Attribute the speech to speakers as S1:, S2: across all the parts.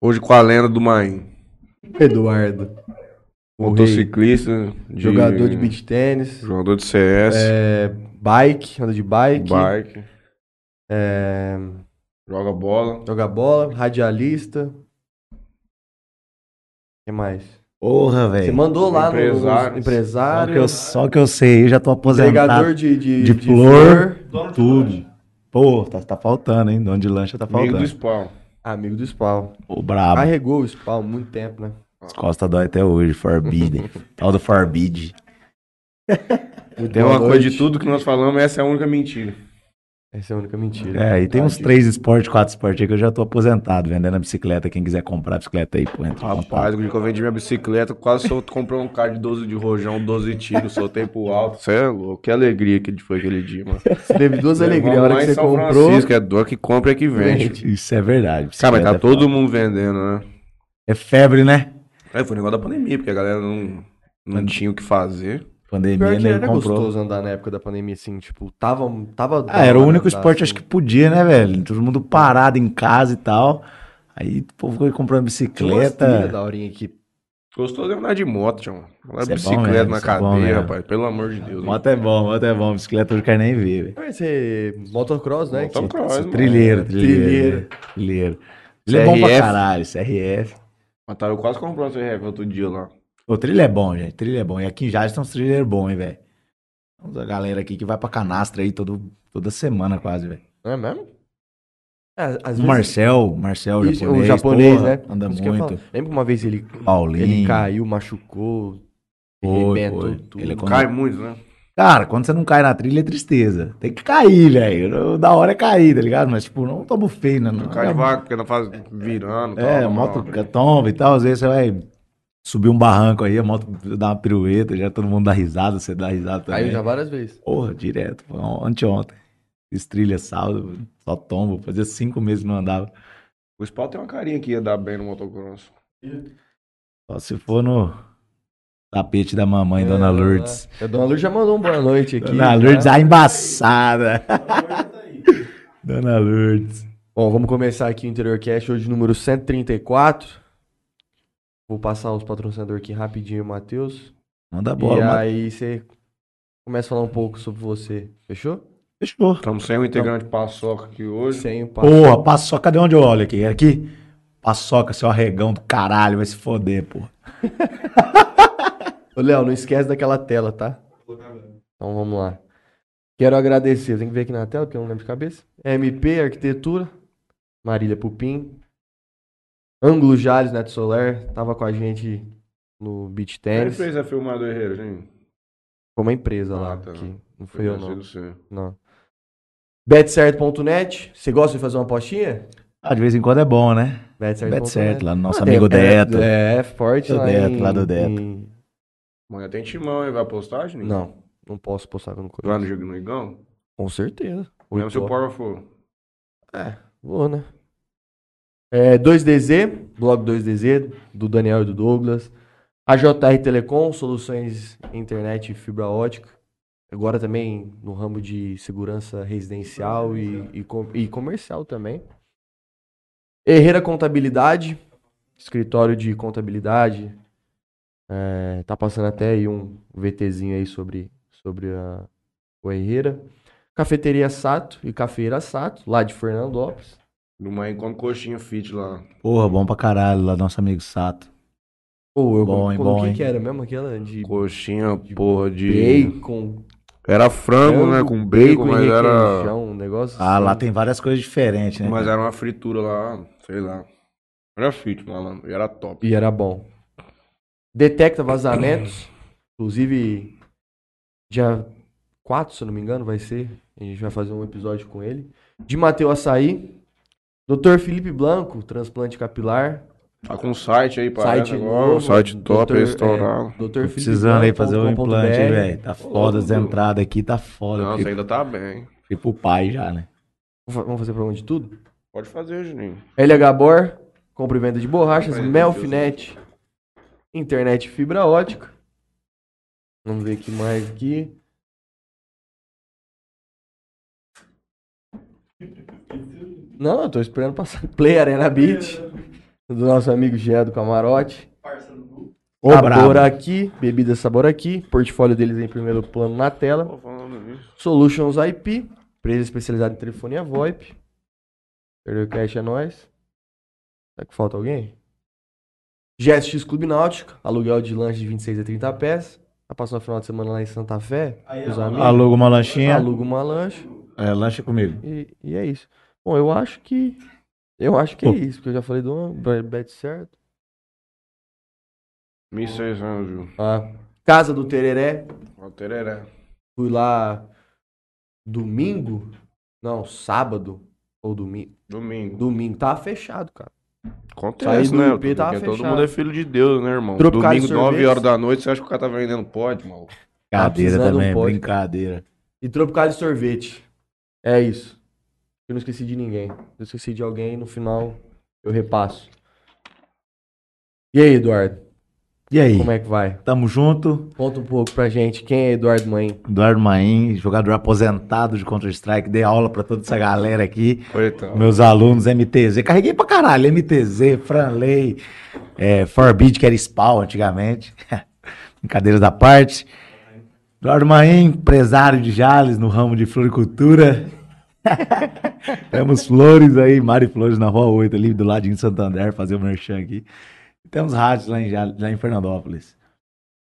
S1: Hoje com a lenda do Maim.
S2: Eduardo. o rei,
S1: Motociclista. de-
S2: Jogador de beach tênis.
S1: Jogador de CS.
S2: é, bike, anda de bike.
S1: Bike.
S2: é,
S1: Joga bola.
S2: joga bola, radialista. O que mais?
S3: Porra,
S2: Você
S3: velho.
S2: mandou lá no-
S1: Empresários.
S2: nos
S3: Só, que eu-
S2: empresários.
S3: só que eu sei, eu já tô
S2: Entregador
S3: aposentado.
S2: de, de,
S3: de flor. Tudo. Pô, tá, tá faltando, hein? Dono de lancha tá
S1: Amigo do
S3: faltando.
S1: spawn.
S2: Amigo do spawn.
S3: Ô, brabo.
S2: Carregou o spawn muito tempo, né?
S3: As costas dói até hoje, Forbidden. Tal do Forbid.
S2: Muito
S1: Tem
S2: boa
S1: uma coisa de
S2: noite.
S1: tudo que nós falamos, essa é a única mentira.
S2: Essa é a única mentira.
S3: É, e tem uns
S2: Verdade.
S3: três esportes, quatro esportes aí que eu já tô aposentado, vendendo a bicicleta. Quem quiser comprar a bicicleta aí, pô, entra em
S1: Rapaz,
S3: contato.
S1: o dia que eu vendi minha bicicleta, quase solto, comprei um carro de 12 de rojão, 12 tiros, soltei pro alto. Você é louco, que alegria que foi aquele dia, mano.
S2: Você teve duas alegrias. A
S1: Vamos
S2: hora
S1: lá
S2: que
S1: em
S2: você
S1: São
S2: comprou.
S1: Francisco, é dor que compra é que vende.
S3: Isso é verdade.
S1: Cara, mas
S3: bicicleta
S1: tá
S3: é
S1: todo mundo vendendo, né?
S3: É febre, né?
S1: É, foi um negócio da pandemia, porque a galera não, não tinha o que fazer.
S3: Pandemia,
S2: Pior que
S3: nem
S2: era
S3: comprou.
S2: gostoso andar na época da pandemia, assim, tipo, tava. tava da
S3: Ah, era o
S2: hora
S3: único
S2: andar,
S3: esporte,
S2: assim.
S3: acho que podia, né, velho? Todo mundo parado em casa e tal. Aí o povo foi comprando
S2: Tinha umas trilhas
S3: bicicleta.
S2: da horinha aqui.
S1: Gostoso é andar de moto, tchau. Andar
S3: Isso
S1: de
S3: é bom
S1: bicicleta
S3: mesmo,
S1: na
S3: isso é bom
S1: cadeia,
S3: mesmo.
S1: rapaz. Pelo amor de Deus.
S3: Moto é bom, moto é bom. Bicicleta eu não quero nem ver, velho.
S2: Vai ser motocross, né?
S1: Motocross.
S2: Que-
S1: Cross, mano.
S3: Trilheiro,
S2: Trilheiro.
S3: trilheiro. né? Trilheiro. Trilha é bom pra
S1: CRF.
S3: caralho, CRF.
S1: Mataram quase comprou esse rap outro dia lá.
S3: O trilha é bom, gente. Trilha é bom. E aqui em Jales tem uns trilheiros bons, hein, velho. Temos a galera aqui que vai pra canastra aí todo, toda semana quase, velho.
S2: Não é mesmo? É, às
S3: O
S2: vezes-
S3: Marcel, o Marcel,
S2: Isso,
S3: japonês.
S2: o japonês,
S3: porra,
S2: né?
S3: Anda
S2: Isso que eu ia
S3: muito.
S2: falar. Lembra que uma vez ele,
S3: Paulinho.
S2: ele caiu, machucou,
S3: Foi,
S2: arrebentou
S3: foi.
S2: tudo.
S3: Ele é quando-
S1: Cai muito, né?
S3: Cara, quando você não cai na trilha é tristeza. Tem que cair, velho. O Da hora é cair, tá ligado? Mas, tipo, não tomo feio, né? Não,
S1: Cai de vaca, porque ela faz virando.
S3: É,
S1: tal,
S3: moto
S1: tal.
S3: tomba e tal. Às vezes você vai subir um barranco aí, a moto dá uma pirueta, já todo mundo dá risada, você dá risada também.
S2: Caiu já várias vezes.
S3: Porra, direto. Foi Anteontem. Fiz trilha sábado, só tombo. Fazia cinco meses que não andava.
S1: O Spawn tem uma carinha que ia dar bem no motocross.
S3: Só se for no tapete da mamãe,
S2: É,
S3: Dona Lourdes.
S2: A Dona Lourdes já mandou um boa noite aqui.
S3: Dona
S2: tá?
S3: Lourdes, a embaçada. Dona Lourdes.
S2: Bom, vamos começar aqui o Interior Cash, hoje número 134. Vou passar os patrocinadores aqui rapidinho, Matheus.
S3: Manda
S2: E
S3: bola, mano.
S2: aí você começa a falar um pouco sobre você. Fechou?
S3: Fechou.
S1: Estamos sem o integrante paçoca aqui hoje.
S2: Sem o papo.
S3: Porra, paçoca, cadê onde eu olho aqui? É Aqui? Paçoca, seu arregão do caralho, vai se foder, porra.
S2: Ô, Léo, não esquece daquela tela, tá? Então vamos lá. Quero agradecer, tem que ver aqui na tela, porque eu não lembro de cabeça. MP Arquitetura, Marília Pupim, Ângulo Jales Neto Solar, tava com a gente no Beach
S3: É
S1: Quem
S2: Tennis.
S1: fez a filmar do Herreiro, gente?
S2: Foi uma empresa lá,
S1: Ah, tá.
S2: que não fui eu não.
S1: Do seu.
S2: não. Betcerto.net, você gosta de fazer uma apostinha?
S3: Ah, de vez em quando é bom, né? Bet certo, lá no nosso amigo Deto.
S2: Ah, É, é forte
S3: Do
S2: lá
S3: Deto,
S2: em-
S3: lá do Deto.
S2: em-
S1: Amanhã tem timão, hein? Vai apostar, gente?
S2: Não, não posso postar no Corinthians.
S1: Lá no jogo no Igão?
S2: Com certeza.
S1: Mesmo se
S2: Oito
S1: o Power for.
S2: Vou, né? É, 2DZ, blog 2DZ, do Daniel e do Douglas. A JR Telecom, soluções internet e fibra ótica. Agora também no ramo de segurança residencial e, e, com- e comercial também. Herreira Contabilidade, escritório de contabilidade. É, tá passando até aí um VTzinho aí sobre, sobre a, o Herreira. Cafeteria Sato e Cafeira Sato, lá de Fernandópolis.
S1: No mãe come coxinha fit lá.
S3: Porra, bom pra caralho, lá do nosso amigo Sato.
S2: Ou eu
S3: Bom,
S2: como-
S3: hein,
S2: como
S3: bom,
S2: que
S3: hein?
S2: que era mesmo aquela de
S1: Coxinha, porra, de.
S2: bacon,
S1: Era frango, né? Com bacon,
S2: bacon
S1: mas
S2: e
S1: era.
S2: requeijão, um negócio
S3: Ah,
S2: assim.
S3: lá tem várias coisas diferentes, né?
S1: Mas era uma fritura lá, sei lá. Era fit, malandro. E era top.
S2: E era bom. Detecta vazamentos, inclusive dia 4, se eu não me engano, vai ser. A gente vai fazer um episódio com ele. De Mateu Açaí, Dr. Felipe Blanco, transplante capilar,
S1: Tá com um site aí, parece.
S2: site
S1: agora.
S2: novo,
S1: Site top,
S2: Dr.
S1: aí
S2: é,
S1: estourado.
S2: Dr.
S3: Tô
S2: Felipe
S3: precisando aí
S2: Blanco
S3: fazer um
S2: ponto com ponto
S3: implante,
S2: BR.
S3: velho. Tá foda as
S1: Ô, meu.
S3: entradas aqui, tá foda.
S1: Nossa,
S3: Fiquei-
S1: ainda tá bem.
S3: Fui pro pai já, né?
S2: Vamos fazer programa de tudo?
S1: Pode fazer, Juninho.
S2: LH Bor, compra e venda de borrachas,
S1: Compra e venda de
S2: Melfinet, internet fibra ótica. Vamos ver o que mais aqui. Não, eu tô esperando passar. Play Arena Beach. do nosso amigo Jean do Camarote.
S3: Ô,
S2: sabor
S3: Tá brabo.
S2: aqui, bebida sabor aqui, portfólio deles em primeiro plano na tela.
S1: Tô falando nisso.
S2: Solutions IP, empresa especializada em telefonia VoIP. Perdeu cash é nós. Será que falta alguém? GSX Clube Náutico, aluguel de lanche de 26 a 30 pés. Tá passando o final de semana lá em Santa Fé, com os amigos.
S3: Aluga uma lanchinha.
S2: Aluga uma lanche
S3: É, lancha comigo.
S2: e, e é isso. Bom, eu acho que. Eu acho que é
S3: Pô.
S2: isso, porque eu já falei do bet- bet certo.
S1: 1.600, Ju.
S2: Ah, Casa do Tereré,
S1: Ó, tereré.
S2: fui lá domingo? Não, sábado ou domingo.
S1: Domingo.
S2: Domingo, tava fechado, cara. Saí
S1: Acontece,
S2: do
S1: né?
S2: IP, tava
S1: Porque todo
S2: fechado.
S1: mundo é filho de Deus, né, irmão?
S2: Tropicália
S1: Domingo,
S2: Sorvete.
S1: 9 horas da noite, você acha que o cara tá vendendo pode, maluco?
S3: Brincadeira
S2: Tá precisando, um
S3: também,
S2: não pode.
S3: brincadeira.
S2: E Tropical de Sorvete. É isso. Eu não esqueci de ninguém. Eu esqueci de alguém e no final eu repasso. E aí, Eduardo?
S3: E aí?
S2: Como é que vai?
S3: Tamo junto.
S2: Conta um pouco pra gente. Quem é Eduardo Mãe?
S3: Eduardo Maim, jogador aposentado de Counter-Strike. Dei aula pra toda essa galera aqui.
S1: Coitado.
S3: Meus alunos, MTZ. Carreguei pra caralho. MTZ, Franley, é, Forbid, que era Spawn antigamente. Brincadeiras da parte. Eduardo Maim, empresário de Jales no ramo de floricultura. Temos flores aí, Mari Flores na Rua 8, ali do ladinho de Santander, fazer o merchan aqui. E Temos rádios lá em, Jales, lá em Fernandópolis.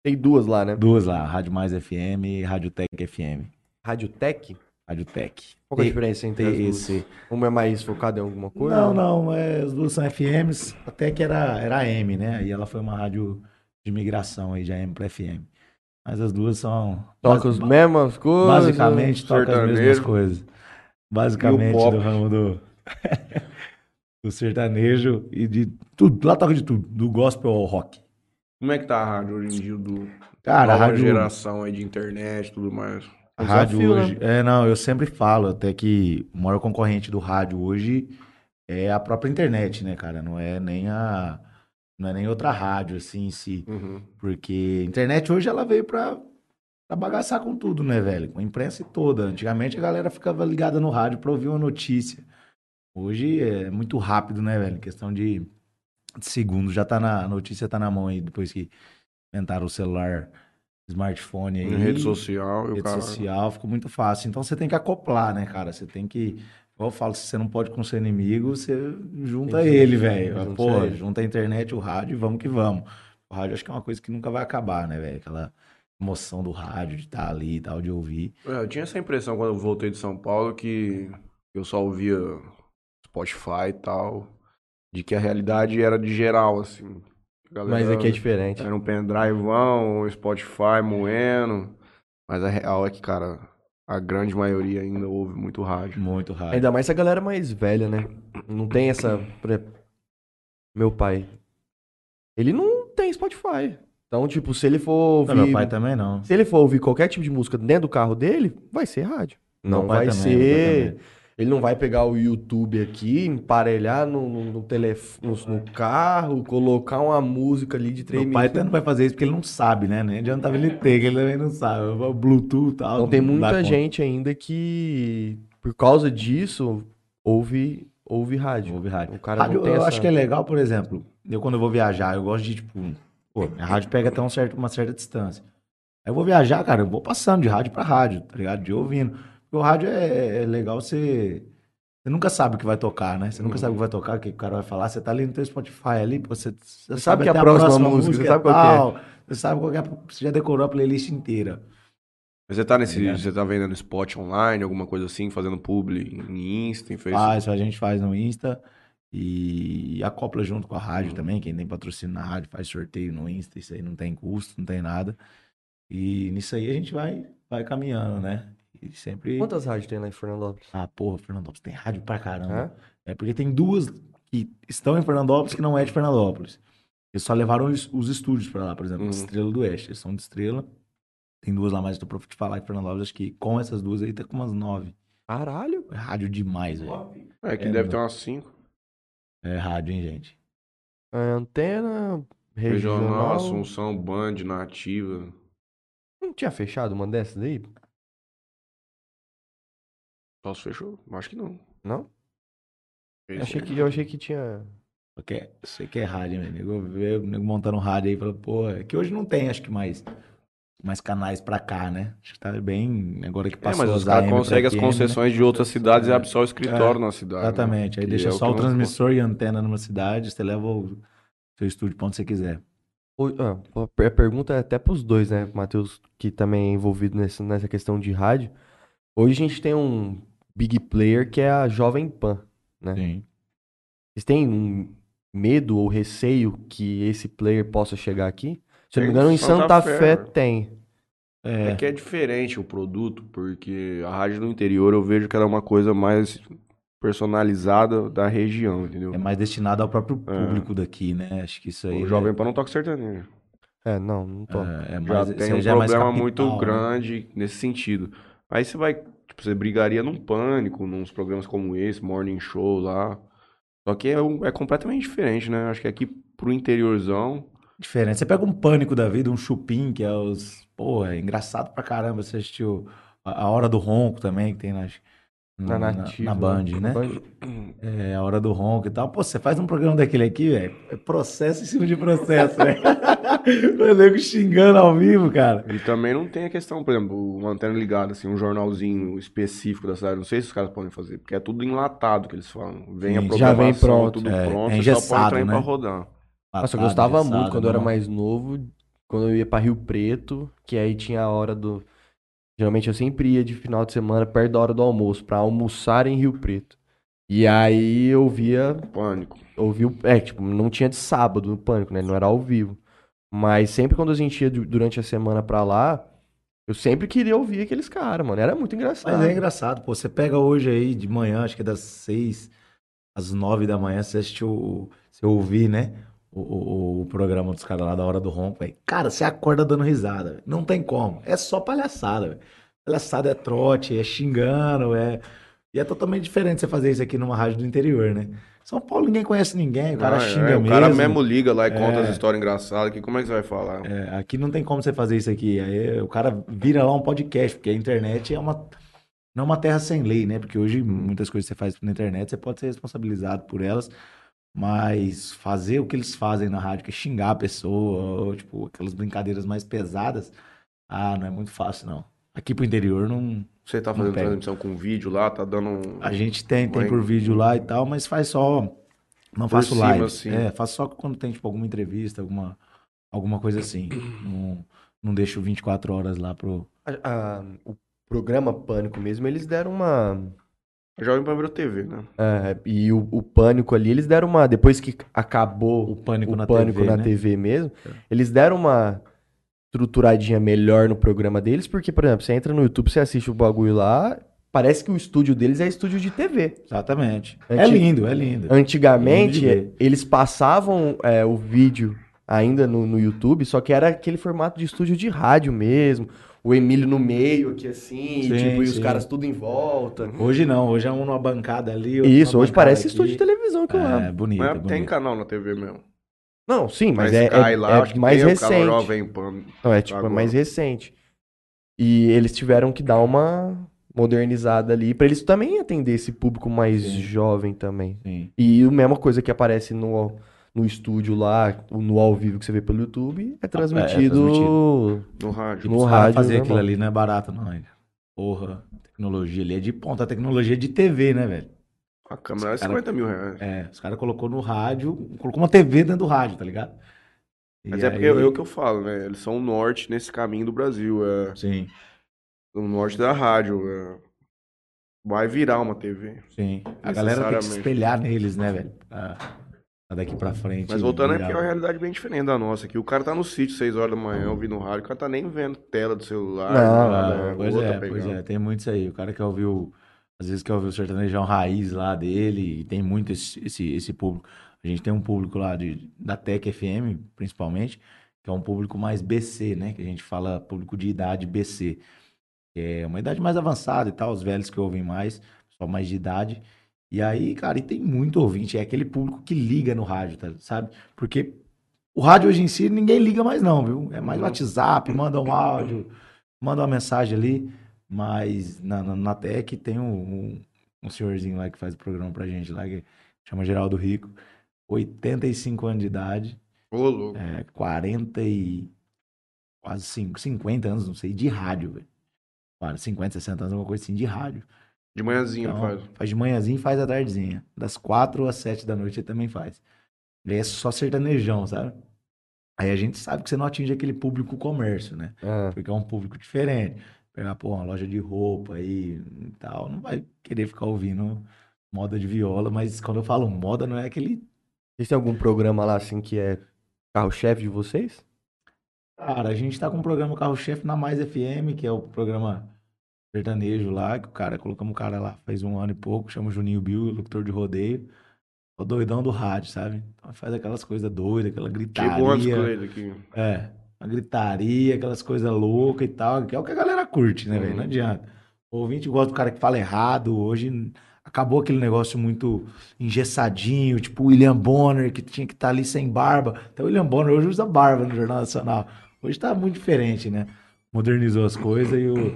S2: Tem duas lá, né?
S3: Duas lá, Rádio Mais FM e Rádio Tech FM.
S2: Radiotech?
S3: Rádio Tech.
S2: Qual que é a diferença entre as duas?
S3: TEC.
S2: Uma é mais focada em alguma coisa?
S3: Não, não, é, as duas são FMs, até que era, era AM, né? Aí ela foi uma rádio de migração aí de AM para FM. Mas as duas são
S2: Toca né? as
S3: bas-
S2: mesmas coisas?
S3: basicamente toca as mesmas
S1: sertanejo.
S3: coisas. Basicamente
S1: pop.
S3: do ramo do do sertanejo e de tudo, lá toca de tudo, do gospel ao rock.
S1: Como é que tá a rádio hoje em dia do
S3: Cara, a
S1: nova
S3: rádio
S1: geração aí de internet e tudo mais?
S3: A
S2: Um
S3: rádio
S2: desafio, né?
S3: hoje. É, não, eu sempre falo, até que o maior concorrente do rádio hoje é a própria internet, né, cara? Não é nem a. Não é nem outra rádio, assim, em si.
S1: Uhum.
S3: Porque a internet hoje ela veio pra, pra bagaçar com tudo, né, velho? Com a imprensa e toda. Antigamente a galera ficava ligada no rádio pra ouvir uma notícia. Hoje é muito rápido, né, velho? Questão de, de segundos. Já tá na. A notícia tá na mão aí, depois que inventaram o celular, smartphone aí
S1: Em rede social e o
S3: rede
S1: cara...
S3: social, ficou muito fácil. Então você tem que acoplar, né, cara? Você tem que. Igual eu falo, se você não pode com seu inimigo, você junta
S2: Tem que-
S3: ele, velho.
S2: junta
S3: Pô,
S2: ele.
S3: junta a internet, o rádio e vamos que vamos. O rádio acho que é uma coisa que nunca vai acabar, né, velho? Aquela emoção do rádio de estar ali e tal, de ouvir.
S1: É, eu tinha essa impressão quando eu voltei de São Paulo que eu só ouvia Spotify e tal, de que a realidade era de geral, assim. A galera
S2: Mas aqui é diferente.
S1: Era um pendrivão, um Spotify moendo, mas a real é que, cara, a grande maioria ainda ouve muito rádio.
S3: Muito rádio.
S2: Ainda mais a galera mais velha, né? Não tem essa. por exemplo, Meu pai. Ele não tem Spotify. Então, tipo, se ele for ouvir.
S3: Não, meu pai também não.
S2: Se ele for ouvir qualquer tipo de música dentro do carro dele, vai ser rádio. Não
S3: Meu pai
S2: vai
S3: também, meu pai
S2: ser.
S3: também.
S2: Ele não vai pegar o YouTube aqui, emparelhar no, no, no telef- no- no carro, colocar uma música ali de três
S3: Meu pai
S2: minutos.
S3: até não vai fazer isso porque ele não sabe, né? Nem adiantava ele ter, que ele também não sabe. O Bluetooth e tal.
S2: Então tem
S3: não
S2: muita
S3: dá conta.
S2: gente ainda que, por causa disso, ouve, ouve rádio.
S3: Ouve rádio.
S2: O cara
S3: Rádio,
S2: não tem
S3: eu
S2: essa...
S3: acho que é legal, por exemplo, eu quando eu vou viajar, eu gosto de, tipo, pô, a rádio pega até um certo, uma certa distância. Aí eu vou viajar, cara, eu vou passando de rádio pra rádio, tá ligado? De ouvindo. Porque o rádio é, é legal você. Você nunca sabe o que vai tocar, né? Você nunca sabe o que vai tocar, o que o cara vai falar. Você tá ali no teu Spotify ali, pô, você, você sabe,
S2: que é a
S3: até
S2: próxima música, você sabe qual que é.
S3: tal, Você sabe qual que é. Você já decorou a playlist inteira.
S1: Mas Você tá nesse.
S3: Verdade.
S1: Você tá vendendo spot online, alguma coisa assim, fazendo publi em Insta,
S2: Ah,
S1: em Facebook.
S3: Faz, a gente faz no Insta e acopla junto com a rádio também. Quem tem patrocínio na rádio faz sorteio no Insta, isso aí não tem custo, não tem nada. E nisso aí a gente vai, vai caminhando, né? E sempre.
S2: Quantas rádios tem lá em Fernandópolis?
S3: Ah, porra, Fernandópolis tem rádio pra caramba.
S2: Hã?
S3: É porque tem duas que estão em Fernandópolis que não é de Fernandópolis. Eles só levaram os, os estúdios pra lá, por exemplo,
S1: Uhum.
S3: Estrela do Oeste. Eles são de Estrela. Tem duas lá, mas eu tô pra te falar que Fernandópolis, acho que com essas duas aí tá com umas nove.
S2: Caralho.
S3: É rádio demais, velho.
S1: É, que
S3: É,
S1: deve
S3: não.
S1: ter umas 5.
S3: É rádio, hein, gente?
S2: É, antena, regional.
S1: Regional, Assunção, Band, Nativa.
S2: Não tinha fechado uma dessas daí?
S1: Posso fechou? Acho que não.
S2: Não?
S1: É isso
S2: Achei
S1: aí.
S2: que, eu achei que tinha.
S3: Só que é- Isso aí que é rádio, né? Nego, vê- nego montando um rádio aí, fala, pô, é que hoje não tem, acho que mais, mais canais pra cá, né? Acho que tá bem, agora que
S1: É,
S3: passou
S1: mas os
S3: as
S1: caras
S3: AM pra
S1: conseguem as
S3: FM, né? É.
S1: concessões de outras cidades e abrem só o escritório na cidade. né?
S3: Exatamente. Aí
S1: Que
S3: deixa
S1: é o
S3: só
S1: que
S3: o
S1: não-
S3: transmissor e antena numa cidade, você leva o seu estúdio pra onde você quiser.
S2: Ô, ah, a per- a pergunta é até pros dois, né, Matheus, que também é envolvido nessa, nessa questão de rádio. Hoje a gente tem um big player que é a Jovem Pan.
S3: Sim.
S2: Vocês têm um medo ou receio que esse player possa chegar aqui? Se eu não me
S1: Tem
S2: engano, em
S1: Santa
S2: Santa
S1: Fé,
S2: Fé
S1: né?
S2: tem.
S1: É que é diferente o produto, porque a rádio no interior eu vejo que era uma coisa mais personalizada da região, entendeu?
S3: É mais destinado ao próprio público daqui, né? Acho que isso aí.
S1: É. o Jovem Pan não toca sertanejo.
S2: É, não, não tô.
S3: é, é
S1: Já
S3: mais, isso
S1: tem
S3: aí
S1: um
S3: já é mais
S1: problema muito
S3: capital, né?
S1: grande nesse sentido. Aí você vai, tipo, você brigaria num pânico, nos programas como esse, Morning Show lá. Só que é, um- é completamente diferente, né? Acho que aqui pro interiorzão,
S3: Diferente. Você pega um pânico da vida, um chupim, que é os. Pô, é engraçado pra caramba. Você assistiu A a Hora do Ronco também, que tem nas,
S2: Tá Na Nativa.
S3: na Band, né?
S2: Band.
S3: É, a hora do ronco e tal. Pô, você faz um programa daquele aqui, velho. É processo em cima de processo, velho. O nego xingando ao vivo, cara.
S1: E também não tem a questão, por exemplo, uma antena ligada, assim, um jornalzinho específico da cidade. Não sei se os caras podem fazer, porque é tudo enlatado que eles falam. Vem a
S3: Sim,
S1: programação,
S2: já vem pronto.
S1: tudo
S3: É,
S1: pronto, você só põe
S3: é
S1: o
S3: engessado,
S1: trem
S3: né?
S1: pra rodar.
S2: Nossa, eu
S3: Batata,
S2: gostava
S3: engessado,
S2: muito quando eu era
S3: Tá não.
S2: mais novo, quando eu ia pra Rio Preto, que aí tinha a hora do. Geralmente eu sempre ia de final de semana perto da hora do almoço, pra almoçar em Rio Preto. E aí eu via,
S1: Pânico.
S2: ouvia, o- é, tipo, não tinha de sábado no Pânico, né? Não era ao vivo. Mas sempre quando a gente ia du- durante a semana pra lá, eu sempre queria ouvir aqueles caras, mano. Era muito engraçado.
S3: Mas é engraçado, pô. Você pega hoje aí de manhã, acho que é das seis às nove da manhã, você assistiu, o- você ouvir, né? O, o- o programa dos caras lá da Hora do Ronco, velho. Cara, você acorda dando risada, velho. Não tem como. É só palhaçada, velho. Palhaçada é trote, é xingando, é. E é totalmente diferente você fazer isso aqui numa rádio do interior, né? São Paulo ninguém conhece ninguém, o cara
S1: Ah, é,
S3: xinga
S1: o
S3: mesmo.
S1: cara mesmo liga lá e
S3: É.
S1: conta as histórias engraçadas. Que, como é que você vai falar?
S3: É, aqui não tem como você fazer isso aqui. Aí o cara vira lá um podcast, porque a internet é uma. Não é uma terra sem lei, né? Porque hoje muitas coisas que você faz na internet, você pode ser responsabilizado por elas. Mas fazer o que eles fazem na rádio, que é xingar a pessoa, ou, tipo, aquelas brincadeiras mais pesadas, ah, não é muito fácil, não. Aqui pro interior não.
S1: Você tá
S3: Não
S1: fazendo
S3: pega.
S1: transmissão com vídeo lá, tá dando um...
S3: A gente tem, tem
S1: Mãe.
S3: por vídeo lá e tal, mas faz só. Não
S1: Por
S3: faço
S1: cima,
S3: live.
S1: assim.
S3: É, faço só quando tem, tipo, alguma entrevista, alguma, alguma coisa assim. Não, não deixo 24 horas lá pro.
S2: A- a- o programa Pânico mesmo, eles deram uma.
S1: A Jovem Pan virou TV, né?
S2: É, e o, o pânico ali, eles deram uma. Depois que acabou
S3: O
S2: o
S3: pânico
S2: pânico
S3: na
S2: na,
S3: TV. né?
S2: TV mesmo,
S3: É.
S2: eles deram uma estruturadinha melhor no programa deles, porque, por exemplo, você entra no YouTube, você assiste o bagulho lá, parece que o estúdio deles é estúdio de TV.
S3: Exatamente. É
S2: Antigo.
S3: lindo, é lindo.
S2: Antigamente,
S3: Lindo de ver.
S2: eles passavam é, o vídeo ainda no, no YouTube, só que era aquele formato de estúdio de rádio mesmo. O Emílio no meio, aqui assim,
S3: Sim,
S2: e, tipo, e os
S3: sim.
S2: caras tudo em volta.
S3: Hoje não, hoje é um numa bancada ali. outro
S2: Isso,
S3: numa
S2: hoje
S3: bancada
S2: parece
S3: aqui.
S2: estúdio de televisão que eu amo.
S3: É, bonito,
S1: Mas
S3: é bonito.
S1: tem canal na TV mesmo.
S2: Não, sim, mas,
S1: Na
S2: é,
S1: Sky
S2: é-
S1: lá,
S2: é
S1: acho que
S2: mais
S1: tem o canal
S2: recente.
S1: Jovem Pan.
S2: Não, é tipo, é
S1: Agora.
S2: mais recente. E eles tiveram que dar uma modernizada ali pra eles também atender esse público mais
S3: Sim.
S2: jovem também.
S3: Sim.
S2: E a mesma coisa que aparece no, no estúdio lá, no ao vivo que você vê pelo YouTube, é transmitido.
S1: No rádio.
S2: No
S3: Os caras
S2: rádio,
S3: fazer
S2: né,
S3: aquilo
S2: mano?
S3: ali não é barato, não. hein? Porra, tecnologia ali é de ponta, tecnologia de TV, né, velho?
S1: A câmera é
S3: Os cara-
S1: 50 mil reais.
S3: É, os caras colocou no rádio, colocou uma TV dentro do rádio, tá ligado? E
S1: Mas é porque
S3: aí-
S1: é o que eu falo, né? Eles são o norte nesse caminho do Brasil. É
S3: Sim,
S1: o norte da rádio. é. Vai virar uma TV.
S3: sim. A galera tem que se
S1: Necessariamente.
S3: espelhar neles, né, velho? Pra, pra daqui pra frente. tá
S1: Mas voltando
S3: virar. Uhum.
S1: aqui, é uma realidade bem diferente da nossa. Aqui o cara tá no sítio 6 horas da manhã ouvindo o rádio, o cara tá nem vendo tela do celular.
S2: Não,
S1: nada,
S3: Ah, pois
S1: outra
S3: é, pois
S1: pegada.
S3: é, tem muito isso aí. O cara que ouviu, às vezes que ouviu o sertanejão raiz lá dele, e tem muito esse, esse, esse público. A gente tem um público lá de, da Tech FM, principalmente, que é um público mais BC, né? Que a gente fala público de idade BC. que É uma idade mais avançada e tal, os velhos que ouvem mais, só mais de idade. E aí, cara, e tem muito ouvinte, é aquele público que liga no rádio, tá, sabe? Porque o rádio hoje em si ninguém liga mais não, viu? É mais
S1: Uhum.
S3: WhatsApp, manda um áudio, manda uma mensagem ali, mas na, na, na Tech tem um, um, um senhorzinho lá que faz o programa pra gente lá, que chama Geraldo Rico. 85 anos de idade,
S1: Ô, louco.
S3: é, 40 e quase cinco- 50 anos, não sei, de rádio, velho. Cara, 50, 60 anos, alguma coisa assim, de rádio.
S1: De manhãzinha
S3: Então,
S1: faz.
S3: Faz de manhãzinha e faz à tardezinha. Das quatro às sete da noite ele também faz. E aí é só sertanejão, sabe? Aí a gente sabe que você não atinge aquele público comércio, né?
S2: Ah,
S3: Porque é um público diferente. Pegar, pô, uma loja de roupa aí e tal, não vai querer ficar ouvindo moda de viola, mas quando eu falo moda, não é aquele
S2: Vocês têm algum programa lá, assim, que é carro-chefe de vocês?
S3: Cara, a gente tá com o programa Carro-Chefe na Mais FM, que é o programa sertanejo lá, que o cara, colocamos um cara lá faz um ano e pouco, chama o Juninho Bill, locutor de rodeio, o doidão do rádio, sabe? Então faz aquelas coisas doidas, aquela
S1: Tipo umas
S3: gritaria,
S1: coisas aqui.
S3: é, uma gritaria, aquelas coisas loucas e tal, que é o que a galera curte, né, velho? Não
S1: Uhum.
S3: adianta. O ouvinte gosta do cara que fala errado, hoje acabou aquele negócio muito engessadinho, tipo o William Bonner, que tinha que estar ali sem barba. Até o William Bonner hoje usa barba no Jornal Nacional. Hoje tá muito diferente, né? Modernizou as coisas e, o-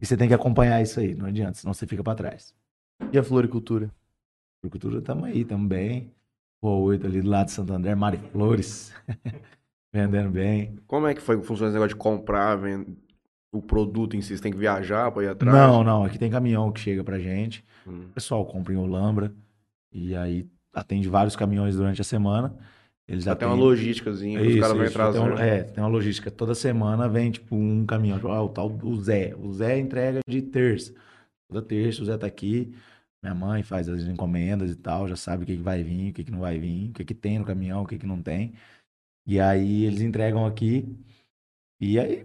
S3: e você tem que acompanhar isso aí, não adianta, senão você fica pra trás.
S2: E a floricultura?
S3: Agricultura estamos aí também. Rua 8 ali do lado de Santander, Mari Flores, vendendo bem.
S1: Como é que foi, funciona esse negócio de comprar, vend- o produto em si? Você tem que viajar pra ir atrás? né?
S3: Não, não. Aqui tem caminhão que chega pra gente.
S1: Hum.
S3: O pessoal compra em Olambra e aí atende vários caminhões durante a semana. Eles
S1: Até uma
S3: atendem-
S1: logísticazinha que os
S3: Isso,
S1: caras vão né?
S3: isso, já tem
S1: trazendo.
S3: um- é, tem uma logística. Toda semana vem, tipo, um caminhão. Tipo, ah, o tal do Zé. O Zé entrega de terça. Toda terça o Zé tá aqui. Minha mãe faz as encomendas e tal, já sabe o que, que vai vir, o que, que não vai vir, o que, que tem no caminhão, o que, que não tem. E aí eles entregam aqui. E aí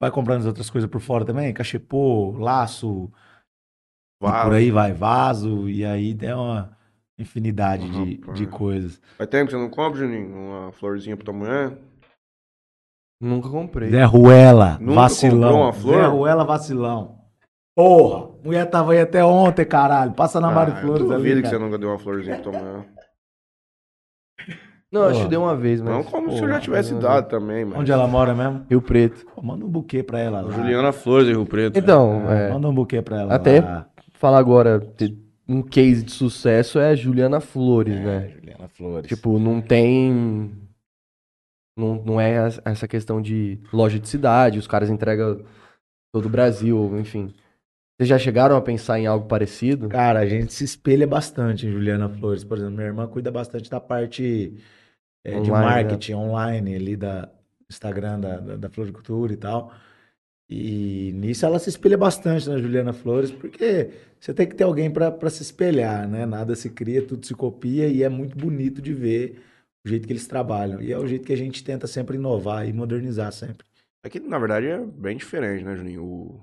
S3: vai comprando as outras coisas por fora também, cachepô, laço, e
S1: Vaso.
S3: é, por aí vai vaso, e aí tem uma infinidade de,
S1: Rapaz.
S3: de coisas.
S1: Faz tempo que você não compra, Juninho? Uma florzinha pra tua mulher?
S2: Nunca comprei.
S1: Né?
S3: Zé Ruela,
S1: Nunca comprou
S3: vacilão.
S1: uma flor?
S3: Zé Ruela, vacilão. Porra, mulher tava aí até ontem, caralho. Passa na
S1: Ah,
S3: Mari
S1: eu
S3: Flores
S1: duvido
S3: ali,
S1: que você
S3: cara.
S1: nunca deu uma florzinha pra tua mulher.
S2: Não, eu acho
S3: Pô.
S2: que dei uma vez, mas...
S1: Não como se eu
S2: Pô,
S1: já tivesse
S2: mas-
S1: dado também, mano.
S2: é
S3: Onde ela mora mesmo?
S2: Rio Preto.
S3: Pô, manda um buquê pra ela lá.
S1: Juliana Flores de Rio Preto.
S2: Então,
S3: Ah,
S2: é,
S3: Manda um buquê pra ela
S2: Até-
S3: lá.
S2: falar agora, ter um case de sucesso é a Juliana Flores, né?
S3: É, Juliana Flores.
S2: Tipo, não tem. Não, não é as- essa questão de loja de cidade, os caras entregam todo o Brasil, enfim. Vocês já chegaram a pensar em algo parecido?
S3: Cara, a gente se espelha bastante em Juliana Flores. Por exemplo, minha irmã cuida bastante da parte é,
S2: Online,
S3: de
S2: né?
S3: marketing online ali da Instagram da, da, da Floricultura e tal. E nisso ela se espelha bastante na Juliana Flores, porque você tem que ter alguém para se espelhar, né? Nada se cria, tudo se copia e é muito bonito de ver o jeito que eles trabalham. E é o jeito que a gente tenta sempre inovar e modernizar sempre.
S1: Aqui, na verdade, é bem diferente, né, Juninho? O-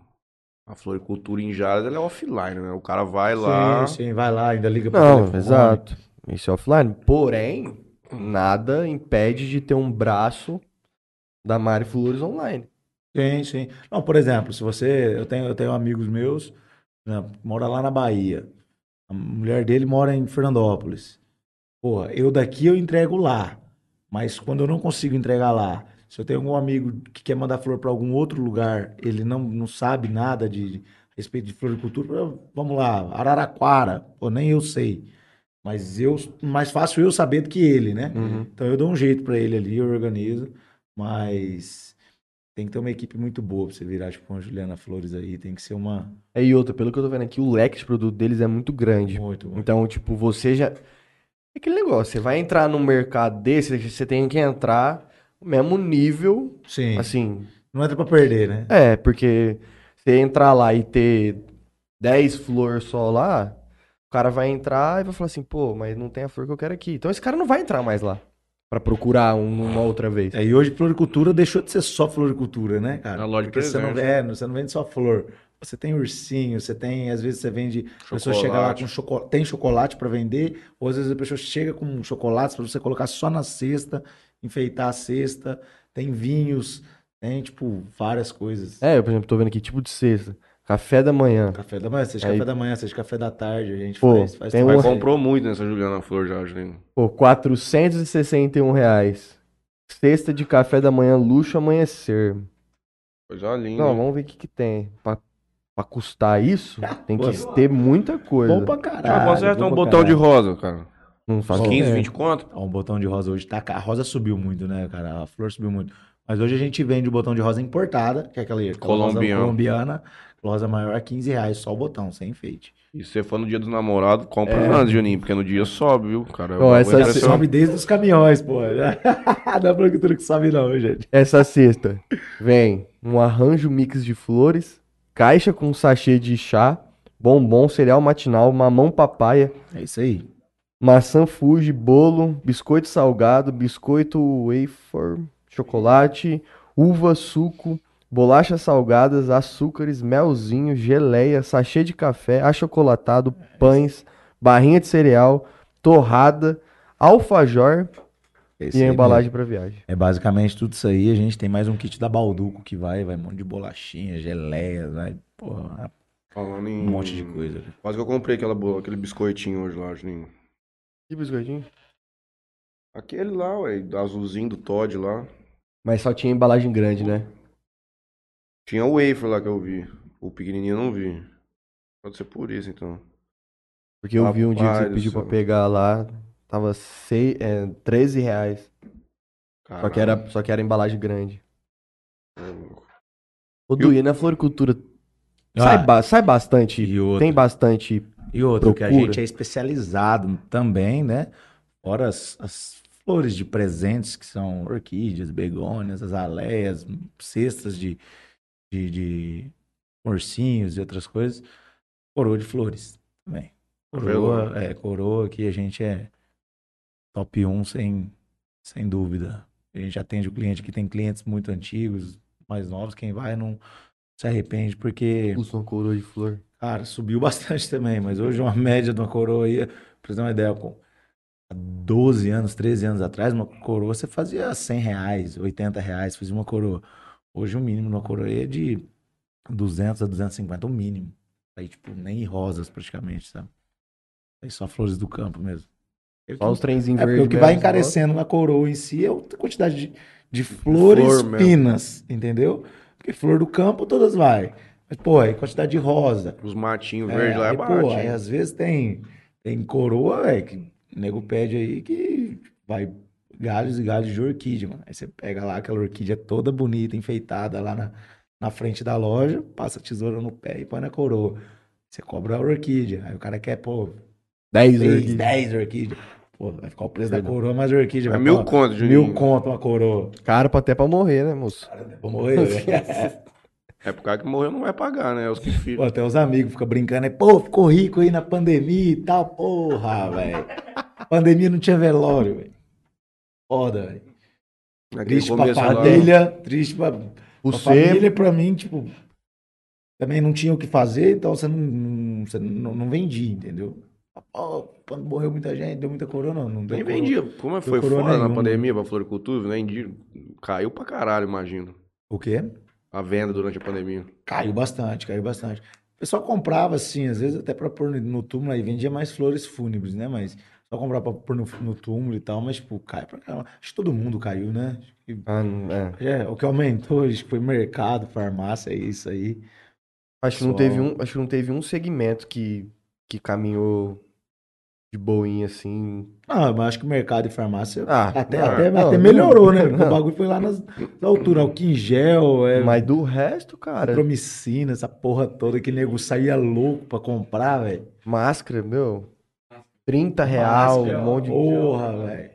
S1: A floricultura em Jales, ela é offline, né? O cara vai lá...
S3: Sim, sim, vai lá, ainda liga pro
S2: Não,
S3: telefone.
S2: exato. Isso é Tipo, offline. Porém, nada impede de ter um braço da Mari Flores online.
S3: Sim, sim. Não, por exemplo, se você. Eu tenho, eu tenho amigos meus, né, mora lá na Bahia. A mulher dele mora em Fernandópolis. Porra, eu daqui eu entrego lá. Mas quando eu não consigo entregar lá, se eu tenho algum amigo que quer mandar flor para algum outro lugar, ele não, não sabe nada de a respeito de floricultura, eu- vamos lá, Araraquara, pô, nem eu sei. Mas eu mais fácil eu saber do que ele, né?
S2: Uhum.
S3: Então eu dou um jeito pra ele ali, eu organizo, mas tem que ter uma equipe muito boa pra você virar tipo uma Juliana Flores aí, tem que ser uma
S2: É, E outra, pelo que eu tô vendo aqui, o leque de produto deles é muito grande.
S3: muito, muito.
S2: Então, tipo, você já. É aquele negócio, você vai entrar num mercado desse, você tem que entrar no mesmo nível,
S3: Sim.
S2: assim.
S3: não entra pra perder, né?
S2: É, porque você entrar lá e ter 10 flores só lá, o cara vai entrar e vai falar assim, pô, mas não tem a flor que eu quero aqui. Então esse cara não vai entrar mais lá pra procurar um- uma outra vez.
S3: É, e hoje floricultura deixou de ser só floricultura, né, cara?
S1: Na loja de
S3: Porque você não,
S1: presente.
S3: é, você não vende só flor. Você tem ursinho, você tem, às vezes você vende, a pessoa chega lá com chocolate, tem chocolate pra vender, ou às vezes a pessoa chega com chocolates pra você colocar só na cesta, enfeitar a cesta, tem vinhos, tem tipo várias coisas.
S2: É, eu, por exemplo, tô vendo aqui, tipo de cesta, café da manhã.
S3: Café da manhã, seja
S2: Aí-
S3: café da manhã, seja café da tarde, a gente
S2: Pô,
S3: faz, faz
S2: tem
S1: Mas
S2: um-
S3: isso aí.
S1: comprou muito nessa Juliana Flor já, Juninho.
S2: Pô, 461 reais. Cesta de café da manhã, luxo amanhecer.
S1: Coisa linda.
S2: Não, vamos ver o que, que tem. Pra, pra custar isso, tem
S3: Pô,
S2: que ter muita coisa.
S3: Bom pra
S1: Ah,
S3: caralho.
S1: conserta
S3: bom
S1: um
S3: pra
S1: botão de
S3: caralho.
S1: rosa, cara.
S2: Não faz
S3: Só
S2: ideia.
S1: 15, 20 conto?
S3: Ó, um botão de rosa hoje tá. ca- A rosa subiu muito, né, cara? A flor subiu muito. Mas hoje a gente vende o botão de rosa importada, que é aquela, aquela
S1: Colombiano.
S3: rosa colombiana, rosa maior a 15 reais, só o botão, sem enfeite.
S1: E se você for no dia dos namorados, compra antes, Juninho, porque no dia sobe, viu, cara?
S2: Ó,
S1: O
S2: É.
S1: bagulho é
S2: essa-
S3: Cara,
S1: impressionante.
S3: sobe desde os caminhões, pô. Não é produtora que sobe, não, gente.
S2: Essa sexta vem um arranjo mix de flores, caixa com sachê de chá, bombom, cereal matinal, mamão papaya,
S3: É isso aí.
S2: maçã fuji, bolo, biscoito salgado, biscoito wafer, chocolate, uva, suco, bolachas salgadas, açúcares, melzinho, geleia, sachê de café, achocolatado,
S1: É,
S2: pães, barrinha de cereal, torrada, alfajor
S3: É isso
S2: e a
S3: aí
S2: embalagem para viagem.
S3: É basicamente tudo isso aí. A gente tem mais um kit da Balduco que vai, vai um monte de bolachinha, geleia, vai, porra,
S1: Falando
S3: um
S1: em...
S3: monte de coisa.
S1: Quase que eu comprei aquela, bo- aquele biscoitinho hoje lá, Juninho.
S2: Que biscoitinho?
S1: Aquele lá, ué, do azulzinho do Todd lá.
S2: Mas só tinha embalagem grande, né?
S1: Tinha o wafer lá que eu vi. O pequenininho eu não vi. Pode ser por isso, então.
S2: Porque eu vi um dia que você
S1: Rapaz do
S2: pediu pra
S1: céu.
S2: pegar lá, tava sei, é, 13 reais. Só que, era, só que era embalagem grande.
S1: Caralho, é louco. E
S2: Ô,
S1: o-
S2: Du, e na floricultura,
S3: Ah,
S2: sai, ba- sai bastante,
S3: e outro.
S2: tem bastante.
S3: E outro, que a
S2: Procura.
S3: gente é especializado também, né? Fora as, as flores de presentes, que são orquídeas, begônias, azaleias, cestas de, de, de ursinhos e outras coisas. Coroa de flores também. Coroa,
S1: Coroa.
S3: é, coroa que a gente é top 1 sem, sem dúvida. A gente atende o cliente que tem clientes muito antigos, mais novos. Quem vai não se arrepende, porque
S2: Wilson Coroa de Flor.
S3: Cara, subiu bastante também, mas hoje uma média de uma coroa aí, pra você ter uma ideia, com há 12 anos, 13 anos atrás, uma coroa você fazia 100 reais, 80 reais, fazia uma coroa. Hoje o mínimo numa coroa aí é de 200 a 250, o mínimo. Aí, tipo, nem rosas praticamente, sabe? Aí só flores do campo mesmo. É
S2: Só os
S3: porque-
S2: trenzinhos
S3: é porque
S2: verdes.
S3: o que vai
S2: um mesmo, só.
S3: encarecendo na coroa em si é a quantidade de, de flores
S1: Flor mesmo.
S3: finas, entendeu? Porque flor do campo todas vai. Mas, pô, aí quantidade de rosa.
S1: Os matinhos
S3: É,
S1: verdes lá é
S3: aí,
S1: barato.
S3: pô, aí às vezes tem, tem coroa, véi, que o nego pede aí que vai galhos e galhos de orquídea, mano. Aí você pega lá aquela orquídea toda bonita, enfeitada lá na, na frente da loja, passa a tesoura no pé e põe na coroa. Você cobra a orquídea. Aí o cara quer, pô,
S2: 10
S3: 6,
S2: verdes.
S3: 10 orquídeas. Pô, vai ficar o preço da
S2: Verdade.
S3: coroa mais orquídea.
S1: É
S3: vai
S1: mil
S3: falar,
S1: conto, Juninho.
S3: mil conto uma coroa.
S2: Caro pra- até pra morrer, né, moço?
S3: Vou morrer, velho.
S1: É pro cara que morreu não vai pagar, né? É os que
S3: Pô,
S1: ficam.
S3: até os amigos ficam brincando aí, pô, ficou rico aí na pandemia e tal, porra, velho. Pandemia não tinha velório, velho. Foda, velho.
S1: Aquele
S3: Triste pra é
S1: começo lá.
S3: família, triste pra, pra
S2: Você,
S3: família, pra mim, tipo, também não tinha o que fazer, então você não, não, você não, não vendia, entendeu? Pô, quando morreu muita gente, deu muita corona, não, não deu
S1: Nem
S3: corona.
S1: vendia. Como é foi
S3: coroa né?
S1: fora na
S3: nenhuma.
S1: pandemia pra floricultura, vendi. Caiu pra caralho, imagino.
S3: O quê?
S1: A venda durante a pandemia.
S3: Caiu bastante, caiu bastante. O pessoal comprava, assim, às vezes até pra pôr no- no túmulo aí, vendia mais flores fúnebres, né? Mas só comprava pra pôr no, no túmulo e tal, mas, tipo, cai pra caramba. Acho que todo mundo caiu, né? Acho que-
S2: Ah, não- é.
S3: é, o que aumentou, acho que foi mercado, farmácia, é isso aí.
S2: acho, que não
S3: Só-
S2: teve um, acho que não teve um segmento que, que caminhou de boinha assim.
S3: Ah, mas acho que mercado e farmácia
S2: Ah,
S3: até,
S2: não,
S3: até,
S2: não,
S3: até
S2: não.
S3: melhorou, né? Porque
S2: Não.
S3: O bagulho foi lá nas, na altura, o Quingel, é,
S2: Mas do resto, cara,
S3: Promicina, essa porra toda que nego saía louco pra comprar, velho.
S2: máscara, meu, 30 real, um monte de
S3: Porra, velho.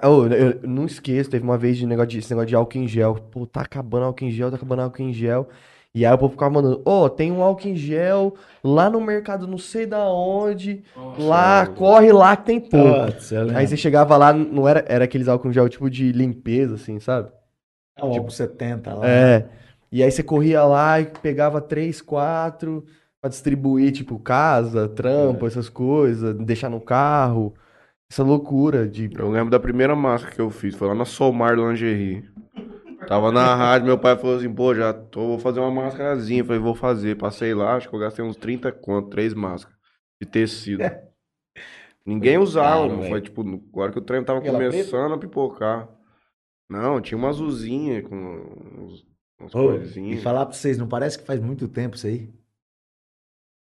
S2: Ah, Ô, eu, eu não esqueço, teve uma vez de negócio de, esse negócio de álcool em gel. Pô, tá acabando álcool em gel, tá acabando álcool em gel. E aí o povo ficava mandando, ó, tem um álcool em gel lá no mercado, não sei da onde.
S3: é
S2: lá, corre lá que tem pouco.
S3: Putz, eu lembro.
S2: Aí você chegava lá, não era, era aqueles álcool em gel tipo de limpeza, assim, sabe?
S3: É o álcool 70 lá.
S2: É. E aí você corria lá e pegava três, quatro pra distribuir, tipo, casa,
S3: É.
S2: trampo, essas coisas, deixar no carro. Essa loucura de.
S1: Eu lembro da primeira máscara que eu fiz, foi lá na Somar Lingerie. Tava na rádio, meu pai falou assim, pô, já tô, vou fazer uma máscarazinha. Eu Falei, vou fazer. Passei lá, acho que eu gastei uns 30 conto, três máscaras de tecido. Ninguém usava,
S3: caro,
S1: mano.
S3: velho.
S1: foi tipo, no- agora que o trem tava
S2: Aquela preta?
S1: começando a pipocar. Não, tinha uma azulzinha com uns, umas
S3: Ô, e
S1: coisinhas.
S3: falar pra vocês, não parece que faz muito tempo isso aí?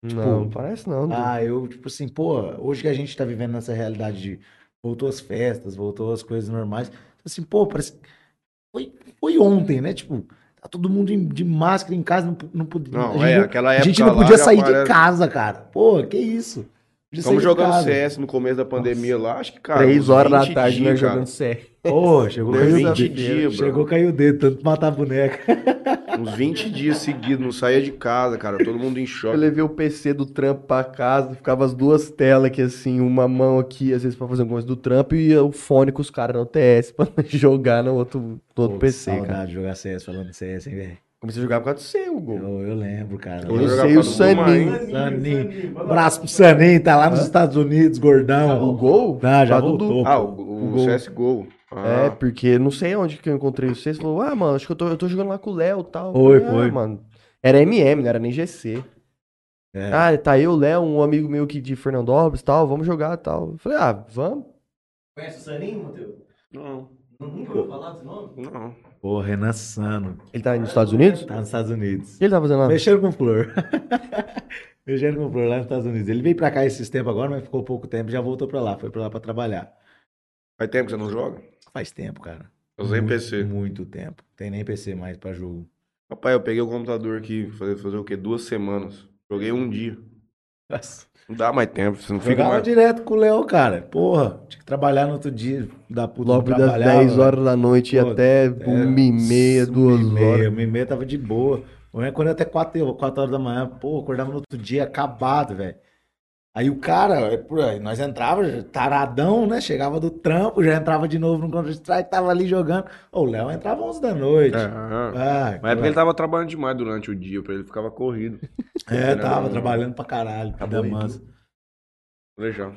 S2: tipo, não, parece não. né? Du.
S3: Ah, eu, tipo assim, pô, hoje que a gente tá vivendo nessa realidade de voltou as festas, voltou as coisas normais, assim, pô, parece que foi, foi ontem, né? Tipo, tá todo mundo em- de máscara em casa, não, p- não podia. a
S1: Não,
S3: gente
S1: é,
S3: não-
S1: aquela
S3: a
S1: época
S3: gente não
S1: lá
S3: podia
S1: já
S3: sair de
S1: parece-
S3: casa, cara. Pô, que isso? Podia sair
S1: Estamos
S3: de
S1: jogando
S3: casa.
S1: CS no começo da pandemia lá, acho que, cara.
S2: Três
S1: uns
S2: horas da
S1: 20
S2: tarde,
S3: né,
S1: dias,
S2: nós
S1: cara.
S2: jogando sério.
S3: Pô, chegou
S1: Deus
S3: caiu o
S1: da
S3: dedo.
S1: vida, bro.
S3: Chegou caiu o dedo, tanto matar boneca.
S1: Uns 20 dias seguidos, não saía de casa, cara. Todo mundo em
S2: Eu
S1: choque.
S2: levei o PC do trampo pra casa, ficava as duas telas aqui, assim, uma mão aqui, às vezes pra fazer alguma coisa do trampo, e o fone com os caras no TS pra jogar no outro, no outro PC,
S3: saudade
S2: cara.
S3: de jogar CS falando de CS, hein, velho?
S2: Comecei a jogar por causa do seu, gol.
S3: Eu, eu lembro, cara.
S1: Eu
S2: Eu
S1: jogava
S2: sei o
S1: pra Duma,
S2: Sanin.
S1: hein?
S3: Sanin. Um Abraço pro Sanin, tá lá nos Estados Unidos, gordão.
S2: O gol?
S3: Tá, já
S2: Pra Dudu.
S3: voltou.
S1: Ah, o, o,
S2: O gol.
S1: CSGO. Ah,
S2: É, porque não sei onde que eu encontrei vocês. Falou, ah, mano, acho que eu tô, eu tô jogando lá com o Léo e tal.
S3: Foi,
S2: Falei, ah,
S3: foi.
S2: mano. Era MM, não era nem GC.
S3: É.
S2: Ah, tá eu, Léo, um amigo meu que de Fernandópolis e tal, vamos jogar e tal. Eu Falei, ah, vamos.
S4: Conhece o Saninho, Matheus?
S1: Não,
S4: Nunca ouviu falar desse nome?
S1: não.
S3: Pô, Renan Sano.
S2: Ele tá nos Estados Unidos? O
S3: Tá nos Estados Unidos.
S2: que ele tá fazendo lá?
S3: Mexendo com flor. Mexendo com flor lá nos Estados Unidos. Ele veio pra cá esses tempos agora, mas ficou pouco tempo e já voltou pra lá. Foi pra lá pra trabalhar.
S1: Faz tempo que você não joga?
S3: Faz tempo, cara.
S1: Eu usei
S3: Muito,
S1: PC.
S3: Muito tempo. Tem nem PC mais pra jogo.
S1: Papai, eu peguei o computador aqui, fazer, fazer o quê? Duas semanas. Joguei um dia.
S3: Nossa.
S1: Não dá mais tempo, você não fica
S3: Jogava
S1: mais.
S3: direto com o Léo, cara. Porra, tinha que trabalhar no outro dia. Da puta
S2: Logo
S3: não
S2: das
S3: trabalhava. né?
S2: 10 horas da noite
S3: Pô, é,
S2: até uma e meia, duas
S3: uma e meia,
S2: horas.
S3: Uma e meia tava de boa. Ou quando é até 4, quatro horas da manhã, pô, acordava no outro dia acabado, velho. Aí o cara, é, pô, aí nós entrava já taradão, né? Chegava do trampo, já entrava de novo no Counter-Strike, tava ali jogando. Ô, o Léo entrava 11 da noite.
S1: É, é.
S3: Ah,
S1: Mas é porque ele tava trabalhando demais durante o dia, pra ele ficava corrido.
S3: É, tava trabalhando pra caralho. Vida
S2: né? Acabou aí,
S3: mansa.
S1: Legal.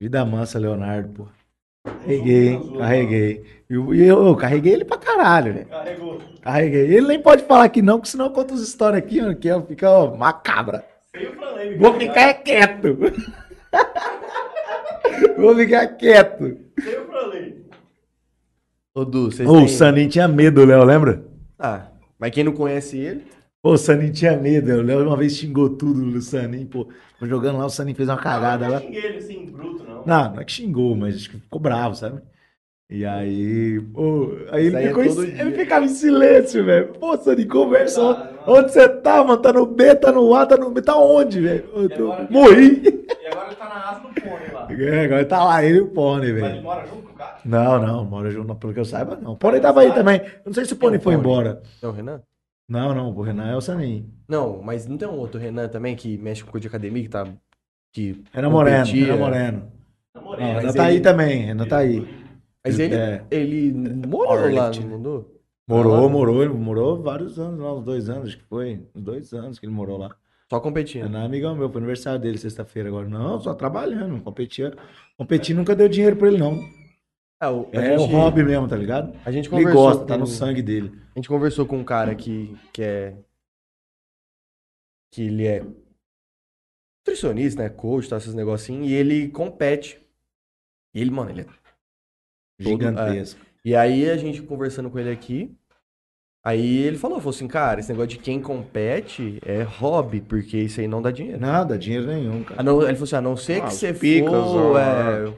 S3: Vida mansa, Leonardo, pô. Carreguei, hein? Carreguei. E eu, e eu- eu carreguei ele pra caralho, velho.
S4: Carregou.
S3: Carreguei. Ele nem pode falar que não, porque senão eu conto as histórias aqui, ó, que ó, fica ó, macabra.
S4: Sem o Franley.
S3: Vou ficar é quieto. Vou ficar quieto.
S4: Sem o Franley.
S2: Ô, Du, vocês
S3: Ô, o
S2: têm...
S3: Sanin tinha medo, Léo, lembra?
S2: Ah, mas quem não conhece ele...
S3: Ô, o Sanin tinha medo. O Léo uma vez xingou tudo o Sanin, pô. Tô jogando lá, o Sanin fez uma cagada
S4: Não
S3: lá.
S4: xinguei ele assim, bruto, não.
S3: Não, não é que xingou, mas acho que ficou bravo, sabe? E aí, pô, aí
S2: Isso
S3: ele,
S2: aí é
S3: ficou em
S2: todo
S3: si-
S2: dia.
S3: ele ficava em silêncio, velho. Pô, Sanin, conversa.
S4: Tá,
S3: onde-
S4: mano.
S3: onde você tá, mano? Tá no B, tá no A, tá no B. Tá onde, velho?
S2: É
S3: Eu
S4: E
S3: tô-
S4: agora?
S3: Morri.
S4: E agora ele tá na asa do pônei lá.
S3: É, agora tá lá ele e o Pony,
S4: Mas
S3: velho.
S4: ele mora junto com o cara?
S3: Não, não, mora junto, não, pelo que eu saiba, não. O Pony tava aí também. Eu não sei se o Pony foi
S2: Pony.
S3: embora.
S2: É o Renan?
S3: Não, não, o Renan é o Sanin.
S2: Não, mas não tem um outro Renan também que mexe com coisa de academia, que tá... Que...
S3: Renan Moreno,
S2: Competia.
S3: Renan Moreno. Não,
S4: Namorei.
S3: Renan
S2: É, mas
S3: tá
S2: ele-
S3: aí também, Renan tá aí.
S2: Mas ele,
S3: É.
S2: ele morou lá,
S3: Powerlifting,
S2: não mandou?
S3: Morou, morou, ele morou vários anos lá, uns dois anos, acho que foi. Uns dois anos que ele morou lá.
S2: Só competindo.
S3: Renan é amigão meu, foi aniversário dele sexta-feira agora. Não, só trabalhando, competia. Competir nunca deu dinheiro pra ele, não.
S2: É, o, a
S3: É um
S2: gente-
S3: hobby mesmo, tá ligado?
S2: A gente
S3: Ele
S2: conversou
S3: gosta, tá
S2: com-
S3: no sangue dele.
S2: A gente conversou com um cara que, que é. Que ele é nutricionista, né? Coach, tá, esses negocinhos, e ele compete. E ele, mano, ele é. Todo-
S3: Gigantesco.
S2: E aí a gente conversando com ele aqui. Aí ele falou, falou assim, cara, esse negócio de quem compete é hobby, porque isso aí não dá dinheiro.
S3: é. Nada, dinheiro nenhum, cara.
S2: A não- ele falou assim, a não ser
S1: Ah,
S2: que
S1: os
S2: você
S1: picas,
S2: for...
S1: ó.
S2: é,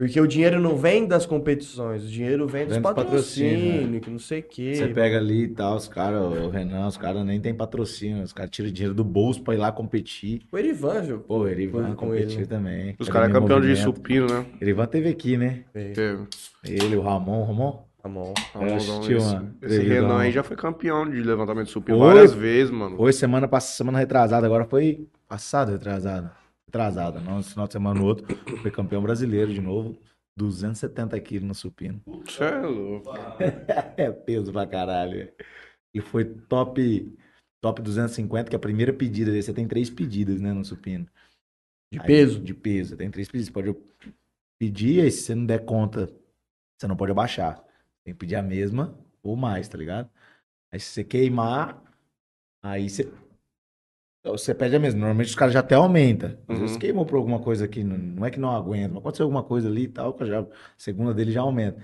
S2: porque o dinheiro não vem das competições, o dinheiro vem dos
S3: Vem dos patrocínios,
S2: patrocínios, que não sei o quê.
S3: Você pega ali e tal, os caras, o Renan, os caras nem tem patrocínio, os caras tiram dinheiro do bolso pra ir lá competir.
S2: O Erivan, Ju.
S3: Pô, ele vai
S2: Coisa com
S3: competir
S2: ele, né?
S3: também.
S1: Os caras é campeão de
S3: super.
S1: supino, né?
S3: Ele vai teve aqui, né?
S1: Teve.
S3: Ele, o Ramon, Ramon.
S2: Tá bom.
S1: Ramonzão,
S3: assisti
S1: esse-
S3: uma
S1: um Esse
S3: televisão.
S1: Renan aí já foi campeão de levantamento de supino
S3: Foi.
S1: várias vezes, mano.
S3: Foi semana passada, semana retrasada, agora foi passado, retrasada. Retrasada, não, esse final de semana no outro. Foi campeão brasileiro de novo. 270 quilos no supino.
S1: Você é louco.
S3: É peso pra caralho. E foi top, top 250, que é a primeira pedida dele. Você tem três pedidas, né, no supino.
S2: De
S3: Aí,
S2: peso?
S3: De peso. Tem três pedidos. Você pode pedir, aí se você não der conta, você não pode abaixar. Tem que pedir a mesma ou mais, tá ligado? Aí se você queimar, aí você. então, Você pede a mesma. Normalmente os caras já até aumenta. Às vezes
S1: Uhum.
S3: queimou por alguma coisa que não, não é que não aguenta, mas aconteceu alguma coisa ali e tal, que já, a segunda dele já aumenta.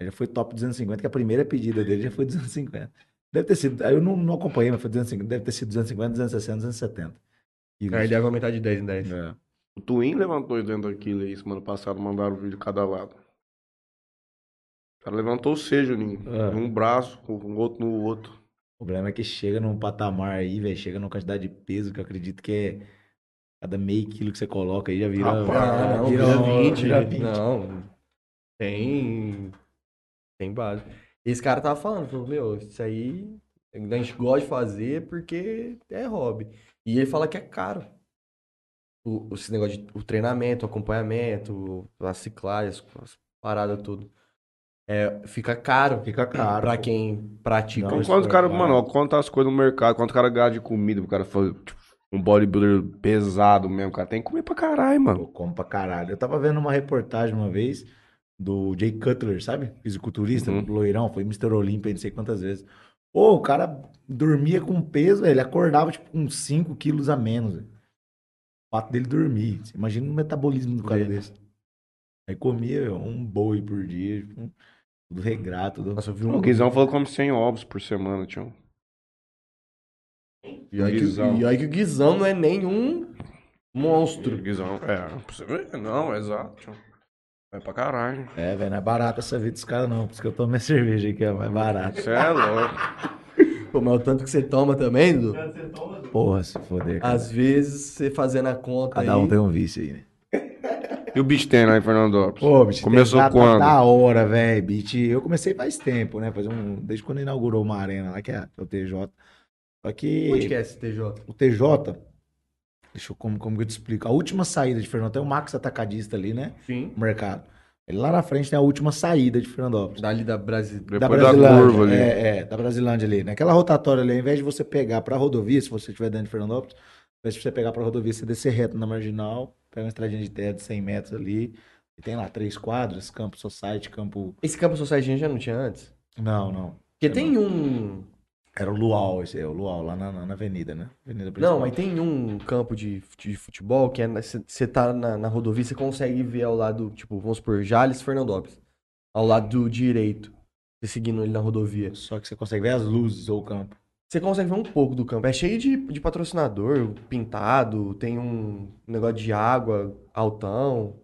S3: Aí já foi top 250, que a primeira pedida dele já foi 250. Deve ter sido, aí eu não, não acompanhei, mas foi 250, deve ter sido 250, 260, 270. quilos.
S2: Aí deve aumentar de 10 em 10.
S3: É.
S1: O Twin levantou 80 quilos aí semana passada, mandaram o vídeo cada lado. O cara levantou o C, Juninho.
S2: É.
S1: Num braço, com o outro no outro.
S3: O problema é que chega num patamar aí, velho, chega numa quantidade de peso que eu acredito que é cada meio quilo que você coloca aí já vira,
S1: Rapaz,
S3: vira,
S1: vira
S3: um-
S1: 20,
S3: vira 20.
S2: Não. Tem. Tem base. Esse cara tava falando, falou, meu, isso aí a gente gosta de fazer porque é hobby. E ele fala que é caro. O, esse negócio de o treinamento, o acompanhamento, a ciclagem, as, as paradas tudo. É, fica caro
S3: Fica caro.
S2: pra
S3: pô.
S2: quem pratica.
S3: Não,
S2: o
S1: Então, quando o cara,
S2: esporte.
S1: mano, ó, quanto as coisas no mercado, quanto o cara gasta de comida pro cara fazer tipo, um bodybuilder pesado mesmo, cara. Tem que comer pra caralho, mano.
S3: Eu como pra caralho. Eu tava vendo uma reportagem uma vez do Jay Cutler, sabe? Fisiculturista,
S1: Uhum.
S3: loirão, foi Mr. Olympia não sei quantas vezes. Pô, o cara dormia com peso, velho, ele acordava tipo com 5 quilos a menos. velho. O fato dele dormir. Você imagina o metabolismo do cara
S2: Dele.
S3: desse. Aí comia velho, um boi por dia, tipo, tudo regrado, tudo.
S2: Nossa, eu vi um.
S1: O Guizão falou que come 100 ovos por semana, tio.
S2: E olha que,
S1: Guizão.
S2: e olha que o Guizão não é nenhum monstro.
S1: Guizão, é. pra você ver, Não, exato, tio. É pra caralho.
S3: É, velho, não é barato essa vida dos caras, não. Por isso que eu tomo minha cerveja aqui, é mais barato.
S1: Você é louco.
S2: Pô, mas o tanto que você toma também,
S3: Ah.
S2: Dudu.
S4: Quando você toma, Dudu,
S3: Porra, se foder, cara.
S2: Às vezes você fazendo a conta
S3: Cada
S2: aí,
S3: um tem um vício aí, né?
S1: E o beat tem aí, Fernando?
S3: Pô, bicho,
S1: Começou
S3: tá, tá
S1: quando?
S3: da hora, velho, Bit. Eu comecei faz tempo, né? Faz um, desde quando inaugurou uma arena lá, que é o TJ. Só que
S2: Onde que é esse TJ?
S3: o TJ, deixa eu, como, como que eu te explico? A última saída de Fernando, tem o Max Atacadista ali, né?
S2: Sim.
S3: O mercado. Ele lá na frente tem a última saída de Fernandópolis.
S2: Dali da Brasil.
S1: Depois da curva ali.
S3: É, é, da Brasilândia ali. Naquela rotatória ali, ao invés de você pegar pra rodovia, se você estiver dentro de Fernandópolis, ao invés de você pegar pra rodovia, você descer reto na marginal, pega uma estradinha de terra de 100 metros ali. E tem lá três quadros, campo society, campo...
S2: Esse campo Sociedade já não tinha antes?
S3: Não, não.
S2: Porque tem um.
S3: Era o Luau, esse é o Luau, lá na, na- na avenida, né? Avenida
S2: Não,
S3: principal.
S2: mas tem um campo de, fut- de futebol que é. na- Você você tá na, na rodovia, você consegue ver ao lado, tipo, vamos supor, Jales Fernandópolis. Ao lado do direito. Você seguindo ele na rodovia.
S3: Só que você consegue ver as luzes ou o campo.
S2: Você consegue ver um pouco do campo. É cheio de, de patrocinador, pintado, tem um negócio de água, altão.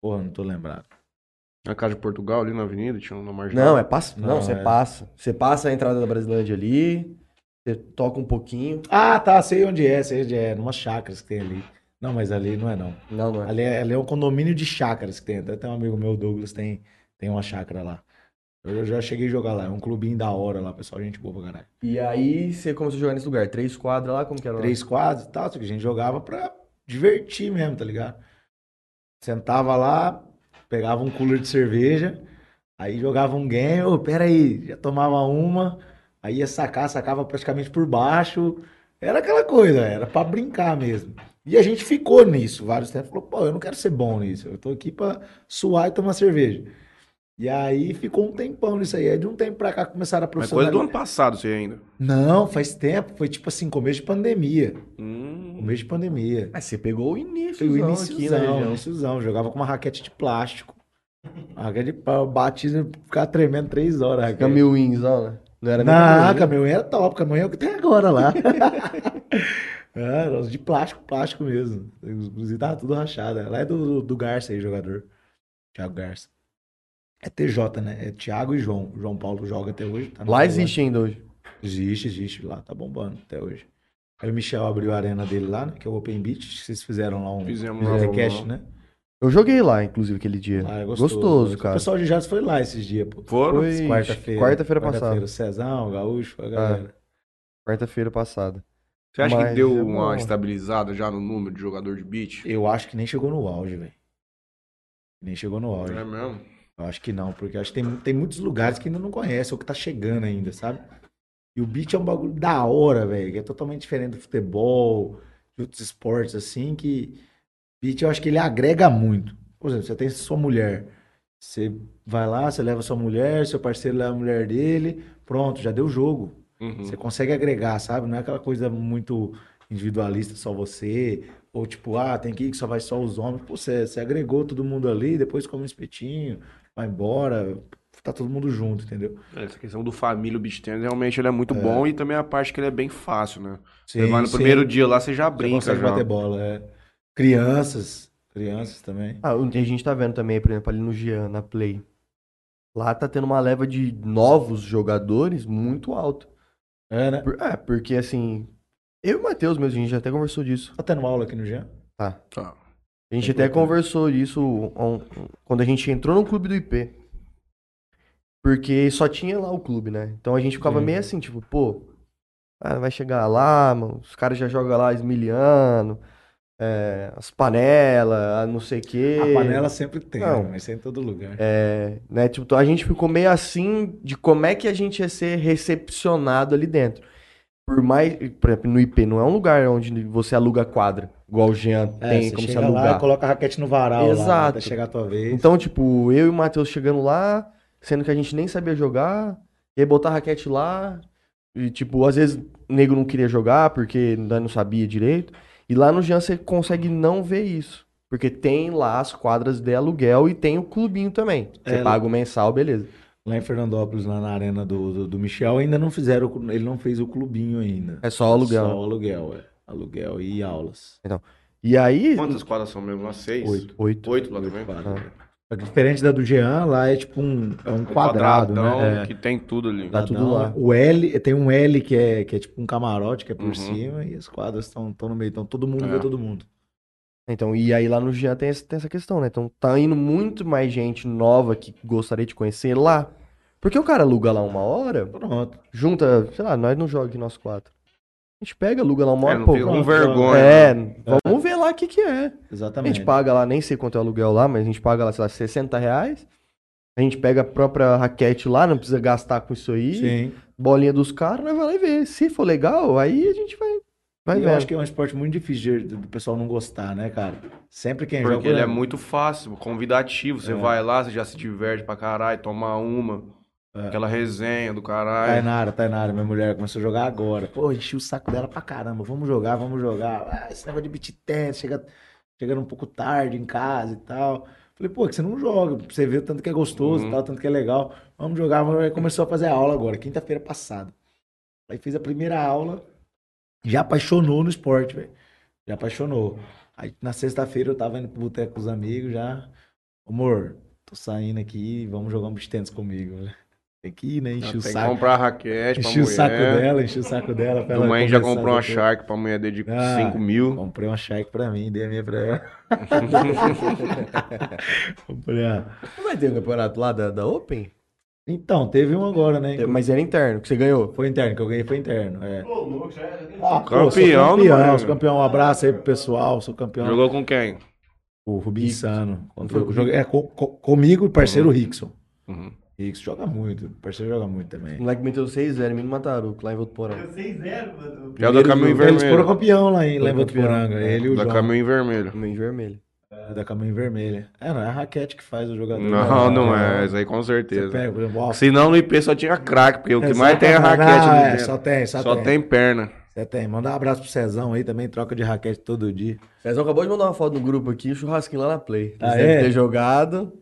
S3: Porra, não tô lembrado.
S1: Na Casa de Portugal, ali na avenida, tinha uma marginal.
S2: Não, é passa. Não,
S3: Não,
S2: você
S3: é.
S2: passa. Você passa a entrada da Brasilândia ali, você toca um pouquinho.
S3: Ah, tá, sei onde é, sei onde é. Numas chácaras que tem ali. Não, mas ali não é não.
S2: Não, não é.
S3: Ali é, ali é um condomínio de chácaras que tem. Até tem um amigo meu, Douglas, tem, tem uma chácara lá. Eu já cheguei a jogar lá. É um clubinho da hora lá, pessoal. Gente boa pra caralho.
S2: E aí você começou a jogar nesse lugar. Três quadras lá, como que era? lá?
S3: Três quadros e tal, só que a gente jogava pra divertir mesmo, tá ligado? Sentava lá, pegava um cooler de cerveja, aí jogava um game, ô, pera aí, já tomava uma, aí ia sacar, sacava praticamente por baixo. Era aquela coisa, era pra brincar mesmo. E a gente ficou nisso vários tempos. Falou, pô, eu não quero ser bom nisso, eu tô aqui pra suar e tomar cerveja. E aí ficou um tempão nisso aí. Aí de um tempo pra cá começaram a
S1: É coisa do
S3: profissionalizar.
S1: ano passado, você ainda.
S3: Não, faz tempo, foi tipo assim, começo de pandemia.
S1: Hum.
S3: Começo Um de pandemia.
S2: Mas Ah, você pegou o início,
S3: Foi o
S2: aqui na
S3: iniciozão,
S2: região.
S3: iniciozão. Jogava com uma raquete de plástico. Uma raquete de pau, batido, ficava tremendo três horas. a raquete.
S2: Caminhoinzão, né? Não era nem
S3: Não,
S2: caminhoinho.
S3: caminhão era top, caminhão é o que tem agora lá. Ah, Era os de plástico, plástico mesmo. Inclusive tava tudo rachado. Lá é do, do Garça aí, jogador. Thiago Garça. É TJ, né? É Thiago e João. O João Paulo joga até hoje. tá na
S2: Lá
S3: boa.
S2: existe ainda hoje.
S3: Existe, existe. Lá tá bombando até hoje. Aí o Michel abriu a arena dele lá, né? Que é o Open Beach. Vocês fizeram lá um
S1: Fizemos lá.
S3: um
S1: um-
S3: request, né?
S2: Eu joguei lá, inclusive, aquele dia.
S3: Ah, é
S2: gostoso,
S3: O
S2: cara.
S3: pessoal de Jazz foi lá esses dias, pô.
S1: Foram?
S2: Foi
S3: Quarta-feira.
S2: quarta-feira passada. É.
S3: O Cezão, o Gaúcho, a galera.
S2: Quarta-feira passada.
S1: Você acha que
S2: Mas
S1: deu
S2: é
S1: uma
S2: bom.
S1: estabilizada já no número de jogador de beat?
S3: Eu acho que nem chegou no auge, velho. Nem chegou no auge.
S1: É mesmo?
S3: Eu acho que não, porque eu acho que tem, tem muitos lugares que ainda não conhece ou que tá chegando ainda, sabe? E o beat é um bagulho da hora, velho, que é totalmente diferente do futebol, de outros esportes, assim, que beat eu acho que ele agrega muito. Por exemplo, você tem sua mulher, você vai lá, você leva sua mulher, seu parceiro leva a mulher dele, pronto, já deu jogo.
S1: Uhum.
S3: Você consegue agregar, sabe? Não é aquela coisa muito individualista, só você. Ou tipo, ah, tem que ir que só vai só os homens. Pô, você, você agregou todo mundo ali, depois come um espetinho, vai embora, tá todo mundo junto, entendeu?
S1: É, Essa questão do família, o Beatstans, realmente ele é muito bom e também a parte que ele é bem fácil, né? você vai no primeiro dia lá, você já brinca
S3: Brinca,
S1: já.
S3: bater bola, é. Crianças, crianças também.
S2: Ah, o que a gente tá vendo também, por exemplo, ali no Jean, na Play. Lá tá tendo uma leva de novos jogadores muito alta.
S3: É, né?
S2: Por- é, porque assim. Eu e o Matheus mesmo, a gente até conversou disso.
S3: Tá tendo aula aqui no Jean?
S2: Tá.
S1: Tá.
S2: A gente até conversou disso on- quando a gente entrou no clube do IP. Porque só tinha lá o clube, né? Então a gente ficava
S3: Sim.
S2: meio assim, tipo, pô, ah, vai chegar lá, mano, os caras já jogam lá esmiliano, é, as panelas, não sei o quê.
S3: A panela sempre tem,
S2: Não.
S3: né? mas tem em todo lugar.
S2: É, né? Tipo, então a gente ficou meio assim de como é que a gente ia ser recepcionado ali dentro. Por mais, por exemplo, no IP não é um lugar onde você aluga quadra, igual o Jean
S3: É,
S2: tem
S3: você
S2: como se
S3: chega
S2: alugar.
S3: lá, coloca a raquete no varal lá,
S2: Exato.
S3: até chegar a tua vez.
S2: Então, tipo, eu e o Matheus chegando lá, sendo que a gente nem sabia jogar, e aí botar a raquete lá, e tipo, às vezes o nego não queria jogar porque ainda não sabia direito. E lá no Jean você consegue não ver isso. Porque tem lá as quadras de aluguel e tem o clubinho também. Você
S3: É.
S2: paga o mensal, beleza.
S3: Lá em Fernandópolis, lá na arena do, do, do Michel, ainda não fizeram, o clu- ele não fez o clubinho ainda.
S2: É só o aluguel.
S3: Só o aluguel, é. Aluguel e aulas.
S2: E aí.
S1: Quantas quadras são mesmo? Lá seis?
S3: Oito.
S2: Oito.
S1: Oito lá
S3: Oito
S1: também?
S3: quadras.
S2: Ah.
S3: Só que É Diferente da do Jean, lá é tipo um, é um quadrado,
S1: quadradão
S3: né? É.
S1: que tem tudo ali.
S2: Tá tudo
S3: Quadradão.
S2: lá.
S3: O L, tem um L que é, que é tipo um camarote, que é por
S1: Uhum.
S3: cima, e as quadras estão no meio. Então todo mundo
S1: É.
S3: vê todo mundo.
S2: Então, e aí lá no Jean tem, esse- tem essa questão, né? Então tá indo muito mais gente nova que gostaria de conhecer lá. Porque o cara aluga lá uma hora.
S3: Pronto.
S2: junta, sei lá, nós não jogamos aqui nós quatro. A gente pega, aluga lá uma
S1: É,
S2: hora,
S1: não
S2: pô.
S1: fica com
S3: pronto,
S1: vergonha. né?
S2: É, vamos ver lá o que que é. A
S3: Exatamente.
S2: gente paga lá, nem sei quanto é o aluguel lá, mas a gente paga lá, sei lá, 60 reais. A gente pega a própria raquete lá, não precisa gastar com isso aí.
S3: Sim.
S2: Bolinha dos caras, nós vai lá e vê. Se for legal, aí a gente vai, vai
S3: E eu acho
S2: ver.
S3: que é um esporte muito difícil de- do pessoal não gostar, né, cara? Sempre quem
S1: Porque
S3: joga.
S1: ele é muito fácil, convidativo. Você
S3: É.
S1: vai lá, você já se diverte pra caralho, toma uma.
S3: É.
S1: Aquela resenha do caralho.
S3: Tainara, Tainara, minha mulher começou a jogar agora. Pô, enchi o saco dela pra caramba. Vamos jogar, vamos jogar. Ah, esse negócio de beat tennis, chega, chegando um pouco tarde em casa e tal. Falei, pô, é que você não joga, pra você vê o tanto que é gostoso
S1: Uhum.
S3: e tal, tanto que é legal. Vamos jogar, vamos jogar. Aí Começou a fazer a aula agora, quinta-feira passada. Aí fez a primeira aula, já apaixonou no esporte, velho. Já apaixonou. Aí na sexta-feira eu tava indo pro boteco com os amigos já. Amor, tô saindo aqui, vamos jogar um beat tennis comigo, né? Tem que ir, né?
S1: Já
S3: Encher o
S1: tem
S3: saco.
S1: que comprar raquete pra
S3: Enchi o saco
S1: mulher.
S3: dela, enchi o saco dela. pra
S1: Minha
S3: ela
S1: mãe já
S3: conversar
S1: comprou uma
S3: depois.
S1: Shark pra mulher dele de
S3: Ah.
S1: 5 mil.
S3: Comprei uma Shark pra mim, dei a minha pra ela. Comprei a-
S2: Não vai ter um campeonato lá da, da Open?
S3: Então, teve um agora, né?
S2: É, Mas era interno, que você ganhou.
S3: Foi interno, que eu ganhei foi interno. É.
S4: Ô, louco, já era.
S1: Campeão
S3: Ah, pô, sou campeão,
S1: do
S3: sou campeão. Um abraço aí pro pessoal, sou campeão.
S1: Jogou com quem?
S3: O Rubinho Insano. Contra
S2: Foi
S3: o- joguei- é, co- co- comigo e parceiro Rickson.
S1: Uhum.
S3: Rickson joga muito, o parceiro joga muito também.
S2: O moleque meteu 6-0 em mim no Mataruco, lá em Votuporão.
S4: é 6-0, mano.
S1: É o da Caminho
S3: Eles- Eles foram
S1: Vermelho.
S3: campeão lá em
S2: Foram
S3: Lembra do
S2: campeão,
S3: Poranga.
S2: é.
S3: Ele e o
S1: Da
S3: João.
S1: Caminho Vermelho.
S2: Meio vermelho.
S3: É, Da Caminho Vermelha. É, não é a raquete que faz o jogador.
S1: Não, não é. Isso aí com
S3: Você
S1: certeza.
S3: pega, por exemplo, ó,
S1: Se não, no IP só tinha craque, porque o que
S3: É,
S1: mais
S3: só
S1: tem é
S3: pra-
S1: raquete
S3: Ah,
S1: ali
S3: é,
S1: dentro.
S3: só tem, só,
S1: Só,
S3: tem.
S1: tem. perna.
S3: Só tem. Mandar um abraço pro Cezão aí também, troca de raquete todo dia.
S2: Cezão acabou de mandar uma foto no grupo aqui, churrasquinho lá na Play. Eles
S3: Ah,
S2: devem
S3: é?
S2: ter jogado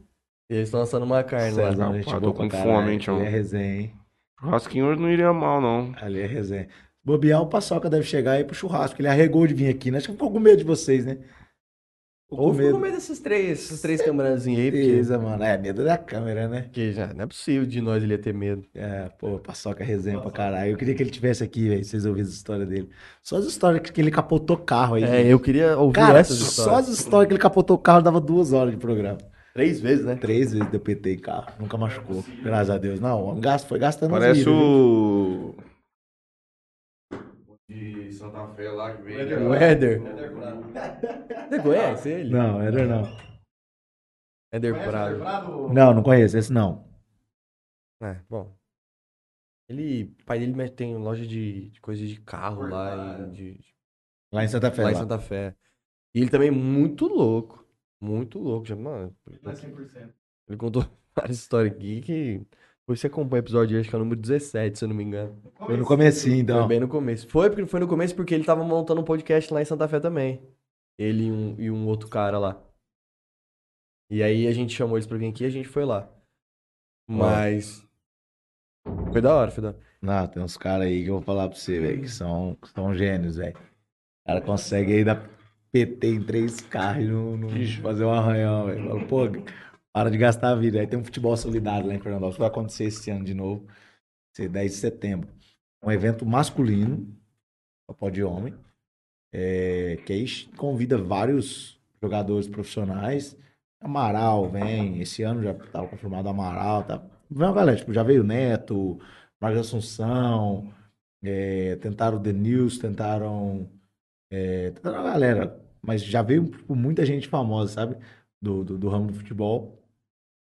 S2: e eles estão assando uma carne lá.
S1: rapaz,
S3: gente
S1: É, tô
S3: boa
S1: com
S3: pra
S1: fome,
S3: caralho.
S1: hein, Tião.
S3: Ali é resenha, hein?
S1: Churrasquinho hoje não iria mal, não.
S3: Ali é resenha. Bobear, o Paçoca deve chegar aí pro churrasco, que ele arregou de vir aqui, né? Acho que ficou com medo de vocês, né? Ficou
S2: Ou ficou com medo desses três, esses três camerazinhos aí, porque,
S3: Beleza, mano. É, medo da câmera, né?
S2: porque já, não é possível de nós ele ia ter medo.
S3: É, pô, Paçoca é resenha pra caralho. Eu queria que ele tivesse aqui, velho, vocês ouvirem as histórias dele. Só as histórias que ele capotou carro aí. né?
S2: É, eu queria ouvir
S3: Cara,
S2: essas
S3: só
S2: histórias.
S3: as histórias que ele capotou o carro dava duas horas de programa.
S2: Três vezes, né?
S3: Três vezes deu PT em carro, nunca machucou. Graças a Deus. Não, o homem gasto, foi gastando as
S1: Parece
S3: vidas, viu?
S1: o. De Santa Fé lá que veio.
S2: O Éder. Você conhece ele?
S3: Não, Éder não.
S2: Éder Prado.
S4: Bravo.
S3: Não, não conheço, esse não.
S2: É, bom. Ele, o pai dele mas tem loja de, de coisas de carro lá, em, de,
S3: Lá em Santa Fé.
S2: lá em
S3: lá.
S2: Santa Fé. E ele também é muito louco. Muito louco. Já, mano,
S4: Não é 100%.
S2: Ele contou várias histórias aqui que. Você acompanha o episódio de acho que é o número 17, se eu não me engano.
S3: Foi no comecinho,
S2: Foi
S3: então.
S2: bem no começo. Foi porque foi no começo porque ele tava montando um podcast lá em Santa Fé também. Ele e um, e um outro cara lá. E aí a gente chamou eles pra vir aqui e a gente foi lá. Mas. Foi da hora, foi da hora.
S3: Não, tem uns caras aí que eu vou falar pra você, velho, que são, que são gênios, velho. O cara consegue aí dar PT em três carros e não, não fazer um arranhão, velho. Fala, pô, para de gastar a vida. Aí tem um futebol solidário lá em Fernandópolis, que vai acontecer esse ano de novo, vai ser 10 de setembro. Um evento masculino, só pode homem, é, que aí convida vários jogadores profissionais. Amaral vem, esse ano já tava confirmado Amaral, tá... Vem uma galera, tipo, já veio o Neto, Marcos Assunção, é, tentaram o The News, tentaram, é, tentaram a galera, mas já veio tipo, muita gente famosa, sabe? Do, do, do ramo do futebol.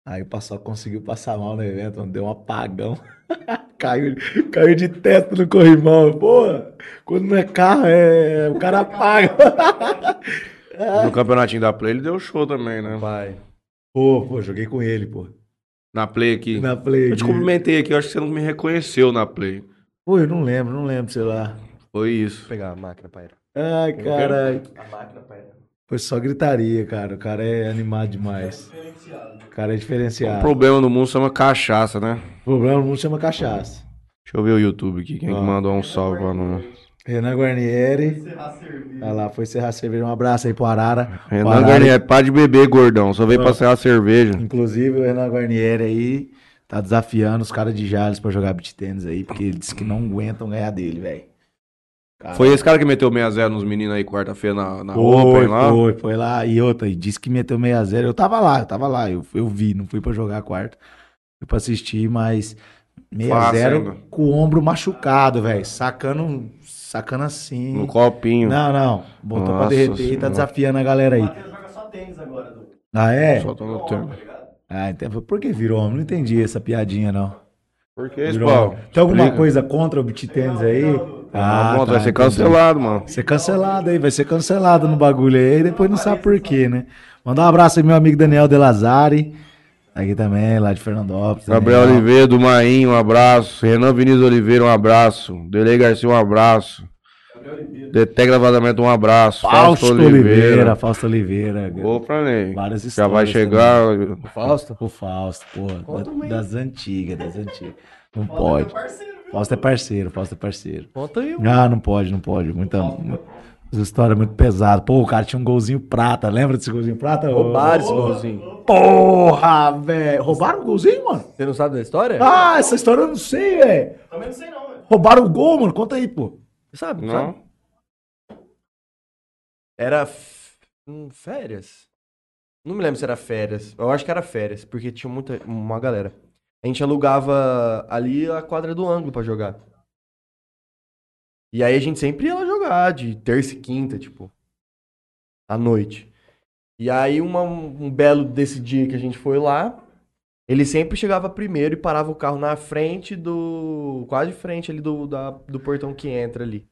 S3: Aí o pessoal conseguiu passar mal no evento, mano, deu um apagão. caiu, caiu de teto no corrimão. Pô, quando não é carro, é... o cara apaga.
S1: No campeonatinho da Play ele deu show também, né?
S2: Vai.
S3: pô, pô, joguei com ele, pô.
S1: Na Play aqui.
S3: Na play. né?
S1: Eu te cumprimentei aqui, eu acho que você não me reconheceu na Play.
S3: Pô, eu não lembro, não lembro, sei lá.
S1: Foi isso.
S2: Vou pegar a máquina, pai.
S3: Ai, caralho.
S4: A máquina, pai.
S3: Foi só gritaria, cara. O cara é animado demais.
S4: Diferenciado.
S3: O cara é
S1: O
S3: diferenciado.
S1: problema do mundo chama cachaça, né?
S3: O problema do mundo chama cachaça.
S1: Deixa eu ver o YouTube aqui, quem
S3: Ah.
S1: que mandou um salve pra nós.
S3: Renan Guarnieri.
S4: Encerrar serviço.
S3: Olha lá, foi serrar a cerveja. Um abraço aí pro Arara. O
S1: Renan
S3: Arara,
S1: Garnier, é pá de beber, gordão. Só veio
S3: Ah.
S1: pra serrar cerveja.
S3: Inclusive, o Renan Guarnieri aí tá desafiando os caras de Jales pra jogar beat tênis aí, porque ele disse que não aguentam ganhar dele, velho. Cara,
S1: Foi esse cara que meteu 6x0 nos meninos aí quarta-feira na, na
S3: foi,
S1: Open lá?
S3: Foi, foi lá. E outra, e disse que meteu 6x0. Eu tava lá, eu tava lá. Eu, eu vi, não fui pra jogar a quarta. Fui pra assistir, mas
S1: Fácil
S3: 6x0
S1: ainda.
S3: com o ombro machucado, velho. Sacando, sacando assim.
S1: No copinho.
S3: Não, não. Botou pra
S1: Nossa
S3: derreter e tá
S1: Senhora.
S3: desafiando a galera
S4: O
S3: aí.
S4: Matheus joga só tênis agora, Douglas.
S3: Ah, é?
S1: Só tô no
S4: Não,
S1: tempo.
S4: tá ligado?
S3: Ah, então, por que virou homem? Não entendi essa piadinha, não.
S1: Por que isso,
S3: Virou
S1: Paulo?
S3: homem. Tem alguma
S1: Explica.
S3: coisa contra o beat tênis aí? tá,
S1: Ah, pronto, vai ser
S3: entendi.
S1: cancelado, mano.
S3: Vai ser cancelado aí, vai ser cancelado no bagulho aí, depois não sabe por quê, né? Mandar um abraço aí, meu amigo Daniel De Lazari. Aqui também, lá de Fernandópolis. né?
S1: Gabriel
S3: Daniel.
S1: Oliveira do Marinho, um abraço. Renan Vinícius Oliveira, um abraço. Delei Garcia, um abraço. Detecta Vazamento, um abraço.
S3: Fausto Oliveira, Fausto Oliveira.
S1: Ô, Franei.
S3: Várias
S1: Já vai
S3: histórias
S1: chegar.
S3: né?
S2: Fausto?
S3: O Fausto, pô,
S2: Conta uma
S3: da-
S2: aí.
S3: das antigas, das antigas. Não
S4: Paulo é
S3: pode.
S4: teu parceiro, viu?
S3: Fausto é parceiro, Fausto é parceiro.
S2: Conta aí, um mano.
S3: Ah, não pode, não pode. Muita, mu- as histórias muito pesadas. Pô, o cara tinha um golzinho prata. Lembra desse golzinho prata? ô?
S2: Roubaram esse golzinho.
S3: Porra, velho. Roubaram o golzinho, mano?
S2: Você não sabe da história?
S3: Ah, essa história eu não sei, velho.
S4: Também não sei não, velho.
S3: Roubaram o gol, mano. Conta aí, pô.
S2: Sabe, sabe?
S1: Não?
S2: Era f- hum, férias. Não me lembro se era férias. Eu acho que era férias, porque tinha muita uma galera. A gente alugava ali a quadra do ângulo pra jogar. E aí a gente sempre ia lá jogar de terça e quinta, tipo, à noite. E aí uma- um belo desse dia que a gente foi lá, ele sempre chegava primeiro e parava o carro na frente do, quase frente ali do da- do portão que entra ali.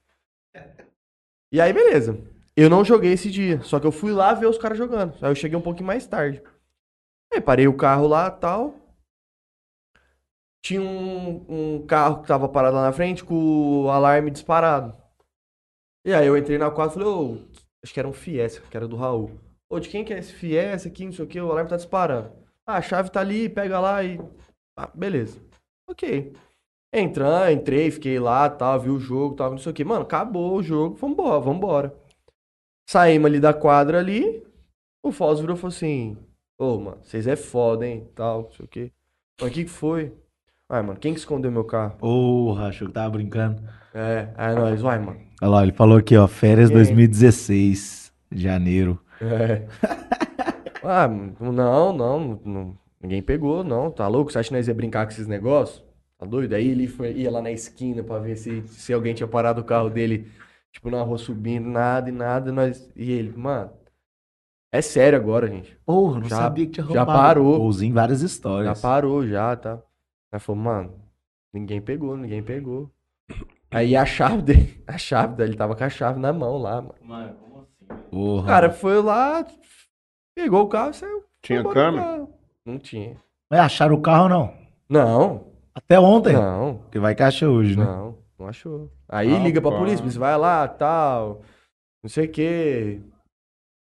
S2: E aí, beleza. Eu não joguei esse dia, só que eu fui lá ver os caras jogando. Aí eu cheguei um pouquinho mais tarde. Aí parei o carro lá tal. Tinha um, um carro que tava parado lá na frente com o alarme disparado. E aí eu entrei na quadra e falei, ô, acho que era um Fiesta, que era do Raul. Ô, de quem que é esse Fiesta aqui, não sei o que, o alarme tá disparando. Ah, a chave tá ali, pega lá e... Ah, beleza. Ok. Entrar, entrei, fiquei lá, tal, vi o jogo, tal, não sei o que. Mano, acabou o jogo, vambora, vambora. Saímos ali da quadra ali. O Foz virou e falou assim: Ô, mano, vocês é foda, hein? Tal, não sei o quê. Mas o que que foi? Ai, mano, quem que escondeu meu carro?
S3: Porra, achou que tava brincando.
S2: É, aí nós, uai, mano.
S3: Olha lá, ele falou aqui, ó. Férias
S2: É.
S3: 2016, janeiro.
S2: É. ah, mano, não, não, não, ninguém pegou, não, tá louco? Você acha que nós ia brincar com esses negócios? Tá doido? Aí ele foi- ia lá na esquina pra ver se, se alguém tinha parado o carro dele, tipo, na rua subindo, nada e nada, nós, e ele, mano, é sério agora, gente.
S3: Porra,
S2: não
S3: não
S2: sabia
S3: sabia que tinha
S2: já
S3: roubado.
S2: roubado. parou.
S3: Golzinho, várias
S2: Já
S3: histórias.
S2: parou, já, tá? Aí falou, mano, ninguém pegou, ninguém pegou. Aí a chave dele, a chave dele, ele tava com a chave na mão lá, mano.
S4: Mano, como assim? velho?
S3: Porra.
S2: O cara foi lá, pegou o carro e saiu.
S1: Tinha
S2: embora do
S1: câmera?
S2: carro. Não tinha.
S3: Mas acharam o carro, não?
S2: Não,
S3: Até ontem.
S2: não,
S3: Porque vai que acha hoje, né?
S2: não, não achou. Aí
S1: Ah,
S2: liga pra
S1: pá.
S2: polícia, polícia vai lá, tal, não sei o quê.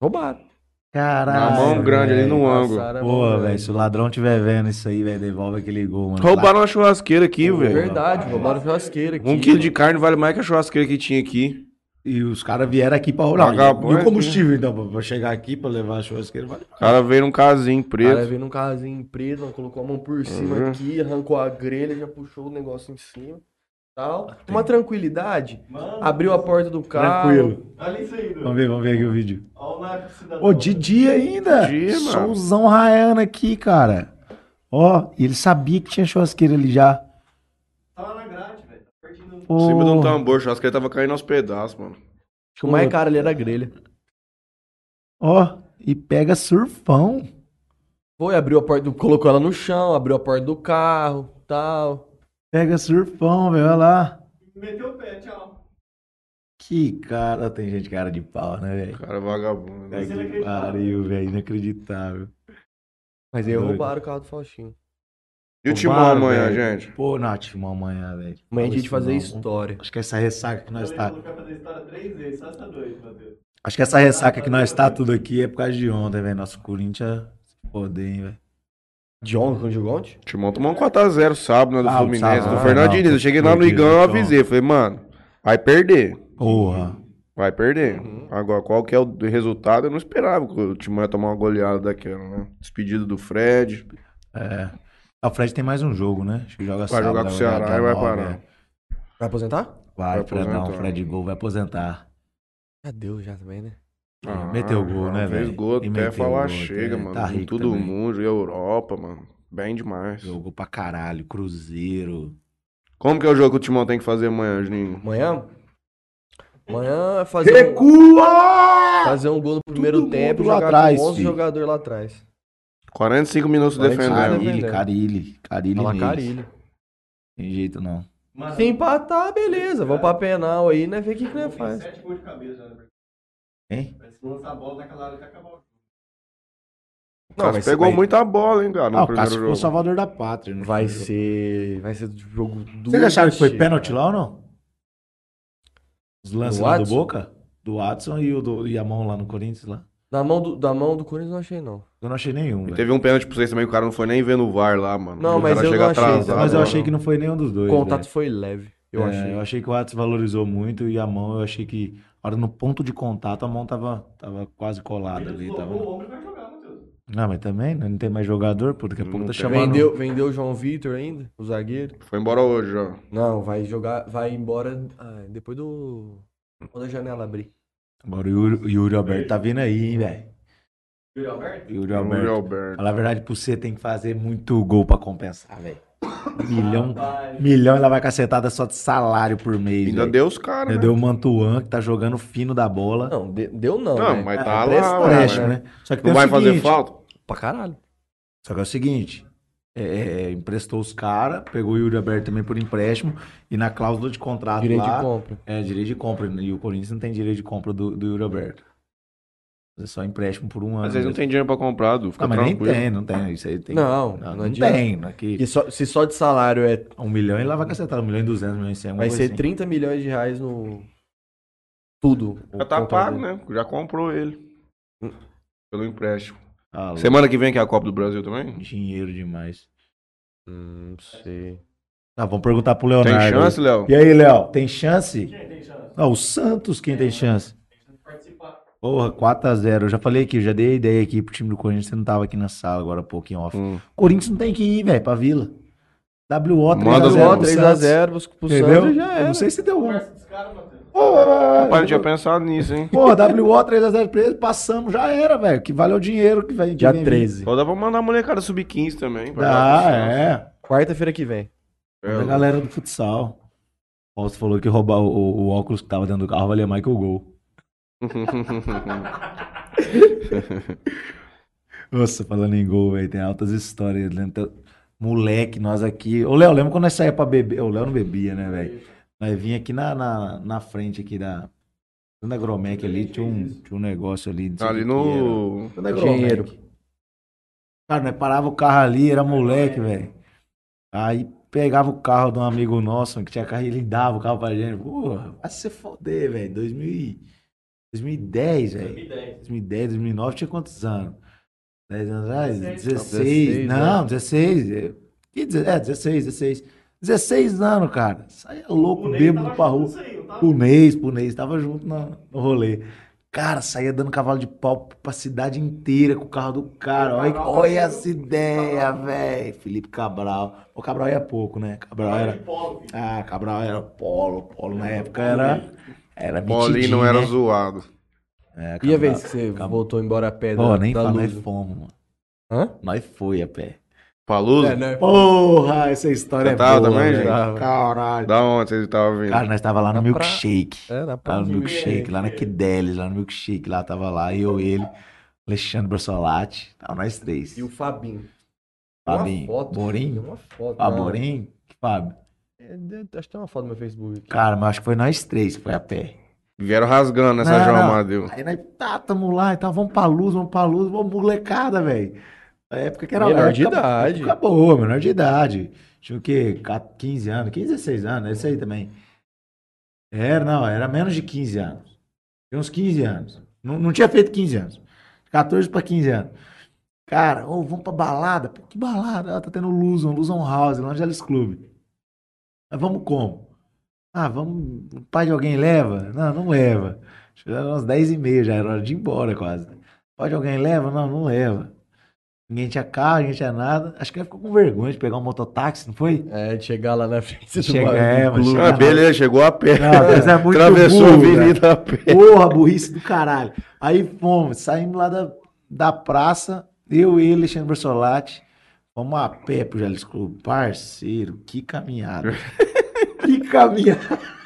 S2: Roubaram.
S3: Caralho.
S1: Na mão grande ali
S3: velho.
S1: no ângulo.
S2: Passaram a mão
S3: Pô,
S2: grande.
S3: velho, se o ladrão tiver vendo isso aí, velho, devolve aquele gol, mano.
S1: Roubaram uma churrasqueira aqui, velho.
S2: Verdade, roubaram churrasqueira aqui.
S1: é Um quilo de carne vale mais que a churrasqueira que tinha aqui.
S3: E os caras vieram aqui pra roubar.
S1: Vagabundo,
S3: E o
S1: né?
S3: combustível, então, pra- pra chegar aqui, pra levar a churrasqueira, vale.
S1: O cara veio num casinho
S2: O cara
S1: preto.
S2: veio num casinho preto, não colocou a mão por cima
S1: Uhum.
S2: aqui, arrancou a grelha, já puxou o negócio em cima.
S3: Ah,
S2: Tal. Uma tranquilidade.
S4: Mano,
S2: Abriu a porta do carro.
S3: Tranquilo.
S4: olha isso aí,
S3: Ah. Vamos
S4: doido.
S3: ver, vamos ver aqui o vídeo.
S4: Olha o Naco Cidadão.
S3: Ô, de dia ainda.
S1: De dia, mano.
S3: Solzão raiando aqui, cara. Ó, e ele sabia que tinha churrasqueira ali já.
S4: Tava na grade, velho. Tá perdido um
S1: Em
S3: Pô,
S1: cima de um tambor, a churrasqueira tava caindo aos pedaços, mano.
S2: Acho que o mais caro ali era a grelha.
S3: Ó, e pega surfão.
S2: Foi, abriu a porta, do- colocou ela no chão, abriu a porta do carro, tal.
S3: Pega surfão, velho, olha lá.
S4: Meteu o pé, tchau.
S3: Que cara, tem gente cara de pau, né, velho?
S1: Cara vagabundo.
S3: É
S1: né?
S3: que pariu, velho, inacreditável.
S2: Mas aí
S3: Doido.
S2: roubaram o carro do Faustinho.
S1: E o Timão
S3: Roubaram,
S1: amanhã,
S3: velho.
S1: gente?
S3: Pô, Nath, uma amanhã, velho.
S2: Amanhã a
S3: Fala
S2: gente
S3: isso
S2: fazer
S3: não.
S2: história.
S3: Acho que essa ressaca que nós
S4: Falei
S3: tá.
S4: pro Lucas fazer história três vezes, só essa dois, meu Deus.
S3: Acho que essa ressaca que nós tá tudo aqui é por causa de ontem, velho. Nosso Corinthians se foder, hein, velho.
S2: John, quando jogou ontem?
S1: O Timão tomou um 4x0 sábado, né, do
S3: Ah, o
S1: Fluminense,
S3: sábado, Ah,
S1: do Fernando
S3: não, então.
S1: Diniz. Eu cheguei lá no
S3: meu
S1: Igão e eu
S3: Deus,
S1: avisei. Falei, mano, vai perder.
S3: Porra.
S1: Vai perder. Agora, qual que é o resultado? Eu não esperava que o Timão ia tomar uma goleada daquela, né? Despedido do Fred.
S3: É. Ah, O Fred tem mais um jogo, né? Acho que joga né?
S1: Vai jogar com o Ceará e vai parar.
S2: Vai aposentar?
S3: Vai,
S1: Vai
S3: Fredão,
S1: aposentar.
S3: Fred Gol vai aposentar.
S2: Já deu, já também, né?
S1: Ah,
S3: meteu gol, né,
S1: fez
S3: velho?
S1: gol
S3: E
S1: até
S3: meteu
S1: falar
S3: gol,
S1: chega,
S3: até-
S1: mano.
S3: tá
S1: com
S3: rico
S1: todo
S3: também.
S1: mundo. E a Europa, mano. Bem demais.
S3: Jogou pra caralho, Cruzeiro.
S1: Como que é o jogo que o Timão tem que fazer amanhã, Juninho?
S2: Amanhã? Amanhã é fazer, um,
S3: Recua!
S2: fazer um gol no primeiro
S3: mundo
S2: tempo e
S3: lá
S2: jogar
S3: atrás,
S2: com 11
S3: filho.
S2: jogadores lá atrás.
S1: 45 minutos
S2: 45
S1: defendendo.
S2: defendendo.
S3: Carilli, Carilli, Carilli
S2: Fala
S3: Neves.
S2: Carilho.
S3: Tem jeito não.
S4: Mano,
S2: Se empatar, beleza. Vamos pra penal aí, né? Ver o que que nós
S4: tem
S2: faz.
S4: sete gols de cabeça já, né?
S3: é Hein?
S4: Mas Se lançar a bola naquela área, tá acabou.
S1: Não,
S2: mas
S1: pegou
S2: vai-
S1: muita bola, hein, cara, no
S3: Ah, o
S1: primeiro
S3: Cássio ficou
S1: jogo.
S3: o salvador da pátria. né?
S2: Vai ser. Vai ser jogo duro.
S3: Vocês acharam que foi
S2: de-
S3: pênalti lá ou não? Os lances
S2: Do
S3: lá do
S2: Watson?
S3: Boca? Do Watson e, o do- e a mão lá no Corinthians lá.
S2: Da mão do, da mão do Corinthians, eu não achei, não.
S3: Eu não achei nenhum,
S1: E
S3: velho.
S1: teve um pênalti pra vocês também, que o cara não foi nem vendo o VAR lá, mano.
S2: Não,
S1: o
S2: mas
S1: cara
S2: eu
S1: chega
S2: não achei,
S1: atrasado,
S3: Mas eu
S1: né?
S3: achei que não foi nenhum dos
S2: O
S3: dois,
S2: contato
S3: velho.
S2: foi leve, eu
S3: É,
S2: achei.
S3: eu achei que o Atos valorizou muito e a mão, eu achei que, a hora no ponto de contato, a mão tava, tava quase colada
S4: Ele
S3: ali.
S4: deslocou
S3: Ah, Tava...
S4: o ombro e vai jogar, meu Deus.
S3: Não, mas também né, não tem mais jogador, pô, daqui a
S1: Não
S3: pouco tá
S1: tem.
S3: chamando.
S2: Vendeu, vendeu o João Vitor ainda, o zagueiro.
S1: Foi embora hoje, ó.
S2: Não, vai jogar. Vai embora ah, depois do. Quando a janela abrir.
S3: Agora o Yuri, o Yuri Alberto tá vindo aí, hein, velho.
S4: Júlio Alberto?
S3: Yuri
S1: Alberto.
S3: Alberto.
S1: Alberto.
S3: Falar a verdade pra você, tem que fazer muito gol pra compensar, velho. Milhão,
S4: Rapaz,
S3: milhão e lá vai cacetada só de salário por mês,
S1: Ainda
S3: velho.
S1: deu os caras, né?
S3: Deu o Mantuan, que tá jogando fino da bola.
S2: Não, de- deu não.
S1: Não,
S2: né?
S1: mas
S3: É,
S1: tá lá,
S3: empréstimo,
S1: mano.
S3: né? Só que tem
S1: Não
S3: o
S1: vai fazer
S3: seguinte,
S1: falta?
S2: Pra caralho.
S3: Só que é o seguinte, é, é, emprestou os caras, pegou o Yuri Alberto também por empréstimo, e na cláusula de contrato
S2: Direito
S3: Tá lá,
S2: de compra.
S3: é direito de compra, e o Corinthians não tem direito de compra do, do Yuri Alberto. É só empréstimo por um ano.
S1: Às vezes não
S3: mesmo.
S1: tem dinheiro pra comprar, Du. Fica
S3: Não, Ah, mas
S1: tranquilo.
S3: nem tem, não tem, isso aí tem.
S2: Não,
S3: não,
S2: não,
S3: não
S2: adianta.
S3: tem, não é que
S2: Porque só- se só de salário é.
S3: um milhão e lá vai cacetar, um milhão e duzentos, um milhão e cem, alguma
S2: Vai
S3: coisa
S2: ser
S3: assim.
S2: 30 milhões de reais no. Tudo.
S1: Já tá pago, né? Já comprou ele.
S3: Hum.
S1: Pelo empréstimo.
S3: Ah, louco,
S1: Semana que vem que é a Copa do Brasil também?
S3: dinheiro demais.
S2: Hum, não sei.
S3: Tá, vamos perguntar pro
S1: Tem
S3: Leonardo.
S1: chance, Léo?
S3: E aí, Léo, tem chance?
S4: Quem tem chance?
S3: Não, o Santos quem tem chance?
S4: Tem chance de participar.
S3: Porra, 4x0. Eu já falei aqui, eu já dei a ideia aqui pro time do Corinthians. Você não tava aqui na sala agora, há pouco em off.
S1: Hum.
S3: Corinthians não tem que ir, velho, pra vila. WO 3x0.
S1: Manda o
S2: Ó,
S1: gol,
S2: 3x0 pro
S3: Entendeu?
S2: Santos já
S3: Eu
S2: era.
S3: não sei se deu bom.
S4: Conversa com os caras, Matheus.
S1: Rapaz, não tinha pensado nisso, hein?
S3: Pô, WO 3x0 pra eles, passamos, já era, velho. Que valeu o dinheiro que vai. que
S2: Dia
S3: vem
S2: 13.
S1: Só dá pra mandar a molecada subir 15 também. pra dar
S3: Ah,
S1: uma chance.
S3: é.
S2: Quarta-feira que vem.
S3: A
S1: É,
S3: galera do futsal. O Fausto falou que roubar o, o- o óculos que tava dentro do carro valia mais que o gol. Nossa, falando em gol, velho, tem altas histórias. né? Então, Moleque, nós aqui. Ô, Léo, lembra quando nós saía pra beber? O Léo não bebia, né, velho? Nós vinha aqui na, na, na frente aqui da. Na Gromec ali, tinha um, tinha um negócio ali. não sei
S1: Ali
S3: o que que era.
S1: no.
S3: Tudo é Dinheiro. Cara, nós parava o carro ali, era moleque, velho. Aí pegava o carro de um amigo nosso, que tinha carro, e ele dava o carro pra gente. Porra, vai se foder, velho. 2000 e- 2010, velho.
S4: 2010.
S3: 2010, 2009, tinha quantos anos? 10 anos atrás?
S4: 16.
S3: 16.
S2: Não,
S3: Não, 16. é. Que deze- É, 16, 16. 16 anos, cara. Saia louco,
S4: Ney
S3: bêbado
S4: tava
S3: pra
S4: junto
S3: rua.
S4: disso aí, não tava?
S3: Punês, Punês, tava junto na- no rolê. Cara, saía dando cavalo de pau pra cidade inteira com o carro do cara. Olha, olha essa ideia, velho. Felipe Cabral. O Cabral ia pouco, né? Cabral era.
S4: De polo, filho.
S3: Ah, Cabral era polo. Polo na época era. Era
S1: Paulinho não
S3: metidinho,
S1: era
S3: né?
S1: zoado.
S3: É,
S2: E a
S3: Cabral-
S2: vez que você
S3: Cabral-
S2: voltou embora a pé da,
S3: Ó, nem
S2: da
S3: fala,
S2: luz?
S3: nós fomos, mano.
S2: Hã?
S3: Nós foi a pé.
S1: Paluso?
S2: É, né?
S3: Porra, essa história
S1: Você
S3: é
S1: tava
S3: boa,
S1: também,
S3: velho.
S2: Gil?
S3: Caralho.
S1: Da onde vocês estavam vindo?
S3: Cara, nós tava lá
S2: Na
S3: no
S2: pra-
S3: milkshake.
S2: É, na
S3: Lá Tá
S2: praia.
S3: no milkshake, lá na Kidelis, lá no milkshake, lá tava lá, eu, ele, Alexandre Bersolati, tava nós três.
S2: E o Fabinho.
S3: Fabinho.
S2: Uma foto.
S3: Borim?
S2: Tem Uma foto.
S3: Ah,
S2: né?
S3: Borim? Fábio.
S2: É, de- Acho que tem uma foto no meu Facebook aqui.
S3: Cara, mas acho que foi nós três que foi a pé.
S1: Vieram rasgando essa
S3: Não,
S1: João
S3: não.
S1: Amadeu.
S3: Aí nós, tá, tamo lá e tal, vamos pra luz, vamos pra luz, vamos molecada, velho. Na época que era
S2: Menor de
S3: época-
S2: idade.
S3: Época boa, menor de idade. Tinha o quê? 15 anos, 15, 16 anos, esse aí também. Era, não, era menos de 15 anos. Tinha uns 15 anos. Não, não tinha feito 15 anos. 14 pra 15 anos. Cara, ô, vamos pra balada? Pô, que balada? Ah, tá tendo Luzon, Luzon House, no Angeles Club. Mas vamos como? Ah, vamos. O pai de alguém leva? Não, não leva. Acho que Era umas 10 e meia, já era hora de ir embora quase. Pai de alguém leva? Não, não leva. Ninguém tinha carro, ninguém tinha nada. Acho que ele ficou com vergonha de pegar um mototáxi, não foi?
S2: É, de chegar lá na frente do
S3: Chega-
S2: bar-
S3: é,
S2: do
S3: mas
S2: clube.
S1: Ah, beleza, chegou a pé.
S3: Não, mas é muito
S1: Atravessou a
S3: burro,
S1: avenida a pé.
S3: Porra, burrice do caralho. Aí fomos, saímos lá da, da praça, eu e ele, Alexandre Bersolati, fomos a pé pro Geles Clube. Parceiro, que caminhada. que caminhada.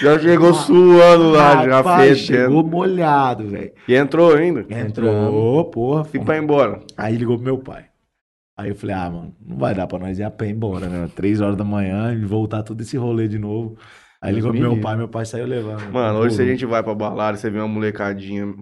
S1: Já chegou
S3: Ah,
S1: suando lá, já
S3: Rapaz,
S1: fedendo.
S3: Chegou É, molhado, velho.
S1: E entrou ainda.
S3: Entrou, porra.
S1: E
S3: fomos.
S1: pra ir embora.
S3: Aí ligou pro meu pai. Aí eu falei, ah, mano, não vai dar pra nós ir a pé embora, né? Três horas da manhã e voltar todo esse rolê de novo. Aí
S2: Deus
S3: ligou pro
S2: me
S3: meu
S2: livre.
S3: pai, meu pai saiu levando.
S1: Mano, hoje se a
S3: Pô,
S1: gente vai pra balada, você vê uma molecadinha.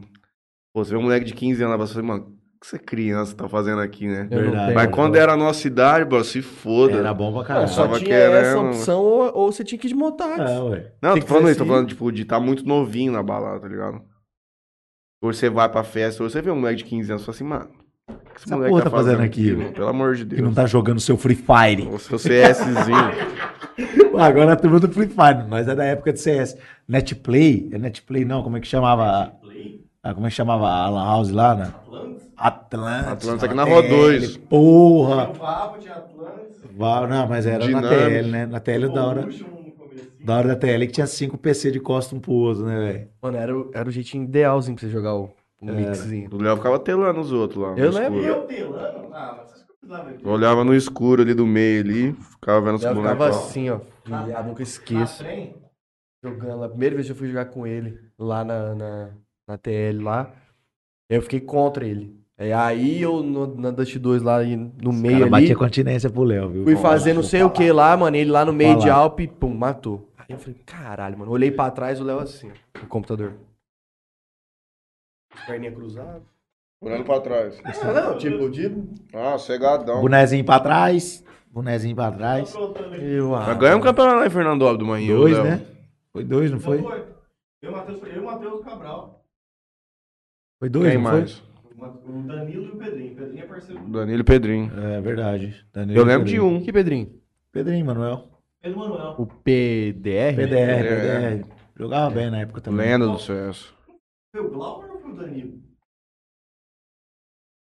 S1: Pô, você vê um moleque de 15 anos lá, você fala, mano, o que você criança tá fazendo aqui, né?
S2: Eu não
S3: É, Verdade.
S2: tenho,
S1: Mas
S2: não.
S1: quando era a nossa idade, bro, se foda.
S3: Era bom pra
S2: Não,
S3: caralho.
S2: só
S1: Tava
S2: tinha essa
S1: querendo.
S2: opção ou, ou você tinha que ir de motáxi.
S3: Ah, ué.
S1: Não,
S2: Tem
S1: tô
S2: que
S1: falando
S2: ser
S1: isso, tô
S2: assim.
S1: falando, tipo, de tá muito novinho na balada, tá ligado? Hoje você vai pra festa, hoje você vê um moleque de 15 anos, você fala assim, mano, o que esse
S3: Essa
S1: moleque
S3: porra
S1: tá
S3: tá fazendo
S1: fazendo
S3: aqui,
S1: aqui,
S3: velho?
S1: mano? Pelo amor de
S3: que não
S1: Deus.
S3: tá jogando seu Free Fire.
S1: O seu CSzinho.
S3: Agora a turma do Free Fire, nós é da época de CS. Netplay, é Netplay não, como é que chamava?
S4: Play?
S3: Ah, como é que chamava a Lan House lá, né?
S4: Atlantis?
S3: Atlantis.
S1: Atlantis
S3: tava
S1: aqui na
S3: TL,
S1: Rua dois.
S3: Porra.
S4: Tinha o Vavo, tinha Atlantis.
S3: Vá- Não, mas era na
S1: Dinâmico.
S3: TL, né? Na TL da hora,
S4: Evolution no comecinho.
S3: da hora da TL que tinha cinco PC de costa um pro outro, né, velho?
S2: Mano, era, o- era o jeitinho idealzinho pra você jogar o, o mixzinho.
S1: O Léo ficava telando os outros lá. no
S2: Eu lembro.
S1: escuro.
S4: E eu telando? Ah, mas vocês coisas
S1: Eu olhava no escuro ali do meio ali, ficava vendo os
S2: Eu ficava
S1: bonecos.
S2: assim, ó.
S4: Na-
S2: Eu nunca esqueço.
S4: Na Tá trem?
S2: jogando. A primeira vez que eu fui jogar com ele lá na, na, na TL lá, eu fiquei contra ele. É, aí eu no- na Dust 2 lá e no meio
S3: Cara,
S2: ali,
S3: batia continência pro Léo, viu?
S2: fui
S3: Vou
S2: fazer
S3: falar,
S2: não
S3: vou
S2: sei o
S3: falar.
S2: que lá, mano. Ele lá no meio de
S3: Falar.
S2: Alp, pum, matou. Aí eu falei, caralho, mano. Olhei pra trás, o Léo assim, ó, no computador. Perninha cruzada.
S1: Olhando pra trás.
S2: Ah, não, tipo, de...
S1: Ah, cegadão.
S3: Bonezinho pra trás, bonezinho pra trás.
S4: Tô colocando aqui.
S2: Eu, ah,
S1: Mas ganhamos um campeonato lá em Fernando Alves do Manhã.
S3: Dois,
S1: um, Léo.
S3: né? Foi dois, não foi?
S4: Não foi. Eu, Matheus, eu e o Matheus Cabral.
S3: Foi dois,
S1: Quem
S3: não foi?
S1: mais?
S4: O Danilo e o Pedrinho. O Pedrinho é parceiro. do
S1: Danilo e Pedrinho.
S3: É verdade. Danilo
S1: Eu lembro de
S3: Pedrinho.
S1: um.
S2: Que Pedrinho?
S3: Pedrinho, Manuel.
S4: Pedro Manuel.
S2: O PDR?
S3: PDR,
S1: É.
S3: PDR. Jogava bem na época também.
S1: Lenda do sucesso.
S4: Foi o Glauber ou foi o Danilo?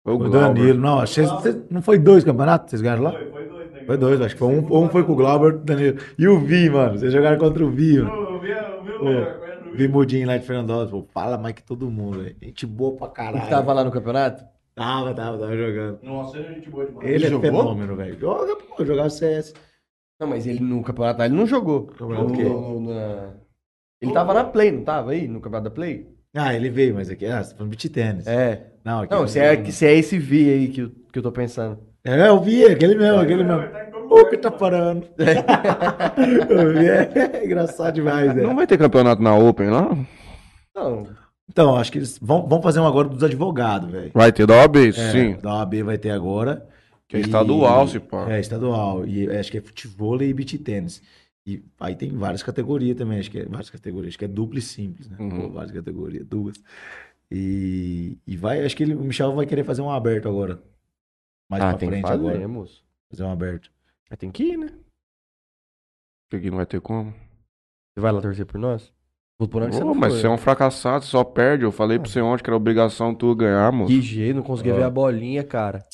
S1: Foi o
S3: Foi o
S1: Glauber.
S3: Danilo. Não, acho que vocês- vocês- não foi dois campeonatos? que Vocês ganharam lá?
S4: Foi, foi dois, né?
S3: Foi dois, acho que foi um, um foi com o Glauber, Danilo. E o Vi, mano. Vocês jogaram contra o Vi, mano.
S4: O meu, o meu
S3: Ô,
S4: melhor, agora é não
S3: Vi Mudinho lá de Fernandópolis. Pô, fala mais que todo mundo, velho. Gente boa pra
S2: Que
S3: caralho.
S2: tava lá no campeonato?
S3: tava, tava, tava jogando.
S4: Nossa, ele é gente boa demais.
S3: Ele é
S2: jogou?
S3: fenômeno, velho. Joga, pô, jogava CS.
S2: Não, mas ele no campeonato lá, ele não jogou.
S3: Campeonato
S2: No-
S3: o quê?
S2: no- no- na- Ele tava na Play, não tava aí? No campeonato da Play?
S3: Ah, ele veio, mas aqui. Ah, você tá falando beat tênis.
S2: É.
S3: Não, aqui
S2: Não,
S3: não
S2: se é,
S3: tem-
S2: se é esse V aí que eu, que eu tô pensando.
S3: É, eu vi, aquele mesmo, aquele
S4: Não,
S3: mesmo.
S4: ele tá em todo
S3: Ô,
S4: lugar,
S3: que tá
S4: mano.
S3: parando. Eu vi, é engraçado demais, né?
S1: Não vai ter campeonato na Open lá?
S2: Não.
S3: Então, acho que eles vão, vão fazer um agora dos advogados, velho.
S1: Vai ter da OAB?
S3: É.
S1: Sim.
S3: Da OAB vai ter agora.
S1: Que é estadual, se pá.
S3: É, estadual. E acho que é futebol e beach tênis. E aí tem várias categorias também, acho que é várias categorias, acho que é duplo e simples, né?
S1: Uhum.
S3: Ou várias categorias, duas. E, e vai, acho que ele, o Michel vai querer fazer um aberto agora. Mais
S2: ah,
S3: pra
S2: tem que
S3: frente
S2: fazer,
S3: agora.
S2: moço.
S3: Fazer um aberto.
S2: Mas tem que ir, né?
S1: Porque não vai ter como.
S2: Você vai lá torcer por nós? Vou por onde você
S1: Ô,
S2: não
S1: mas
S2: foi.
S1: você é um fracassado, você só perde. Eu falei pra você ontem que era obrigação tu ganhar, moço.
S2: Que jeito, não conseguia
S3: Ó.
S2: ver a bolinha, cara.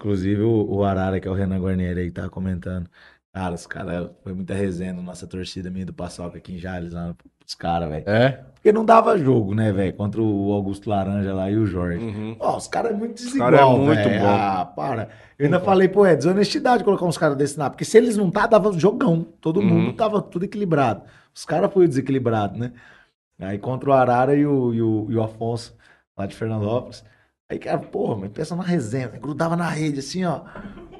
S3: Inclusive o, o Arara, que é o Renan Guarnieri aí que tava comentando. Cara, os caras, foi muita resenha na nossa torcida minha do Paçoca aqui em Jales, lá, os caras, velho.
S2: É?
S3: Porque não dava jogo, né, velho? Contra o Augusto Laranja lá e o Jorge.
S1: Uhum.
S3: Ó, os caras é muito desigual,
S1: caras é muito
S3: velho.
S1: bom.
S3: Ah, para. Eu ainda falei, pô, é desonestidade colocar uns caras desse na... Porque se eles não tá, dava jogão. Todo
S1: Uhum.
S3: mundo tava tudo equilibrado. Os caras foram desequilibrados, né? Aí contra o Arara e o, e o, e o Afonso, lá de Fernandópolis. Aí, cara, porra, mas pensa na resenha. né? Grudava na rede, assim, ó.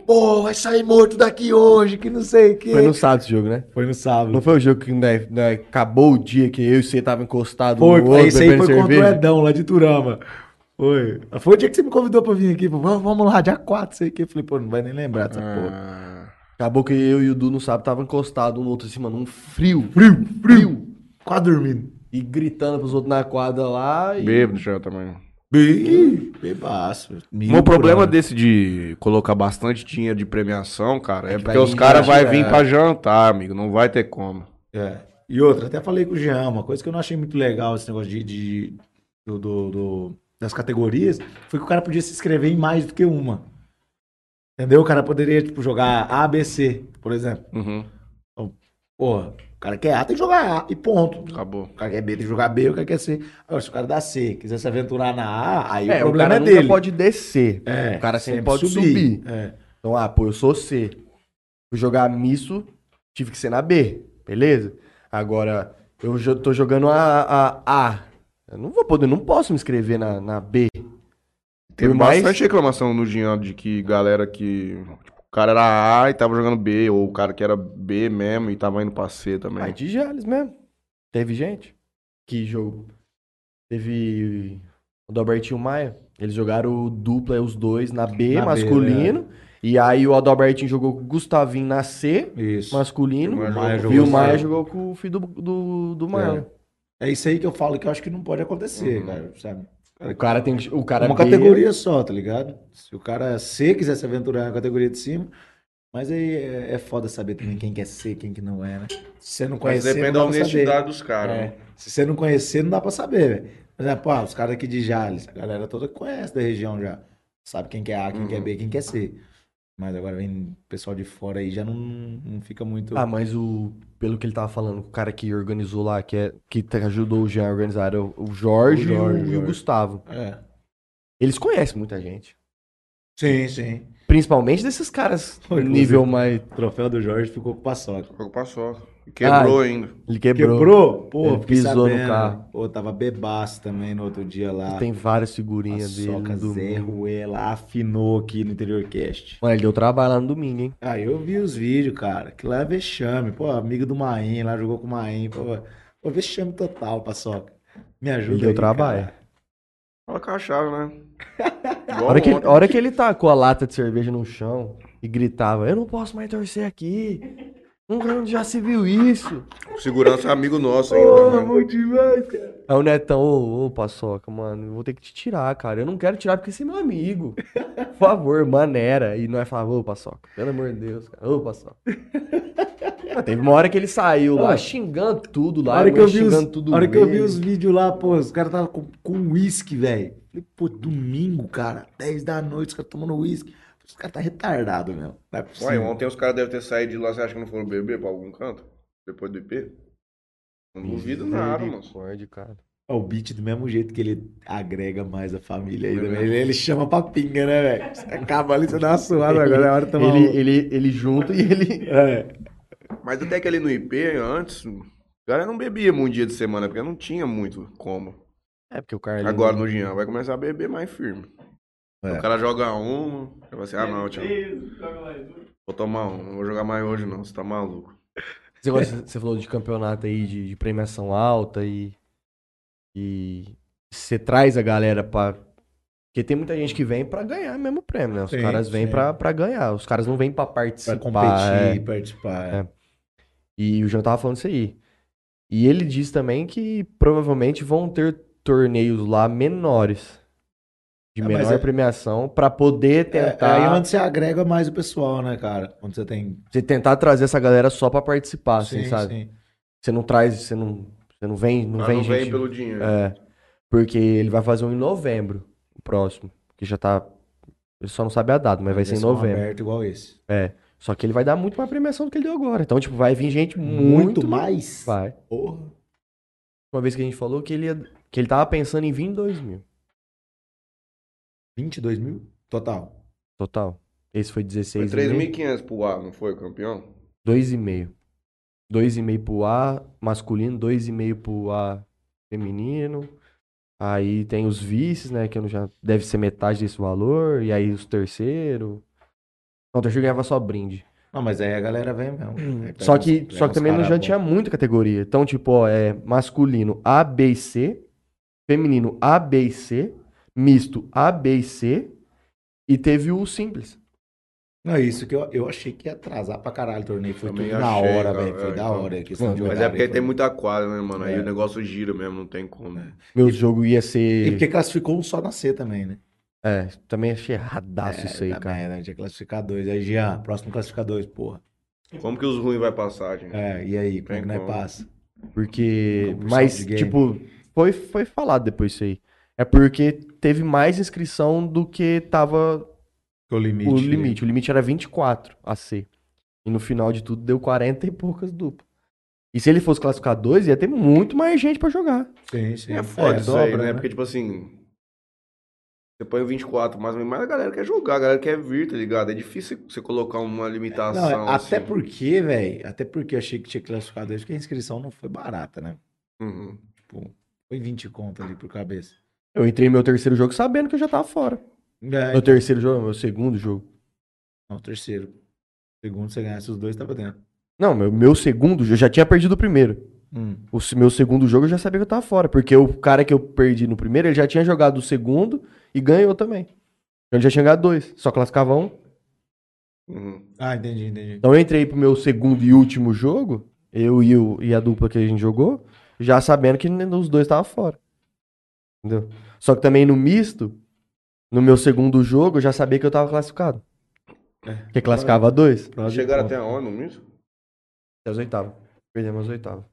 S3: Pô, vai sair morto daqui hoje, que não sei o quê.
S2: Foi no sábado esse jogo, né?
S3: Foi no sábado.
S2: Não foi o jogo que né, né, acabou o dia que eu e você tava encostado um
S3: Foi,
S2: no outro
S3: esse aí
S2: bebendo
S3: foi contra o
S2: cerveja?
S3: Edão, lá de Turama. Foi. Foi o dia que você me convidou pra vir aqui. Falou, vamos vamos lá, dia 4, sei o que. Eu falei, pô, não vai nem lembrar dessa porra.
S1: Ah,
S2: Acabou que eu e o Du no sábado tava encostado um no outro assim, mano, um frio, frio, frio.
S3: Quase dormindo.
S2: E gritando pros outros na quadra lá e...
S1: bêbado já também.
S3: Bem, bebaço.
S1: O meu problema desse de colocar bastante dinheiro de premiação, cara, é,
S2: que
S1: porque
S2: vai
S1: os caras vão
S2: viajar.
S1: vir pra jantar, amigo. Não vai ter como.
S3: É. E outra, até falei com o Jean, uma coisa que eu não achei muito legal esse negócio de, de- do, do- do- das categorias, foi que o cara podia se inscrever em mais do que uma. Entendeu? O cara poderia, tipo, jogar A, B, C, por exemplo.
S1: Uhum.
S3: Porra, o cara quer A, tem que jogar A e ponto.
S1: Acabou.
S3: O cara quer B, tem que jogar B, o cara quer C. Agora, se o cara dá C, quiser se aventurar na A, aí
S2: É,
S3: o problema
S2: cara
S3: é
S2: nunca
S3: dele.
S2: pode descer.
S3: É,
S2: o cara sempre, pode subir.
S3: É.
S2: Então, ah, pô, eu sou C. Fui jogar misto, tive que ser na B, beleza? Agora, eu jo- tô jogando a, a A. Eu não vou poder, não posso me inscrever na, na B.
S1: Teve
S2: Por mais-
S1: bastante reclamação no Jean de que galera que. Tipo, o cara era A e tava jogando B, ou o cara que era B mesmo e tava indo pra C também.
S2: Mas de Jales mesmo. Teve gente que jogou. Teve o do Albertinho Maia. Eles jogaram dupla, os dois, na B,
S3: Na B, é.
S2: masculino. E aí o Adalbertinho jogou com o Gustavinho na C,
S3: Isso.
S2: masculino.
S1: O
S3: Maia
S2: e
S3: jogou
S2: o Maia
S3: C.
S2: jogou com o filho do, do, do Maia.
S3: É isso aí que eu falo que eu acho que não pode acontecer,
S1: Uhum.
S3: cara, sabe?
S2: O cara tem que- O cara
S3: É. uma
S2: B-
S3: categoria só, tá ligado? Se o cara é C quiser se aventurar na categoria de cima, mas aí é, é foda saber também quem quer C, quem que não é, né? Se você não
S1: Mas
S3: conhecer,
S1: depende
S3: não
S1: da
S3: dá pra
S1: honestidade dos
S3: saber.
S1: caras.
S3: É,
S1: né?
S3: se você não conhecer, não dá pra saber, velho. Mas é, pô, os caras aqui de Jales, a galera toda conhece da região já. Sabe quem que é A, quem que é B, quem que é C. Mas agora vem pessoal de fora aí, já não, não fica muito...
S2: Ah, mas o. Pelo que ele tava falando, o cara que organizou lá, que, é, que te- ajudou o Jean a organizar, era o o Jorge,
S3: O Jorge,
S2: e, o, e o
S3: Jorge.
S2: Gustavo.
S3: É.
S2: Eles conhecem muita gente.
S3: Sim, sim.
S2: Principalmente desses caras
S3: Foi,
S2: nível
S3: inclusive.
S2: mais.
S3: O troféu do Jorge ficou com o Paçoca.
S1: Ficou passou. Quebrou ainda.
S2: Ele quebrou.
S3: Quebrou? Pô,
S2: Ele
S3: fiquei
S2: pisou no
S3: sabendo.
S2: carro.
S3: Pô, tava bebaço também no outro dia lá.
S2: Tem várias figurinhas dele.
S3: Paçoca
S2: no domingo.
S3: Zé Ruela afinou aqui no interiorcast.
S2: Mano, ele deu trabalho lá no domingo, hein?
S3: Ah, eu vi os vídeos, cara. Que lá é vexame. Pô, amigo do Maim, lá jogou com o Maim. Pô, pô vexame total, Paçoca. Me ajuda
S2: Ele deu
S3: aí,
S2: trabalho.
S3: cara.
S1: Fala com a chave, né?
S2: A
S1: Igual
S2: hora, que ele,
S1: ontem.
S2: a hora que ele tacou a lata de cerveja no chão e gritava: Eu não posso mais torcer aqui. Nunca já se viu isso.
S1: O Segurança é amigo nosso ainda.
S3: Pô,
S1: né?
S3: bom demais, cara.
S2: Aí o Netão, ô, ô, Paçoca, mano, eu vou ter que te tirar, cara. Eu não quero tirar porque você é meu amigo. Por favor, maneira. E nós falava, ô, Paçoca, pelo amor de Deus, cara. Ô, Paçoca. Mas teve uma hora que ele saiu lá,
S3: Ah.
S2: xingando tudo lá.
S3: A hora que
S2: irmã
S3: eu vi os,
S2: xingando tudo
S3: a hora que eu vi
S2: ele.
S3: os vídeos lá, pô, os caras tava com, com uísque, velho. Falei, pô, domingo, cara, 10 da noite, os caras tomando uísque. Os caras tá retardado, meu. Não é
S1: Uai,
S3: possível.
S1: ontem os caras devem ter saído de lá, você acha que não foram beber pra algum canto? Depois do IP? Não duvido nada, mano.
S2: Misericórdia, cara.
S3: É o beat do mesmo jeito que ele agrega mais a família aí também. Ele, ele chama pra pinga, né, velho? Você Acaba ali, você dá uma suada, agora é a hora de tomar
S2: Ele,
S3: uma.
S2: ele, ele junta e ele.
S3: É.
S1: Mas até que ali no IP, antes, o cara não bebia muito dia de semana, porque não tinha muito como.
S2: É, porque o cara.
S1: Agora no Jean vai começar a beber mais firme.
S3: É.
S1: O cara joga uma, ele vai assim, ah não, tchau,
S4: Isso, joga mais um.
S1: vou tomar uma, não vou jogar mais hoje não, você tá maluco.
S2: Você, gosta- você falou de campeonato aí, de, de premiação alta e. E. Você traz a galera pra. Porque tem muita gente que vem pra ganhar mesmo o prêmio, né? Os
S3: Sim,
S2: caras vêm
S3: sim.
S2: pra, pra ganhar. Os caras não vêm pra participar.
S3: Pra
S2: é.
S3: competir, participar.
S2: É. E o Jean tava falando isso aí. E ele diz também que provavelmente vão ter torneios lá menores. De
S3: É, mas
S2: menor
S3: é-
S2: premiação, pra poder tentar.
S3: aí é onde você agrega mais o pessoal, né, cara? Onde você tem.
S2: Você tentar trazer essa galera só pra participar, assim, sabe?
S3: sim.
S2: Você não traz, você não, você não vem, não
S1: Mas
S2: vem
S1: não
S2: gente.
S1: vem pelo dinheiro.
S2: É. Porque ele vai fazer um em novembro, o próximo. Que já tá. Ele só não sabe a data, mas vai ser em
S3: um
S2: novembro.
S3: aberto igual esse.
S2: Só que ele vai dar muito mais premiação do que ele deu agora. Então, tipo, vai vir gente muito,
S3: Muito, mais?
S2: Vai.
S3: Porra.
S2: Uma vez que a gente falou que ele, ia- que ele tava pensando em vir em 2 mil.
S3: 22 mil? Total.
S2: Total. Esse foi 16
S1: Foi 3.500 pro A, não foi, campeão?
S2: 2,5. 2,5 pro A masculino, 2,5 pro A feminino. Aí tem os vices, né? Que eu não já deve ser metade desse valor. E aí os terceiro. Não, o terceiro ganhava só brinde.
S3: Não, mas aí a galera vem mesmo. Hum. Aí pega
S2: Só
S3: uns-
S2: que,
S3: pega
S2: só que
S3: uns
S2: também não
S3: cara
S2: já
S3: bom.
S2: tinha muita categoria. Então, tipo, ó, é masculino A, B e C, feminino A, B e C, misto A, B e C, e teve o simples.
S3: Não, isso que eu, eu achei que ia atrasar pra caralho o torneio. Foi
S1: Também
S3: tudo na
S1: achei,
S3: hora,
S1: cara,
S3: velho. Foi
S1: é,
S3: da
S1: então.
S3: hora. a questão de
S1: Mas
S3: horário,
S1: é porque aí
S3: foi-
S1: tem muita quadra, né, mano? Aí
S3: É.
S1: o negócio gira mesmo, não tem como.
S2: Meu jogo ia
S3: E
S2: ser.
S3: porque classificou um só na C também, né?
S2: É, também achei erradaço isso aí,
S3: tá
S2: cara.
S3: merda, tinha que classificar dois. Aí, Jean, próximo classificar dois, porra.
S1: Como que os ruins vai passar, gente?
S3: É, e aí, como é
S1: Tem
S3: que nós
S1: como.
S3: passa?
S2: Porque.
S3: Compulsão
S2: Mas,
S3: de game.
S2: tipo, foi, foi falado depois isso aí. É porque teve mais inscrição do que tava
S3: O limite. né?
S2: o limite. O limite era 24 a C. E no final de tudo deu 40 e poucas duplas. E se ele fosse classificar dois, ia ter muito mais gente pra jogar.
S3: Sim, sim.
S1: É foda isso aí,
S3: dobra,
S1: né? Porque, tipo assim. Você põe o 24, mais ou menos, mas a galera quer jogar, a galera quer vir, tá ligado? É difícil você colocar uma limitação.
S3: Não, é, até
S1: assim.
S3: porque, velho, até porque eu achei que tinha que classificar dois, porque a inscrição não foi barata, né?
S1: Uhum.
S3: Foi 20 conto ali por cabeça.
S2: Eu entrei no meu terceiro jogo sabendo que eu já tava fora.
S3: É,
S2: Meu terceiro jogo, meu segundo jogo.
S3: não, terceiro. Segundo, você ganhasse os dois, tava dentro.
S2: Não, meu, meu segundo jogo, eu já tinha perdido o primeiro.
S3: Hum.
S2: O se- meu segundo jogo eu já sabia que eu tava fora. Porque o cara que eu perdi no primeiro, ele já tinha jogado o segundo e ganhou também. Então ele já tinha ganhado dois, só classificava um.
S1: Uhum.
S3: Ah, entendi, entendi.
S2: Então eu entrei pro meu segundo e último jogo, eu e, o- e a dupla que a gente jogou, já sabendo que n- os dois estavam fora. Entendeu? Só que também no misto, no meu segundo jogo, eu já sabia que eu tava classificado. Porque classificava dois.
S3: Prós e
S1: Chegaram
S3: contras.
S1: até onde, não é isso?
S2: Até as oitavas. Perdemos as oitavas.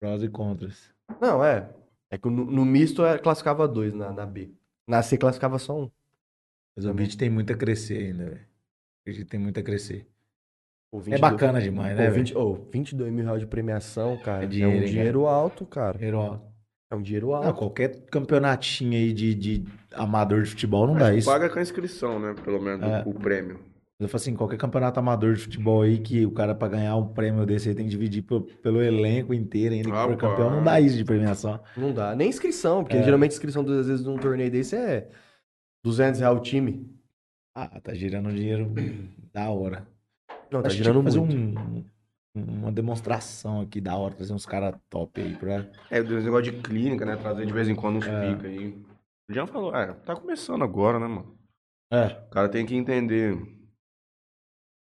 S3: Prós e contras.
S2: Não, é. É que no, no misto é, classificava dois na, na B. Na C classificava só um.
S3: Mas o beat tem muito a crescer ainda, velho. O beat tem muito a crescer.
S2: Pô,
S3: É
S2: 22
S3: bacana demais, né,
S2: Pô,
S3: velho?
S2: 20, ô, 22 mil reais de premiação, cara.
S3: É
S2: É,
S3: dinheiro, hein,
S2: um
S3: cara?
S2: dinheiro alto, cara.
S3: Herói.
S2: É um dinheiro
S3: Ah,
S2: alto.
S3: qualquer campeonatinho aí de, de amador de futebol não dá
S1: Mas
S3: isso.
S1: Paga com a inscrição, né? Pelo menos
S3: É.
S1: o prêmio.
S3: Eu falo assim, qualquer campeonato amador de futebol aí que o cara pra ganhar um prêmio desse aí tem que dividir pelo, pelo elenco inteiro ainda que
S1: Ah,
S3: for
S1: pá.
S3: campeão, não dá isso de premiação.
S2: Não dá. Nem inscrição,
S3: É.
S2: porque geralmente inscrição, às vezes, num torneio desse é 200 reais o time.
S3: Ah, tá girando dinheiro da hora.
S2: Não, tá
S3: Acho que
S2: girando
S3: tinha que
S2: muito.
S3: fazer um- um- uma demonstração aqui da hora, trazer uns caras top aí pra...
S1: É, do negócio de clínica, né? Trazer de vez em quando uns
S3: É.
S1: pica aí. O Jean falou, é, tá começando agora, né, mano?
S3: É,
S1: O cara tem que entender.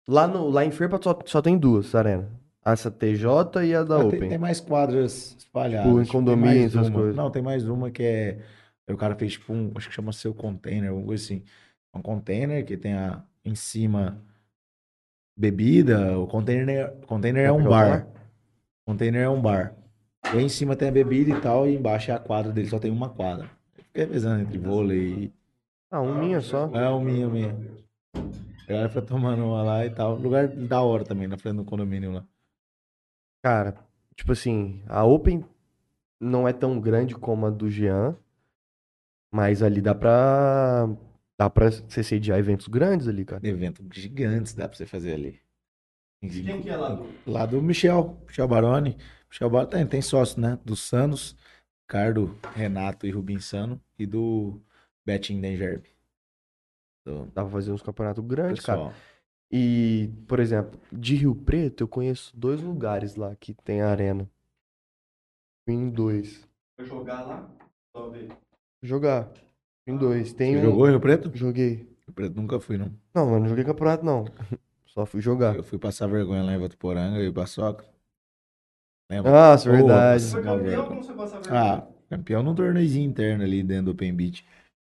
S2: Lá, no, lá em Ferpa só, só tem duas arenas. Essa TJ e a da
S3: Ah,
S2: Open.
S3: tem, tem mais quadras espalhadas.
S2: Tipo, em
S3: acho que tem
S2: condomínio,
S3: mais
S2: essas
S3: uma.
S2: coisas.
S3: Não, tem mais uma que é. O cara fez tipo um. Acho que chama seu container, alguma coisa assim. Um container que tem a, em cima bebida. O container, container é um
S2: Dá pra
S3: bar. Container é um bar. E aí em cima tem a bebida e tal, e embaixo é a quadra dele, só tem uma quadra. Fica revezando entre vôlei
S2: Ah, um minha só.
S3: e. É o minha, minha. A galera fica tomando uma lá e tal. Lugar da hora também, na frente do condomínio lá.
S2: Cara, tipo assim, a Open não é tão grande como a do Jean, mas ali dá pra. Dá pra você sediar eventos grandes ali, cara.
S3: evento gigantes dá pra você fazer ali.
S4: E quem que é lá do...
S3: Lá do Michel, Michel Baroni. Michel Baroni tem, tem sócio, né? Do Sanos, Ricardo, Renato e Rubim Sano. E do Betinho Dengerb. Do
S2: Dá pra fazer uns campeonatos grandes, cara.
S3: pessoal.
S2: E, por exemplo, de Rio Preto, eu conheço dois lugares lá que tem arena. Fui Em dois.
S4: Foi jogar lá? Só ver.
S2: Jogar. Fui Em dois. Tem
S3: Você
S2: um.
S3: jogou em Rio Preto?
S2: Joguei.
S3: Rio Preto nunca fui, não.
S2: Não, mas não joguei campeonato, não. Só fui jogar.
S3: Eu fui passar vergonha lá em Votuporanga, eu e o Paçoca. Lembra?
S2: Nossa,
S3: Pô,
S2: Ah, é verdade.
S4: Foi campeão como você passa a
S3: Ah,
S4: vergonha?
S3: campeão num torneiozinho interno ali dentro do Open Beach.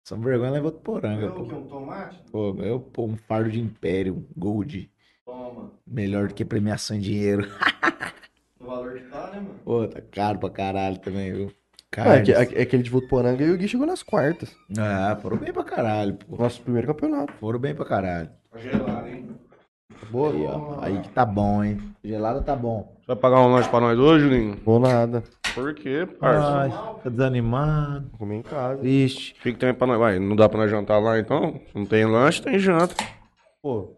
S3: Só vergonha levou do poranga,
S4: Ganhou
S3: pô.
S4: o quê? Um tomate?
S3: Pô, eu, pô, um fardo de Império, um Gold.
S4: Toma.
S3: Melhor do que premiação em dinheiro.
S4: No valor que tá, né, mano?
S3: Pô, tá caro pra caralho também, viu?
S2: Ah, é,
S3: Carnes.
S2: que, é, é que ele de Votuporanga e o Gui chegou nas quartas.
S3: Ah, foram bem pra caralho, pô.
S2: Nosso primeiro campeonato.
S3: Foram bem pra caralho.
S4: Tá gelado, hein?
S3: Boa, aí, ó. Aí que tá bom, hein? Gelada tá bom.
S1: Você vai pagar um lanche pra nós hoje, Julinho?
S2: Ou nada.
S1: Por quê, parça?
S3: Ai, tá desanimado,
S2: Comi em casa.
S3: triste.
S1: O que, que tem pra nós? Vai, não dá pra nós jantar lá então? Não tem lanche, tem janta.
S2: Pô.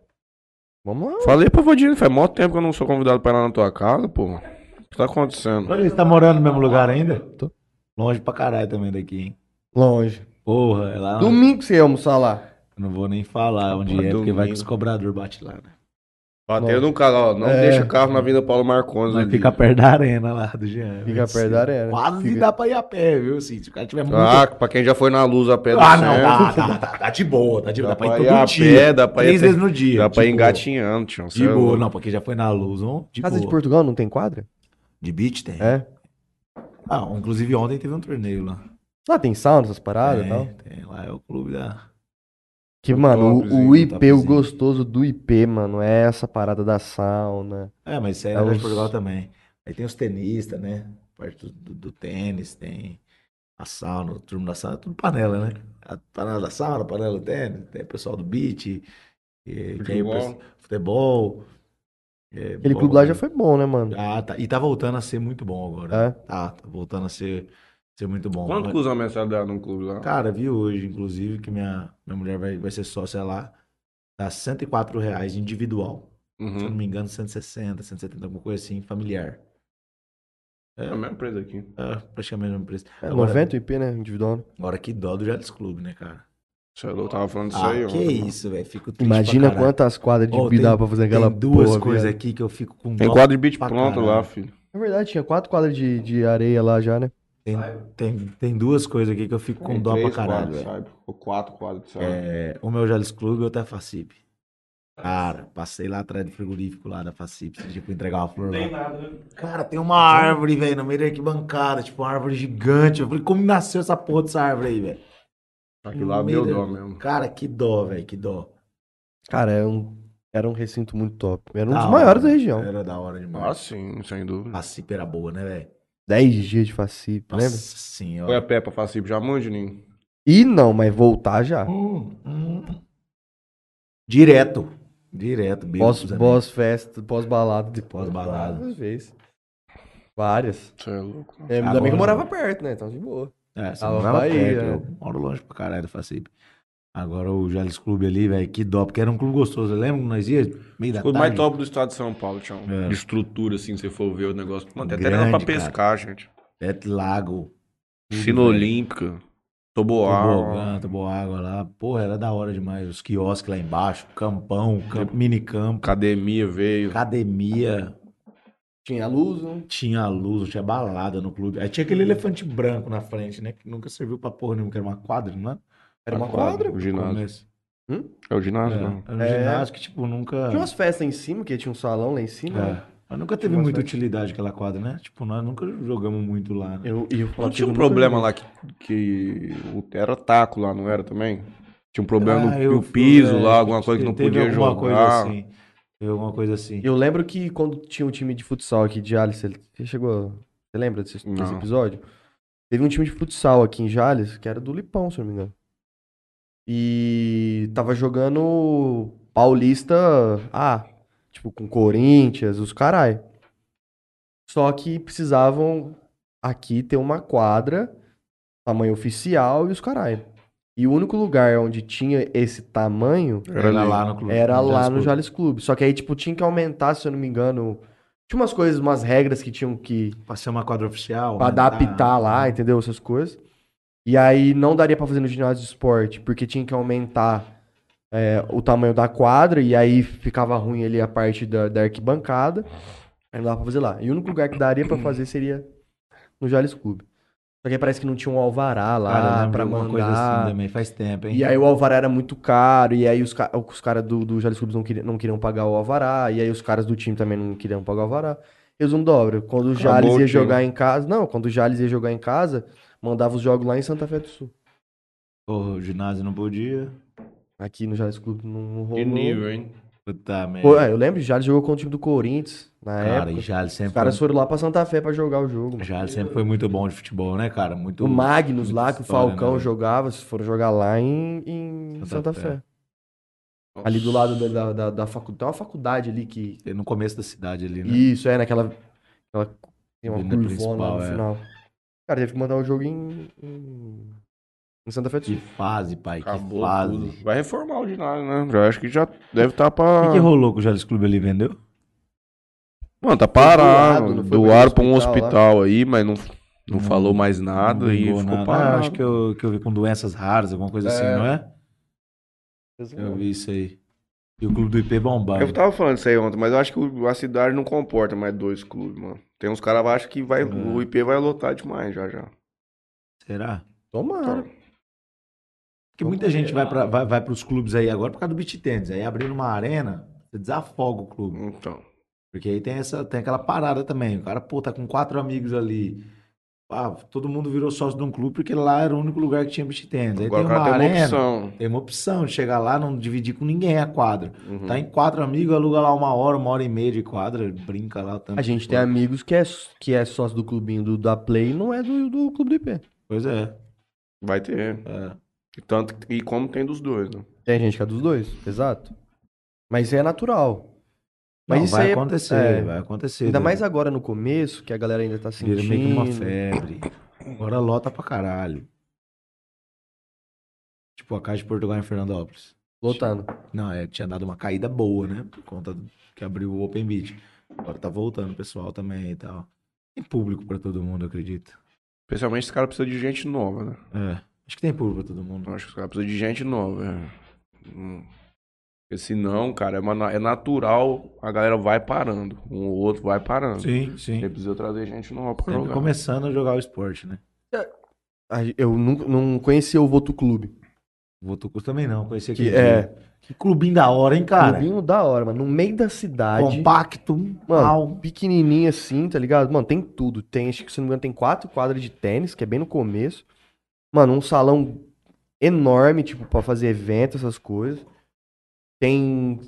S2: Vamos lá.
S1: Falei pra Vodinho, faz mó tempo que eu não sou convidado pra ir lá na tua casa, pô. O que tá acontecendo?
S3: Olha, você tá morando no mesmo lugar ainda? Longe pra caralho também daqui, hein?
S2: Longe.
S3: Porra, é lá.
S2: Ah. Domingo que você ia almoçar lá.
S3: Eu Não vou nem falar onde é, porque vai que os cobradores batem lá, né?
S1: Bateu no carro, ó. Não
S2: É.
S1: deixa carro na Avenida Paulo Marcones
S3: Mas
S1: ali.
S3: fica perto da arena lá do Jean.
S2: Fica
S3: Sim.
S2: perto da arena.
S3: Quase
S2: Fica-
S3: dá pra ir a pé, viu? Assim, se o cara tiver muito.
S1: Ah, pra quem já foi na luz a pé do
S3: Ah,
S1: centro,
S3: não, dá, dá, dá, dá de boa, dá de boa. Dá, pra ir
S1: a
S3: todo dia.
S1: pé, dá pra ir
S3: Três
S1: até-
S3: vezes no dia.
S1: Dá
S3: de
S1: pra ir
S3: boa.
S1: engatinhando, tio. é
S3: De boa, não, porque já foi na luz, não? De
S2: Casa de
S3: boa.
S2: Portugal não tem quadra?
S3: De beach tem?
S2: É.
S3: Ah, inclusive ontem teve um torneio lá.
S2: Lá Ah, tem sauna, essas paradas e
S3: tem,
S2: tal.
S3: tem, lá é o clube da.
S2: Que, mano, o, o
S1: topzinho,
S2: IP, o
S3: topzinho.
S2: gostoso do IP, mano, é essa parada da sauna.
S3: É, mas isso aí é
S2: É
S3: na Casa
S2: os-
S3: de Portugal também. Aí tem os tenistas, né? Parte do, do- do tênis, tem a sauna, o turno da sauna, tudo panela, né? A panela da sauna, a panela do tênis, tem o pessoal do beat, e- tem o
S1: Futebol.
S3: pessoal- futebol. é,
S2: Aquele
S3: bom,
S2: clube lá
S3: né?
S2: já foi bom, né, mano?
S3: Ah, tá. E tá voltando a ser muito bom agora.
S2: É.
S3: Tá, tá voltando a ser, ser muito bom.
S1: Quanto
S3: Mas-
S1: custa uma mensalidade num clube lá?
S3: Cara, vi hoje, inclusive, que minha, minha mulher vai, vai ser sócia lá. Tá R$ 104 reais individual. Se eu não
S1: Uhum.
S3: me engano, 160, 170, alguma coisa assim, familiar.
S1: É a mesma empresa aqui.
S3: É, praticamente o mesmo preço.
S2: É,
S3: Agora-
S2: 90 IP, né? Individual. né?
S3: Agora que dó do Jales Clube, né, cara?
S1: Você é louco, tava falando disso
S3: ah,
S1: aí, ó.
S3: que isso, velho. Fico triste
S2: Imagina
S3: pra caralho.
S2: quantas quadras de
S3: Ó,
S2: IP
S3: tem-
S2: dava pra fazer aquela
S3: Tem duas
S2: porra,
S3: coisas
S2: viado.
S3: aqui que eu fico com
S1: Tem
S3: dó.
S1: quadro de beat
S3: pra
S1: pronto lá,
S3: caralho.
S1: filho.
S2: É verdade, tinha quatro quadras de, de areia lá já, né?
S3: Tem, tem, tem duas coisas aqui que eu fico com
S1: Tem
S3: dó pra
S1: três
S3: caralho,
S1: quadros,
S3: velho.
S1: sabe? Ou quatro quadros, sabe?
S3: É, uma é o Jales Clube e outra é a Facip. Cara, passei lá atrás do frigorífico lá da Facip, esse dia pra entregar uma flor
S4: Não tem
S3: lá.
S4: nada, né?
S3: Cara, tem uma árvore, velho, no meio da arquibancada, tipo, uma árvore gigante. Eu falei, como nasceu essa porra dessa árvore aí, velho?
S1: Aquilo Tá lá
S3: No
S1: deu
S3: meio
S1: dó
S3: da-
S1: mesmo.
S3: Cara, que dó, velho, que dó.
S2: Cara, era um, era um recinto muito top. Era um
S3: Da
S2: dos
S3: hora,
S2: maiores da
S3: né?
S2: região.
S3: Era da hora demais.
S1: Ah, sim, sem dúvida.
S3: A CIP era boa, né, velho?
S2: Dez dias de facip,
S3: Nossa
S2: lembra?
S1: Foi a
S3: senhora.
S1: pé pra assim Facip já mande, Ninho.
S2: E não, mas voltar já.
S3: Hum, hum. Direto. Direto, beijo
S2: Pós,
S1: é
S3: pros amigos.
S2: pós festa, pós balada, depois
S3: Pós-balada.
S2: Várias vezes. Várias.
S1: Você é louco.
S2: É, ainda bem que eu morava perto, né? Então de boa.
S3: É, você
S2: Tava
S3: morava
S2: Bahia,
S3: perto, eu moro longe pra caralho da Facip. Agora o Jales Clube ali, velho, que dó, porque era um clube gostoso. Lembra que nós ia meio da
S1: O
S3: tarde?
S1: mais top do estado de São Paulo, Tião.
S3: Tá É.
S1: De estrutura, assim, se você for ver o negócio. Mano, tem até
S3: Grande,
S1: negócio pra
S3: cara.
S1: pescar, gente.
S3: Teto Lago. Tudo,
S1: Sino
S3: velho.
S1: Olímpica. Toboá.
S3: Tobogã, água lá. Porra, era da hora demais. Os quiosques lá embaixo, campão, camp, minicampo,
S1: Academia veio.
S3: academia.
S2: Tinha luz, né?
S3: Tinha luz, tinha balada no clube. Aí tinha aquele elefante branco na frente, né? Que nunca serviu pra porra nenhuma, que era uma quadra, não é?
S2: Era uma
S1: A
S2: quadra.
S1: O
S3: No
S1: ginásio.
S3: começo.
S1: É o ginásio,
S3: Era,
S1: não.
S3: era um
S2: É.
S3: ginásio que, tipo, nunca.
S1: Ah.
S2: Tinha umas festas lá em cima, que tinha um salão lá em cima. né?
S3: É. Mas nunca teve
S2: Tinha
S3: muita
S2: bastante.
S3: utilidade aquela quadra, né? Tipo, nós nunca jogamos muito lá. Né?
S2: Eu, eu
S1: Não tinha um problema lá que, que o- era taco lá, não era também? Tinha um problema
S3: Ah,
S1: no
S3: eu
S1: no piso
S3: fui, é,
S1: lá, alguma coisa que não
S3: teve
S1: podia
S3: alguma
S1: jogar.
S3: Coisa assim. Teve alguma coisa assim.
S2: Eu lembro que quando tinha um time de futsal aqui de Jales, ele- você chegou. Você lembra desse, desse
S1: Não.
S2: episódio? Teve um time de futsal aqui em Jales, que era do Lipão, se eu não me engano. E tava jogando Paulista A, tipo, com Corinthians, os carai. Só que precisavam aqui ter uma quadra, tamanho oficial e os carai. E o único lugar onde tinha esse tamanho
S1: Era ali.
S3: no clube.
S2: era lá no
S3: Clube.
S2: Jales Clube. Só que aí, tipo, tinha que aumentar, se eu não me engano. Tinha umas coisas, umas regras que tinham que
S3: Pra ser uma quadra oficial. né, tá.
S2: pra
S3: aumentar.
S2: adaptar lá, entendeu? Essas coisas. E aí não daria pra fazer no ginásio de esporte, porque tinha que aumentar é, o tamanho da quadra, e aí ficava ruim ali a parte da, da arquibancada. Aí não dava pra fazer lá. E o único lugar que daria pra fazer seria no Jales Clube. Só que aí parece que não tinha um alvará
S3: Cara, eu
S2: lá
S3: lembro
S2: pra
S3: de alguma
S2: mandar.
S3: coisa assim também. Faz tempo, hein?
S2: E aí o alvará era muito caro, e aí os, ca- os caras do, do Jales Clubes não, queria- não queriam pagar o alvará, e aí os caras do time também não queriam pagar o alvará. Resumo da obra. Quando o
S1: Acabou
S2: Jales
S1: o
S2: ia
S1: time.
S2: jogar em casa. Não, quando o Jales ia jogar em casa, mandava os jogos lá em Santa Fé do Sul.
S3: O ginásio não podia.
S2: Aqui no Jales Clube não, não
S1: De
S2: rolou.
S1: nível, hein?
S3: Puta
S2: Pô,
S3: merda.
S2: é, eu lembro, o Jales jogou com o time do Corinthians na
S3: Cara,
S2: época.
S3: e Jales
S1: é
S3: sempre,
S2: Os caras
S3: foi...
S2: foram lá pra Santa Fé pra jogar o jogo. mano.
S3: Jales sempre foi muito bom de futebol, né, cara? Muito.
S2: O Magnus
S3: muita
S2: lá, que o
S3: história,
S2: Falcão
S3: né?
S2: jogava, eles foram jogar lá em, em Santa,
S3: Santa
S2: Fé.
S3: Fé.
S2: Ali do lado da, da, da, faculdade. Tem uma faculdade ali que.
S3: No começo da cidade ali, né?
S2: Isso, é, naquela. aquela- tem uma
S3: Avenida
S2: curvona lá no
S3: principal, é.
S2: final. Cara, teve que mandar o jogo em. em, em Santa Fé do
S3: Que
S2: Sul.
S3: fase, pai. que
S1: Acabou
S3: fase.
S1: tudo.
S3: O que
S1: Vai reformar o ginásio, né? Já acho que já deve estar tá pra.
S3: que rolou com o Jales Clube ali? Vendeu?
S1: Mano, tá parado.
S2: doado, não foi
S1: doaram pra
S2: pra
S1: um
S2: um hospital
S1: hospital aí, mas não, não
S3: Não-
S1: falou mais nada
S3: Não
S1: e
S3: vingou
S1: ficou
S3: nada.
S1: parado.
S3: Ah, acho que eu, que eu vi com doenças raras, alguma coisa assim, não é?
S2: né?
S3: Eu vi isso aí. E o clube do é IP bombando.
S1: Eu tava falando isso aí ontem, mas eu acho que o- a cidade não comporta mais dois clubes, mano. Tem uns caras que acham que
S3: É.
S1: vai, o IP vai lotar demais já já.
S3: Será? Tá,
S2: Tomara.
S3: Porque muita gente vai, pra, vai, vai pros clubes aí agora por causa do beat tênis. Aí abrindo uma arena, você desafoga o clube.
S1: Então.
S3: Porque aí tem, essa, tem aquela parada também. O cara, pô, tá com quatro amigos ali. Ah, todo mundo virou sócio de um clube porque lá era o único lugar que tinha beach tennis. Aí
S1: Agora o
S3: tem uma
S1: cara tem
S3: arena.
S1: uma opção.
S3: Tem uma opção de chegar lá, não dividir com ninguém a quadra.
S1: Uhum.
S3: Tá em quatro amigos, aluga lá uma hora, uma hora e meia de quadra, brinca lá tanto.
S2: A gente tem amigos que é, que é sócio do clubinho do, da Play e não é do, do clube do IP.
S3: Pois é.
S1: Vai ter.
S3: é.
S1: E Tanto, que- e como tem dos dois, né?
S2: Tem gente que é dos dois, exato. Mas isso é natural. Mas
S3: Não,
S2: isso
S3: vai
S2: aí é-
S3: acontecer,
S2: é.
S3: vai acontecer.
S2: Ainda
S3: né?
S2: mais agora no começo, que a galera ainda tá
S3: Vira
S2: sentindo.
S3: meio que uma febre. Agora lota pra caralho. Tipo, a Caixa de Portugal em Fernandópolis.
S2: Lotando.
S3: Não, é, tinha dado uma caída boa, né? Por conta do- que abriu o Open Beat. Agora tá voltando o pessoal também e tal. Tem público pra todo mundo, eu acredito.
S1: Especialmente os caras precisam de gente nova, né?
S3: É. Acho que tem público pra todo mundo.
S1: Eu acho que os caras precisam de gente nova. é. Hum. Porque senão, cara, é, uma na- é natural, a galera vai parando. Um ou outro vai parando.
S3: Sim, sim.
S1: Você precisa trazer gente nova pra
S3: Sempre
S1: jogar.
S3: começando a jogar o esporte, né?
S2: A gen- Eu nunca, não conhecia o Voto Clube.
S3: Votucus também não, conheci
S2: Que
S3: aqui.
S2: é
S3: Que clubinho da hora, hein, cara?
S2: clubinho da hora, mano. No meio da cidade.
S3: Compacto, mal.
S2: pequenininho assim, tá ligado? Mano, tem tudo. Tem, acho que se não me engano, tem quatro quadras de tênis, que é bem no começo. Mano, um salão enorme, tipo, pra fazer evento, essas coisas. Tem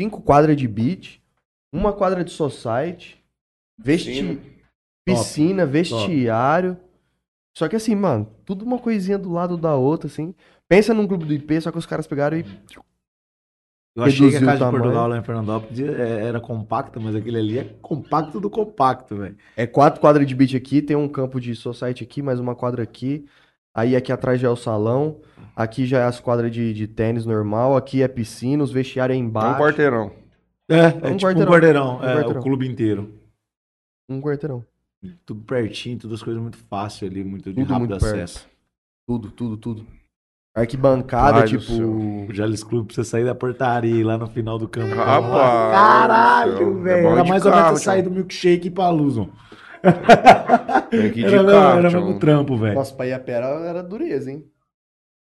S2: cinco quadras de beach, uma quadra de society, vesti...
S1: Piscina.
S2: piscina, vestiário. Só que assim, mano, tudo uma coisinha do lado da outra, assim. Pensa num clube do IP, só que os caras pegaram e
S3: Eu achei que a
S2: Reduziu o
S3: Casa de
S2: tamanho.
S3: Portugal lá em Fernandópolis é- era compacta, mas aquele ali é compacto do compacto, velho.
S2: É quatro quadras de beach aqui, tem um campo de society aqui, mais uma quadra aqui. Aí aqui atrás já é o salão. Aqui já é as quadras de, de tênis normal. Aqui é piscina, os vestiários é
S1: É um
S2: embaixo.
S1: quarteirão.
S3: É, é
S2: um
S3: tipo
S2: quarteirão.
S3: um
S2: Um
S3: quarteirão, é,
S2: quarteirão.
S3: o clube inteiro.
S2: Um quarteirão.
S3: Tudo pertinho, todas as coisas muito fácil ali, muito de
S2: Tudo
S3: rápido
S2: muito perto.
S3: acesso.
S2: Tudo, tudo, tudo. Arquibancada,
S1: Ai, do céu.
S2: tipo.
S3: O Jales Clube precisa sair da portaria e ir lá no final do campo.
S1: Rapaz,
S3: Caralho,
S1: é
S3: velho.
S1: bom
S3: Era
S1: de
S3: mais ou menos
S1: carro,
S3: você sair
S1: tio.
S3: do milkshake e ir pra luz, mano.
S1: Tem que ir de
S3: Era, mesmo,
S1: carro,
S3: era
S1: tio.
S3: mesmo trampo, velho.
S2: Nossa, pra Iapera era dureza, hein?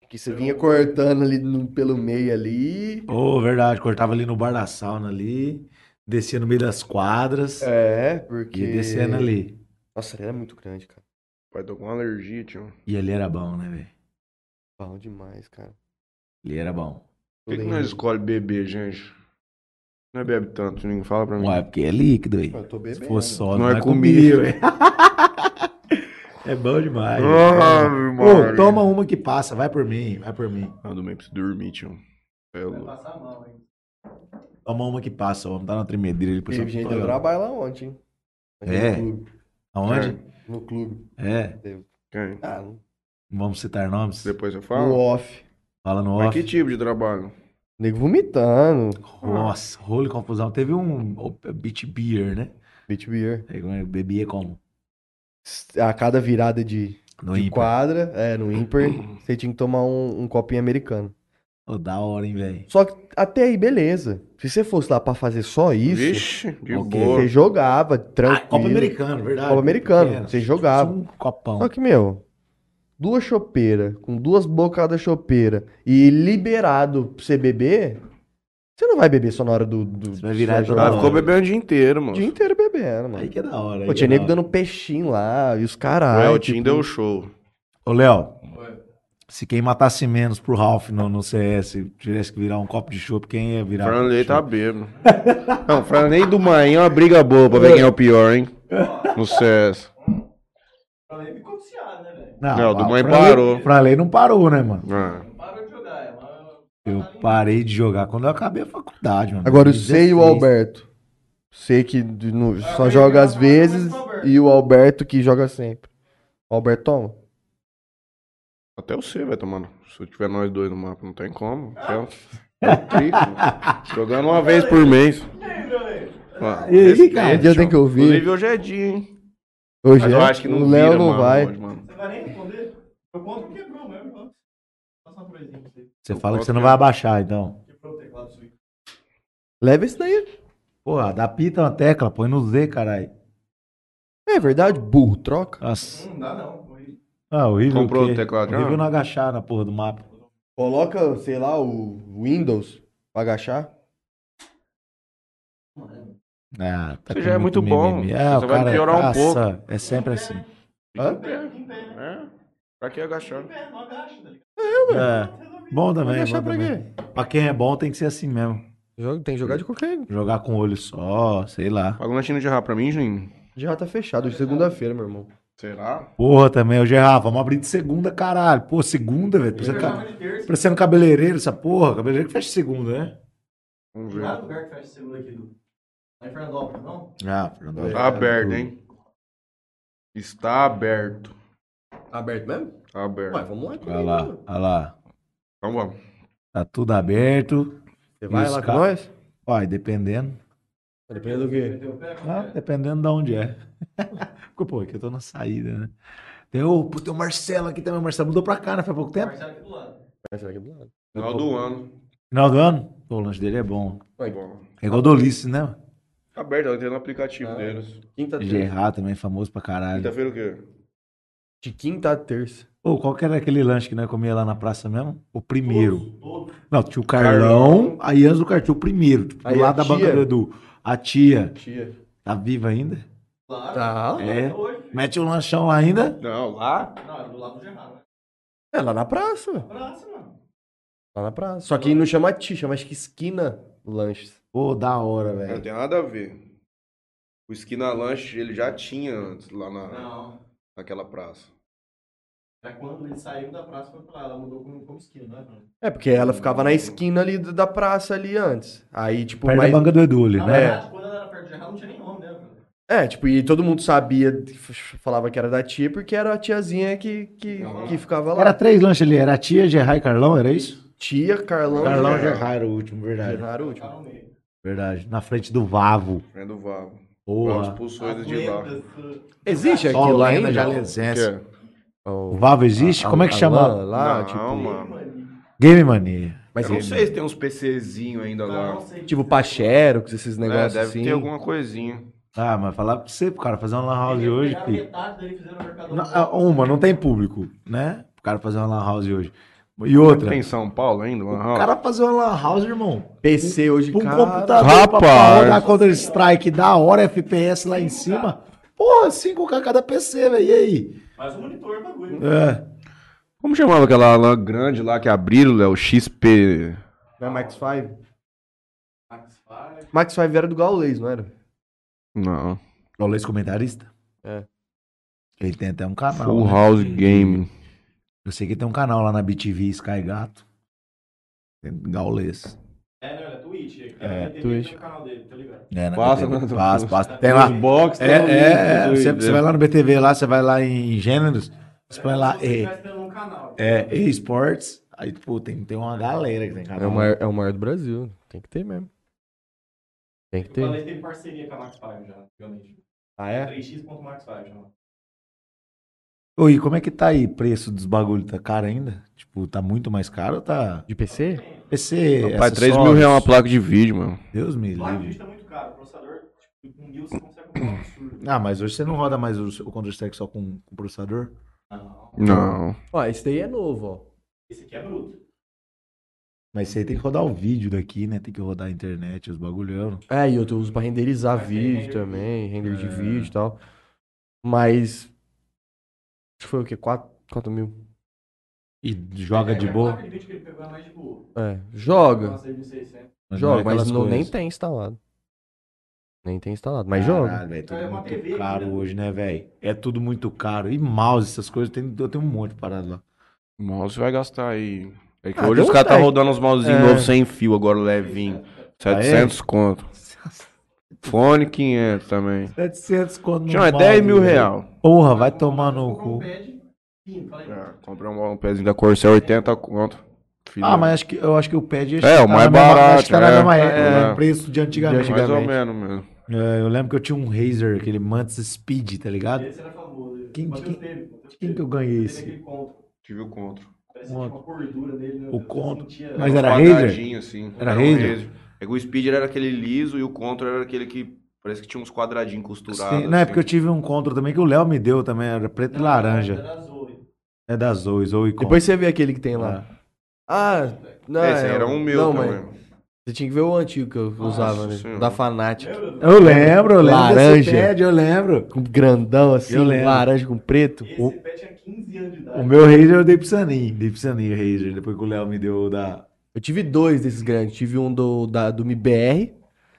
S2: Porque você vinha cortando ali no- pelo meio ali.
S3: Oh, verdade. Cortava ali no bar da sauna ali, descia no meio das quadras
S2: É, porque.
S3: e descendo ali.
S2: Nossa, ele era muito grande, cara.
S1: Vai dar alguma alergia, tio.
S3: E ali era bom, né, velho?
S2: Bom demais, cara.
S3: Ali era bom.
S1: Por que, que nós escolhe beber, gente? Não é bebe tanto, ninguém fala pra mim.
S3: Ué, porque é líquido aí.
S2: Eu tô
S3: Se
S2: bebendo.
S3: fosse
S1: Não
S3: só, não,
S1: é
S3: é
S1: comida.
S3: comigo, velho. É bom demais.
S1: Ave Ah, Maria.
S3: Ô, toma uma que passa, vai por mim, vai por mim.
S1: Ah, do meio preciso dormir, tio. É
S4: Vai
S1: louco.
S4: passar mal, hein?
S3: Toma uma que passa, vamos dar uma tremedeira ali pro
S2: Teve gente deu trabalho lá ontem, hein?
S3: tá É?
S2: No clube.
S3: Aonde?
S2: No clube.
S3: É.
S1: Quem?
S2: Ah, no
S3: Não Vamos citar nomes?
S1: Depois eu falo.
S2: no off.
S3: Fala no
S1: Mas
S3: off.
S1: que tipo de trabalho?
S2: Nego vomitando.
S3: Nossa, rolo e confusão. Teve um o- beat beer, né?
S2: Beach beer.
S3: Aí eu Bebia como?
S2: A cada virada de,
S3: No
S2: de
S3: ímpar.
S2: quadra, é, no ímpar, você tinha que tomar um, um copinho americano.
S3: Ô, da hora, hein, velho?
S2: Só que até aí, beleza. Se você fosse lá pra fazer só isso,
S1: Vixe, de
S3: Ok.
S1: boa.
S2: você jogava tranquilo.
S3: Ah, Copa Americano, verdade.
S2: Copa Americano,
S3: Pequeno.
S2: você jogava.
S3: Um copão.
S2: Só que, meu, duas chopeiras, com duas bocadas chopeira e liberado pra você beber, Você não vai beber só na hora do. do
S3: Você vai virar e
S2: só
S1: O
S2: na
S1: cara
S3: jogar.
S2: hora.
S1: ficou bebendo o dia inteiro,
S2: O
S1: mano.
S2: dia inteiro bebendo, mano.
S3: Aí que é da hora. aí
S2: Pô,
S3: que
S2: tinha
S3: é da
S2: nego
S3: hora.
S2: dando peixinho lá, e os caras.
S1: É, o Tim deu show.
S3: Ô, Léo,
S4: Ué,
S3: se quem matasse menos pro Ralph no, no CS, tivesse que virar um copo de chopp, quem ia virar? um copo de
S1: Franley tá
S3: chopp?
S1: bêbado. Não, Franley do Marinho é uma briga boa pra ver quem é o pior, hein? No CS.
S4: Falei me confiar, né, velho?
S1: Não, o do
S3: a
S1: Mãe
S3: Franley-
S1: parou.
S3: Franley não parou, né, mano?
S1: Ah.
S4: Não parou de jogar, é uma...
S3: Eu parei de jogar quando eu acabei a faculdade, mano.
S2: Agora, o C e o
S3: 2016.
S2: Alberto. C que de- no-
S4: Ah,
S2: só
S4: eu
S2: joga
S4: ia
S2: às
S4: falar mais
S2: vezes
S4: pro Alberto.
S2: e o Alberto que joga sempre. O Alberto toma.
S1: Até o C, velho, mano. Se eu tiver nós dois no mapa, não tem como. É o, é o trico, mano. Jogando né? uma vez por mês. Ah,
S3: E aí,
S1: esse-
S3: cara?
S1: esse
S2: Um dia tem que ouvir.
S1: Inclusive, hoje é dia, hein?
S2: Hoje
S1: Mas
S2: é,
S1: eu acho que não
S2: o Léo
S1: vira,
S2: não
S1: mano,
S2: vai.
S1: hoje, mano.
S4: Você vai nem responder? Meu ponto quebrou é mesmo, ó. Passa uma coisinha pra você.
S3: Você fala que você não vai abaixar, então.
S4: Quebrou o teclado suíço.
S2: Leva isso daí.
S3: Pô, adapta uma tecla, põe no Z, caralho.
S2: É verdade, burro, troca.
S3: Nossa.
S4: Não dá não, corri.
S3: Ah, horrível.
S1: Comprou
S3: quê?
S1: o teclado já?
S3: Horrível não agachar na porra do mapa.
S2: Coloca, sei lá, o Windows pra agachar.
S3: Ah, tá
S1: Você
S3: com
S1: já é muito bom.
S3: mimimi.
S1: Você
S3: É, o
S1: vai
S3: cara
S1: piorar um
S3: nossa, É sempre assim.
S2: Hã?
S1: É. Pra que agachar?
S4: É, não agacha, tá ligado?
S3: É. Bom também.
S2: Agachar
S3: bom
S2: pra
S3: também. Pra quem é bom tem que ser assim mesmo.
S2: Joga- Tem que jogar de qualquer.
S3: Jogar com o olho só, sei lá.
S1: Paga um lanchinho de rá pra mim, Juninho?
S2: Já tá fechado, hoje é segunda-feira, meu irmão.
S1: Será?
S3: Porra, também, ô Gerard, vamos abrir de segunda, caralho. Pô, segunda, velho. Parecendo,
S4: Jogava
S3: ca...
S4: de terça.
S3: Parecendo cabeleireiro, essa porra. Cabeleireiro que fecha segunda, né?
S1: Vamos
S4: Não
S1: ver.
S4: há lugar que fecha seguro aqui, Du. Lá em Fernandópolis, não?
S3: Ah, Fernando.
S1: Tá aberto, hein? Está aberto.
S2: Tá aberto mesmo?
S1: Tá aberto.
S2: Ué, vamos É. lá então,
S3: Olha lá, olha lá.
S1: Então vamos.
S3: Tá tudo aberto.
S2: Você vai
S3: Isso,
S2: lá com
S3: cara.
S2: nós?
S3: Ó, e dependendo.
S2: Depende do quê?
S4: Meteu o pé,
S3: Ah, dependendo de onde é. Porque, pô, aqui eu tô na saída, né? Tem o, pô, tem o Marcelo aqui também. O Marcelo mudou pra cá, né? Faz pouco tempo.
S4: Marcelo aqui do lado.
S2: Será que é do lado?
S1: Final do ano.
S3: Final do ano? Pô, o lanche dele é bom.
S2: Ué,
S1: Bom.
S3: É igual do Ulisses, né?
S1: Tá aberto, eu entrei no aplicativo
S2: Ah.
S1: deles.
S2: Quinta, terça.
S3: Gerard também, famoso pra caralho.
S1: Quinta-feira o quê?
S2: De quinta a terça.
S3: Pô, qual que era aquele lanche que nós comia lá na praça mesmo? O primeiro.
S4: Todo.
S3: Não, tinha o Carlão, aí antes do Carlão, tinha o primeiro. Tipo,
S2: Aí
S3: do lado
S2: a
S3: da
S2: tia.
S3: banca do Edu. A tia,
S2: Tia.
S3: tá viva ainda?
S4: Claro.
S2: Tá.
S3: É.
S4: Hoje.
S3: Mete o lanchão lá ainda?
S1: Não, lá.
S4: Não, é do lado do Gerrard, né?
S2: É lá na praça. velho.
S4: Abraço, mano.
S2: Lá na praça. Só
S3: Uhum.
S2: que não chama tia, chama acho que esquina lanches.
S3: Pô, da hora,
S1: Não
S3: velho.
S1: tem nada a ver. O Esquina Lanche, ele já tinha antes, lá na,
S4: Não.
S1: naquela praça.
S4: É quando ele saiu da praça foi pra lá. Ela mudou como, como esquina, né, mano?
S2: É, porque ela ficava na esquina ali do- da praça ali antes. Aí, tipo,
S3: Perto da
S2: mais...
S3: banca do Edu ali,
S4: Na
S3: né?
S4: verdade, quando ela era perto do Gerrard, não tinha nem nome, né, mano?
S2: É, tipo, e todo mundo sabia, f- falava que era da tia, porque era a tiazinha que, que, que ficava lá.
S3: Era três lanches ali, era a tia, Gerard e Carlão, era isso?
S2: tia, Carlão, tipo,
S3: Carlão e
S2: Gerard.
S3: Gerard era o último, verdade.
S2: Gerard, o último.
S4: Tá no meio.
S3: Verdade. Na frente do Vavo.
S1: Frente do Vavo. Vavo
S3: Porra.
S4: Ah,
S1: expulsou eles de lá.
S4: As lendas,
S2: Existe
S3: Só
S2: aquilo lá
S3: lenda
S2: ainda?
S3: jalesense.
S1: Que é?
S2: O-
S3: O Vavo existe?
S2: a-
S3: Como é
S2: a
S3: que chama?
S2: lã Lá,
S1: não,
S2: tipo...
S1: mano.
S4: mano.
S3: Game Mania.
S2: Mas
S1: Eu não
S2: existe,
S1: sei se tem uns PCzinhos ainda
S4: Eu não
S1: Tá lá.
S4: sei o que
S2: tipo
S4: dizer.
S2: Pacherox, esses
S1: É,
S3: Um
S2: negócios
S1: deve
S2: assim.
S1: ter alguma coisinha.
S3: Ah, mas falar pra você, pro cara fazer uma lan house
S4: Eles
S3: hoje,
S4: pegaram
S3: filho.
S4: metade dele e fizeram o mercado.
S3: Não, ah, uma, não tem público, né? O cara fazer uma lan house hoje. E outra,
S1: Tem em São Paulo ainda?
S3: o
S1: Lan House?
S3: cara fazer uma lan house, irmão.
S2: PC hoje,
S3: Um
S2: cara.
S3: computador pra
S1: Rapaz.
S3: rodar Counter Strike da hora, FPS lá em cima. Porra, 5K cada PC, velho. E aí?
S4: Mas o monitor, bagulho.
S3: É.
S1: Como chamava aquela lã grande lá que abriram, Léo? XP.
S2: Não é Max 5?
S4: Max Fire.
S2: Max 5 era do Gaules, não era?
S1: Não.
S3: Paulês comentarista?
S2: É.
S3: Ele tem até um canal.
S1: Full
S3: né?
S1: House Game.
S3: Eu sei que tem um canal lá na BTV Sky Gato. Tem Gaulês.
S4: É, não, é Twitch.
S3: É,
S4: É,
S2: Twitch.
S4: Twitch. No canal dele, tá ligado?
S3: É, na
S1: Passa,
S3: BTV.
S1: né?
S3: Passa, passa. Tem lá.
S1: Box, tá um
S3: É, é, é. Você, você vai lá no BTV lá, você vai lá em gêneros, você põe lá
S4: Se
S3: e,
S4: tivesse pelo um canal.
S3: é, e esportes, aí, pô, tem, tem uma galera que tem canal.
S2: É o, maior, é o maior do Brasil. Tem que ter mesmo. Tem que
S4: Eu
S2: ter.
S4: falei que tem parceria com a Max Fire já, antigamente.
S2: Ah, é?
S4: 3x.max5 já.
S3: Ô, e como é que tá aí preço dos bagulho? Tá caro ainda? Tipo, tá muito mais caro ou tá...
S2: De PC?
S3: PC,
S1: Rapaz, 3 mil reais uma placa de vídeo, mano.
S3: Deus me
S4: Live
S3: livre.
S4: vídeo tá muito caro. O processador, tipo, com mil você consegue comprar um absurdo.
S3: Ah, mas hoje você não roda mais o, o Counter-Strike só com, com processador?
S4: Não.
S1: Não.
S2: Ó, esse daí é novo, ó.
S4: Esse aqui é bruto.
S3: Mas você tem que rodar o vídeo daqui, né? Tem que rodar a internet, os bagulhão.
S2: É, e eu uso pra renderizar
S4: Mas tem
S2: vídeo
S4: render
S2: também, render de
S3: É.
S2: vídeo e tal. Mas. Acho que foi o quê? 4, 4 mil.
S3: E joga de boa.
S4: Aquele vídeo que ele pegou é mais É, de boa.
S2: É. Joga,
S4: Nossa, 600.
S2: joga,
S3: é
S2: mas
S3: aquelas
S2: não, nem
S3: coisas.
S2: tem instalado. Nem tem instalado, mas joga.
S3: Caralho, velho, tudo
S4: É uma
S3: muito
S4: TV aqui,
S3: caro
S4: né?
S3: hoje, né, velho? É tudo muito caro. E mouse, essas coisas, tem, eu tenho um monte parado lá.
S1: Mouse você vai gastar aí. É que
S2: Ah,
S1: hoje
S2: deu
S1: os
S2: um
S1: caras tá
S2: tec-
S1: rodando uns mousezinhos
S2: É.
S1: novos sem fio agora,
S3: Ah,
S1: levinho.
S3: é?
S1: 700 conto. Fone 500 também.
S3: 700 quando
S1: Tinha é 10 mil
S3: né?
S1: real.
S3: Porra, vai tomar no cu.
S4: um Sim, falei.
S1: É, comprei um, um pezinho da Corsair 80 conto. Filho,
S3: Ah, mas acho que, eu acho que o pad
S1: É, o mais barato,
S3: acho que tá
S1: né?
S3: na mesma época,
S1: É.
S3: o preço de antigamente.
S2: De
S1: mais ou
S2: antigamente.
S1: menos mesmo.
S3: É, eu lembro que eu tinha um Razer, aquele Mantis Speed, tá ligado?
S4: Esse era famoso.
S3: Quem-
S4: Mateus
S3: quem-
S4: teve, Mateus
S3: Quem que
S4: teve.
S3: eu ganhei
S4: Teve
S3: esse?
S4: aquele conto.
S1: Tive o conto.
S4: Parecia que tinha uma gordura nele. né?
S3: O
S4: Eu
S3: conto.
S4: sentia-
S3: Mas
S1: Um
S3: era Razer?
S1: quadradinho, assim.
S3: Era
S1: um
S3: Razer?
S1: É que o Speed era aquele liso e o Contra era aquele que parece que tinha uns quadradinhos costurados.
S3: Sim, não, é
S1: assim.
S3: porque eu tive um Contra também que o Léo me deu também, era preto e
S4: Não,
S3: é laranja.
S4: Era azul.
S3: É da Zoe, Zoe Contra.
S2: Depois você vê aquele que tem lá. Ah, não.
S1: Esse
S2: é,
S1: era um meu
S2: não, mas
S1: também.
S2: Você tinha que ver o antigo que eu usava, né?
S1: Senhora.
S2: Da Fanatic.
S4: Lembra do-
S3: Eu lembro, eu lembro
S2: Laranja.
S3: desse pad, eu lembro.
S2: Com grandão assim,
S3: Eu lembro.
S2: laranja com preto.
S3: o-
S4: Esse pé tinha 15 anos de idade.
S3: O meu Razer eu dei pro Sanin, dei pro Sanin o Razer, depois que o Léo me deu o da...
S2: Eu tive dois desses grandes. Tive um do, da, do MBR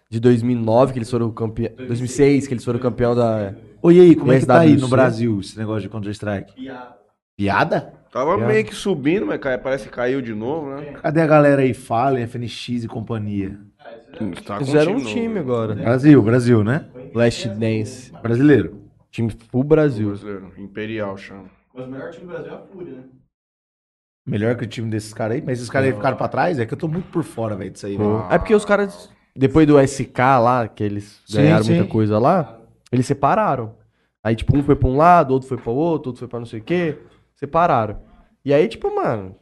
S2: de 2009, que eles foram campeão. 2006, que eles foram campeão da.
S3: Ô, e aí, como é que tá aí no
S2: SWC?
S3: Brasil esse negócio de Counter-Strike?
S4: Piada.
S3: Piada?
S1: Tava
S2: É.
S1: meio que subindo, mas cai- parece que caiu de novo, né?
S3: Cadê a galera aí? Fallen, FNX e companhia.
S4: Ah, isso
S3: Hum.
S4: era-
S1: Tá com
S2: Eles eram um
S1: novo,
S2: time
S1: né?
S2: agora.
S3: Brasil, Brasil, né?
S4: foi em
S2: Last
S4: 10,
S2: Dance.
S4: né?
S3: Brasileiro.
S2: Time full Brasil.
S1: Brasileiro, Imperial chama.
S4: Mas o melhor time do Brasil é a Fúria, né?
S3: Melhor que o time desses caras aí, mas esses caras aí ficaram pra trás? É que eu tô muito por fora, velho, disso aí, velho.
S2: É porque os caras, depois do SK lá, que eles
S3: Sim,
S2: ganharam
S3: sim.
S2: muita coisa lá, eles separaram. Aí, tipo, um foi pra um lado, outro foi pra outro, outro foi pra não sei o quê. Separaram. E aí, tipo, mano,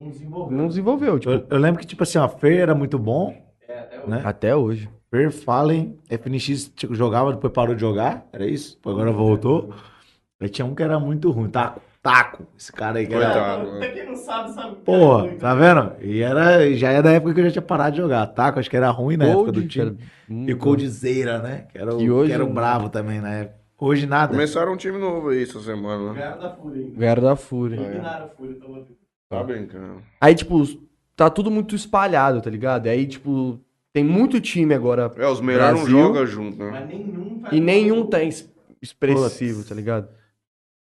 S4: Não desenvolveu.
S2: não desenvolveu, tipo,
S3: Eu, eu lembro que, tipo assim, a Fer era muito bom,
S4: É, até hoje.
S3: né?
S2: até hoje.
S3: Fer, Fallen, FNX tipo, jogava, depois parou de jogar, era isso? Depois Agora voltou. Aí tinha um que era muito ruim, Taco. Taco, esse cara aí que era...
S1: Coitado.
S4: Até quem não sabe, sabe.
S3: Porra, tá vendo? E era, já era da época que eu já tinha parado de jogar. Taco, acho que era ruim na época do
S2: Gold,
S3: time.
S2: cara, hum,
S3: E Coldzeira, né? Que era o,
S2: E hoje
S3: que era o
S2: não-
S3: bravo também na época. Hoje nada.
S1: Começaram um time novo aí essa semana, né?
S4: Ganharam da Fúria ainda.
S2: Ganharam da Fúria.
S3: É.
S4: Eliminaram a Fúria, então vou ter
S3: Hum.
S4: que
S1: Tá brincando.
S2: Aí, tipo, tá tudo muito espalhado, tá ligado? E aí, tipo, tem muito time agora.
S1: É, os melhores não
S2: Brasil.
S1: jogam junto, né?
S4: Mas nenhum faz
S2: E nenhum
S4: gol.
S2: tá es- expressivo, tá ligado?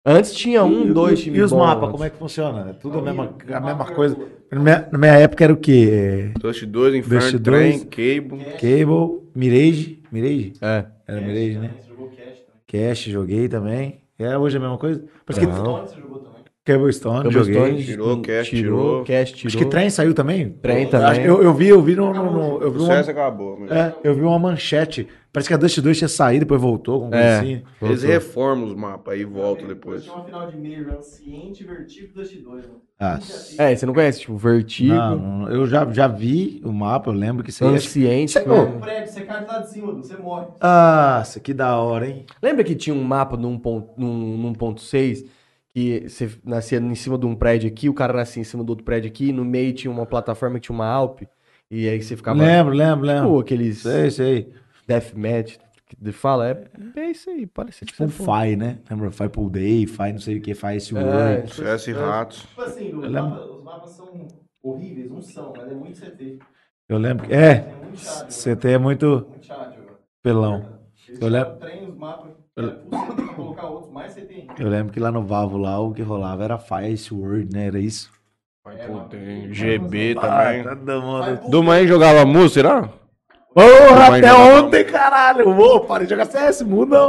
S2: Antes tinha um,
S3: E-
S2: dois
S3: e-
S2: times
S3: E os
S2: bons
S3: mapas,
S2: antes.
S3: como é que funciona? É tudo a
S4: Não,
S3: mesma,
S4: e-
S3: a mesma
S4: mapa
S3: coisa.
S4: é
S3: Na minha, na minha época era o quê?
S1: Dust 2,
S3: Dust
S1: Inferno,
S3: 2.
S1: Trem, Cable.
S3: É, Cable, Mirage. Mirage?
S2: É.
S3: Era
S4: Cash
S3: Mirage,
S4: também,
S3: né?
S4: Você jogou Cash também.
S3: Cash, joguei também. É hoje a mesma coisa? Parece que
S2: Não.
S4: Stone você jogou também.
S3: Cable Stone, joguei.
S2: Cobblestone
S1: Tirou, Cash tirou.
S2: Cash
S3: Acho
S2: tirou.
S3: que trem é saiu também?
S2: Trem
S3: Eu-
S2: também.
S3: acho que Eu, eu vi, eu vi no. no- no- eu,
S1: O
S3: vi uma,
S1: CS acabou, mas...
S3: é, eu vi uma manchete. Parece que a Dust 2 tinha saído, depois voltou, alguma coisa
S2: É.
S3: assim.
S1: Eles
S2: Voltou.
S1: reformam os mapas aí e voltam
S4: Eu
S1: depois.
S4: Tinha uma final de meio, Anciente, Vertigo e Dust 2. mano.
S3: Ah,
S2: É, você não conhece, tipo, Vertigo,
S3: Não, não, eu já, já vi o mapa, eu lembro que isso aí. acho que-
S2: Anciente. tipo, é.
S3: Chegou.
S2: foi-
S4: Um prédio, você cai do lado de cima, você morre.
S3: Nossa, que da hora, hein?
S2: Lembra que tinha um mapa no 1.6 num- num 1.6 que você nascia em cima de um prédio aqui, o cara nascia em cima do outro prédio aqui, e no meio tinha uma plataforma que tinha uma Alp, e aí você ficava.
S3: Lembro, lembro, lembro.
S2: Pô, aqueles
S3: Sei, sei.
S2: deathmatch que ele fala, é, é isso aí, parece que
S3: Tipo um
S2: você-
S3: Fai, né? Lembra? Fai Pull Day, Fai não sei o que, Fai esse
S2: É,
S3: World.
S2: tipo,
S1: CS e Ratos.
S4: Tipo assim, os,
S3: lembro.
S4: mapas, os mapas são horríveis, não são, mas é muito CT.
S3: Eu lembro que. É,
S4: É muito chato.
S3: CT é muito
S4: Muito chato, jogar.
S3: pelão.
S4: Eles
S3: Eu lembro-
S4: tiram trem, os é mapas, era full CT pra colocar outros, mais CT ainda.
S3: Eu lembro que lá no Vavo lá o que rolava era Fai Ice World, né? Era isso?
S1: Vai
S4: É,
S1: pro
S4: mano.
S1: tem GB
S3: Ah,
S1: também.
S3: todo
S4: tá
S3: mundo.
S1: Do Main jogava música, será?
S3: Porra,
S1: Vai
S3: até
S1: jogar
S3: ontem, caralho. Ô, para de jogar CS, muda.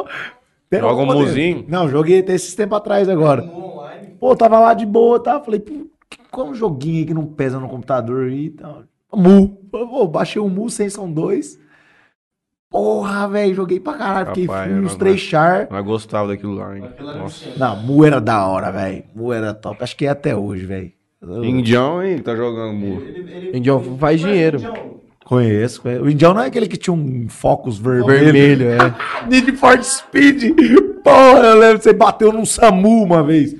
S3: Até
S1: Joga um
S3: ontem.
S1: muzinho.
S3: Não, joguei até esses tempos atrás agora.
S4: No Um online,
S3: Pô, tava lá de boa, tá? Falei, pô, que- qual um joguinho aí que não pesa no computador e tal? Mu. Pô, baixei o Mu, sem são dois. Porra, velho, joguei pra caralho. Fiquei
S1: Rapaz,
S3: full,
S1: era
S3: uns três char.
S1: Mas gostava daquilo lá, hein?
S4: aquela era
S1: Nossa.
S4: Anciente.
S3: Não, Mu era da hora, velho. Mu era top. Acho que é até hoje, velho.
S4: um
S3: Eu
S1: Indião, hein? que Tá jogando música.
S4: Ele, ele, assim,
S2: Indião
S4: ele-
S2: faz
S4: Mas
S2: dinheiro.
S4: Indião,
S3: Conheço, conheço. O Indião não é aquele que tinha um Focus vermelho.
S2: Vermelho, é.
S3: Need for Speed. Porra, eu lembro que você bateu num Samu uma vez.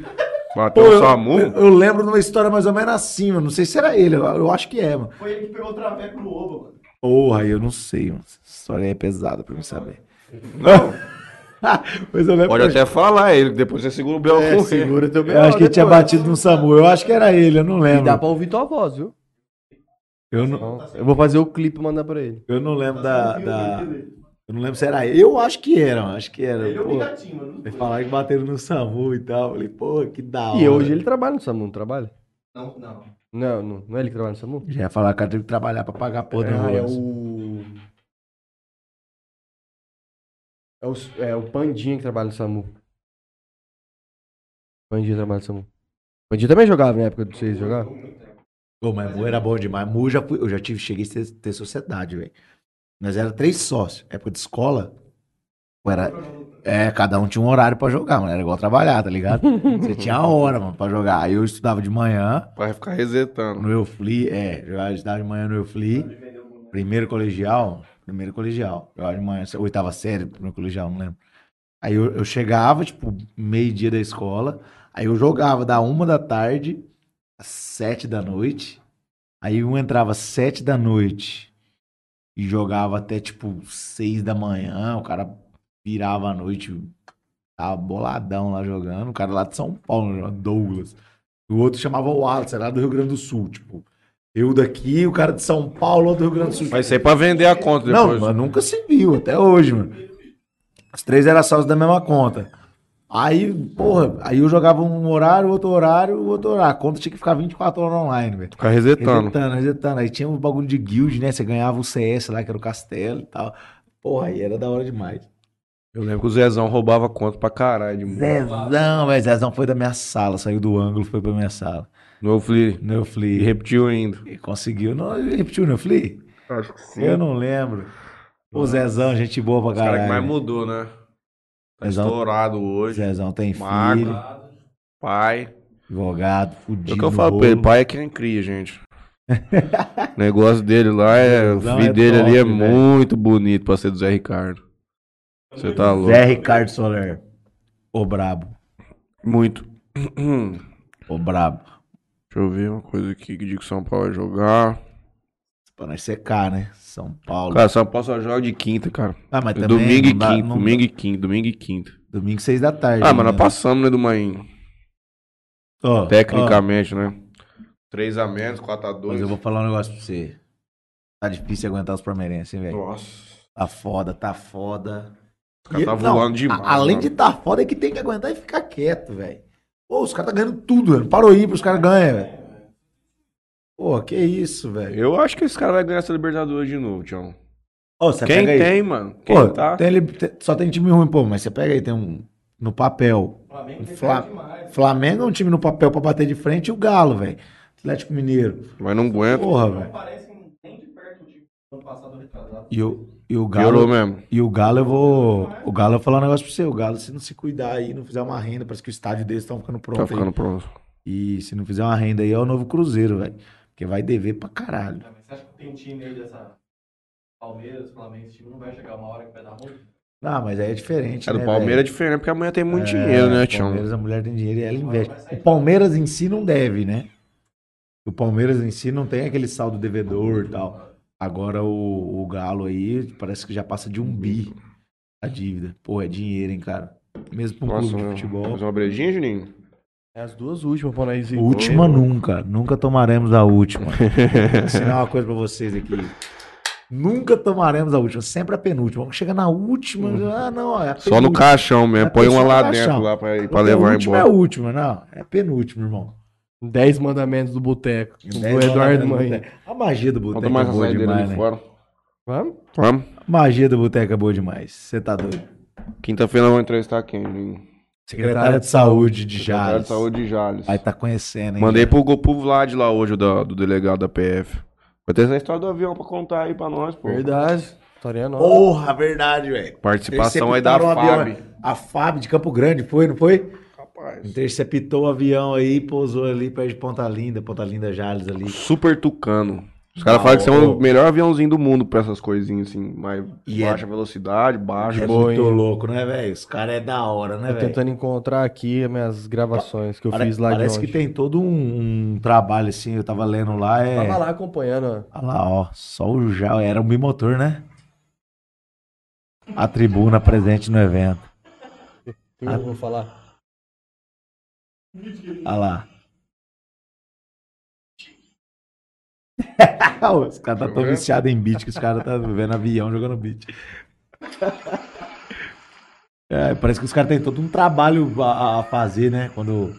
S1: Matou
S3: Pô,
S1: o
S3: eu,
S1: Samu?
S3: eu- eu lembro de uma história mais ou menos assim, mano. Não sei se era ele, eu, eu acho que é, mano.
S4: Foi ele que pegou o traveco no ovo, mano.
S3: Porra, eu não sei, mano. Essa história é pesada pra mim saber.
S1: Não,
S3: Mas eu lembro.
S1: pode até falar ele, depois você segura o Bel
S2: É,
S1: com ele.
S2: segura teu né,
S3: Eu acho que ele tinha
S2: depois.
S3: batido no Samu. Eu acho que era ele, eu não
S2: E dá
S3: lembro.
S2: pra ouvir tua voz, viu?
S3: Eu não,
S2: Então, eu vou fazer o clipe e mandar pra ele.
S3: eu não lembro da,
S4: Tá sendo
S3: da-
S4: filme dele.
S3: Eu não lembro se era ele. Eu acho que era, mano. Acho que era.
S4: Ele é
S3: pô.
S4: o gatinho, mano.
S3: Eles falaram que bateram no Samu e tal. Eu falei, pô, que da hora.
S2: E hoje ele trabalha no SAMU, não trabalha?
S4: Não, não.
S2: Não, não, não é ele que trabalha no SAMU?
S3: Já ia falar, cara, teve que trabalhar pra pagar a porra da
S2: é, é
S3: ambulância.
S2: o. É o, é o Pandinha que trabalha no SAMU. Pandinha trabalha no SAMU. Pandinha também jogava na época de vocês jogar?
S3: Pô, mas Mu era bom demais. Mu já fui, eu já tive, cheguei a ter, ter sociedade, velho. Nós era três sócios. Época de escola. eu Era, é, cada um tinha um horário pra jogar, mano. Era igual trabalhar, tá ligado? Você tinha a hora, mano, pra jogar. Aí eu estudava de manhã
S1: Vai ficar resetando.
S3: no Eufli, é, jogava estudava de manhã no Eufli. Primeiro colegial, primeiro colegial. Jogava de manhã, oitava série, primeiro colegial, não lembro. Aí eu, eu chegava, tipo, meio-dia da escola. Aí eu jogava da uma da tarde às sete da noite. Aí um entrava às sete da noite e jogava até, tipo, seis da manhã. O cara virava à noite, tava boladão lá jogando. O cara lá de São Paulo, né, Douglas. O outro chamava o Wallace, era lá do Rio Grande do Sul, tipo. Eu daqui, o cara de São Paulo, outro do Rio Grande do Sul.
S1: Vai ser pra vender a conta
S3: Não,
S1: depois.
S3: mas nunca se viu até hoje, mano. Os três eram sócios da mesma conta. Aí, porra, aí eu jogava um horário, outro horário, outro horário. A conta tinha que ficar 24 horas online, velho.
S1: Ficar resetando.
S3: Resetando, resetando. Aí tinha um bagulho de guild, né? Você ganhava o CS lá, que era o castelo e tal. Porra, aí era da hora demais.
S1: Eu lembro que o Zezão roubava conta pra caralho. de mim.
S3: Zezão, velho. Zezão foi da minha sala, saiu do ângulo, foi pra minha sala.
S1: No Flea.
S3: No
S1: E
S3: Flea.
S1: repetiu ainda.
S3: E conseguiu. Não, ele repetiu no Flea?
S1: Acho que sim.
S3: Eu não lembro. O Zezão, gente boa
S1: Os
S3: pra
S1: caras que mais
S3: caralho.
S1: mudou, né? Tá
S3: Zezão-
S1: estourado hoje.
S3: Zezão tem
S1: Magro.
S3: filho.
S1: Pai.
S3: Advogado, fudido.
S1: É o que eu falo pra ele, pai é quem cria, gente. o negócio dele lá é. O
S3: Não,
S1: filho
S3: é
S1: dele ali é
S3: top, velho.
S1: muito bonito pra ser do Zé Ricardo. Você tá louco?
S3: Zé Ricardo Soler. O brabo.
S1: Muito. Deixa
S3: O brabo.
S1: eu ver uma coisa aqui que digo que São Paulo vai jogar.
S3: Pra nós secar, né? São Paulo.
S1: Cara, São Paulo só joga de quinta, cara.
S3: ah, mas
S1: É domingo e
S3: não dá-
S1: quinta,
S3: não-
S1: domingo e quinta, domingo e quinta.
S3: domingo, seis da tarde.
S1: Ah, mas nós
S3: né?
S1: passamos, né, do Maim?
S3: Ó,
S1: Tecnicamente, né? 3 a menos, 4 a
S3: ó, mas
S1: 2.
S3: eu vou falar um negócio pra você. Tá difícil aguentar os palmeirenses, hein, velho?
S1: Nossa.
S3: Tá foda, tá foda.
S1: Os caras tá voando demais.
S3: a- além
S1: mano.
S3: de tá foda, é que tem que aguentar e ficar quieto, velho. Pô, os caras tá ganhando tudo, velho. Parou aí, os caras ganham, velho. Pô, que isso, velho.
S1: Eu acho que esse cara vai ganhar essa Libertadores de novo, Tião.
S3: Ô, você
S1: Quem
S3: pega aí.
S1: tem, mano? Quem
S3: Pô,
S1: tá?
S3: tem ele- te- só tem time ruim, pô, mas você pega aí, tem um. No papel.
S4: Flamengo tem
S3: Fla-
S4: cara demais.
S3: Flamengo é um time no papel pra bater de frente e o Galo, velho. Atlético Mineiro.
S1: Mas não aguenta.
S3: Porra,
S4: Não
S3: velho.
S4: parece um- nem de perto o time do ano passado retrasado.
S3: E o, e o
S1: Piorou
S3: Galo.
S1: mesmo.
S3: E o Galo, eu vou. O Galo, eu vou falar um negócio pra você. O Galo, se não se cuidar aí, não fizer uma renda, parece que o estádio deles estão ficando pronto.
S1: Tá
S3: aí.
S1: ficando pronto.
S3: E se não fizer uma renda aí, é o novo Cruzeiro, velho. Porque vai dever pra caralho.
S4: Você acha que tem um time aí dessa Palmeiras, Flamengo, esse time não vai chegar uma hora que vai dar ruim?
S3: Não, mas aí é diferente.
S1: É, do
S3: né,
S1: Palmeiras é
S3: velho?
S1: diferente, porque amanhã tem muito
S3: É,
S1: dinheiro, né, Tião?
S3: Palmeiras, a mulher tem dinheiro e ela investe. O Palmeiras em si não deve, né? O Palmeiras em si não tem aquele saldo devedor e tal. Agora o, o Galo aí parece que já passa de um bi a dívida. Pô, é dinheiro, hein, cara? Mesmo pra um
S1: Nossa,
S3: clube de
S1: mano.
S3: futebol.
S1: Mais uma bredinha, Juninho?
S2: É as duas últimas pra nós ir.
S3: Última
S1: é
S3: nunca. Nunca tomaremos a última. Vou ensinar uma coisa pra vocês aqui. Nunca tomaremos a última, sempre a penúltima. Vamos chegar na última. Ah, não, é a
S1: Uhum. Só no
S3: penúltima.
S1: caixão mesmo.
S3: Vai
S1: Põe
S3: ter
S1: uma
S3: só
S1: lá
S3: no
S1: dentro,
S3: caixão.
S1: lá pra, pra
S3: Porque
S1: levar
S3: a última
S1: embora.
S3: é a última, não. É a penúltima, irmão.
S2: Dez mandamentos do boteco. Do
S3: Dez
S2: Eduardo
S3: horas da
S2: Mãe.
S3: noite. A magia do boteco
S1: Vamos
S3: é
S1: tomar essa
S3: boa
S1: saideira
S3: demais,
S1: ali
S3: né?
S1: fora.
S2: Vamos?
S1: Vamos?
S3: Magia do boteco é boa demais. Você tá doido.
S1: Quinta-feira nós vamos entrevistar quem, Juninho?
S3: Secretária de Saúde de
S1: Secretário
S3: Jales.
S1: de Saúde de Jales.
S3: Vai tá conhecendo, hein?
S1: Mandei pro, pro Vlad lá hoje, da- do delegado da PF. Vai ter essa história do avião pra contar aí pra nós, pô.
S2: Verdade. História nossa.
S3: Porra, verdade, velho. é
S1: Participação aí da
S3: um
S1: FAB.
S3: A FAB de Campo Grande, foi, não foi?
S1: Rapaz.
S3: Interceptou o avião aí, pousou ali perto de Ponta Linda, Ponta Linda Jales ali.
S1: Super Tucano. Os caras falam que você é
S3: Ô,
S1: o melhor aviãozinho do mundo pra essas coisinhas, assim, mais
S3: E é-
S1: baixa velocidade, baixo.
S3: É
S2: Tá Boa,
S3: muito
S2: hein?
S3: louco, né, velho? Os caras é da hora, né,
S2: Tô
S3: velho?
S2: tentando encontrar aqui as minhas gravações que eu
S3: Pare-
S2: fiz lá
S3: Parece
S2: de
S3: que
S2: longe.
S3: tem todo um, um trabalho, assim, eu tava lendo lá, é...
S2: Tava lá acompanhando. ó.
S3: Olha lá, ó, só o já era um bimotor, né? A tribuna presente no evento. Ah.
S2: Eu vou falar.
S3: Olha lá. os caras tá tão viciados em beat que os caras tá vendo avião jogando beat. É, parece que os caras têm todo um trabalho a, a fazer, né? Quando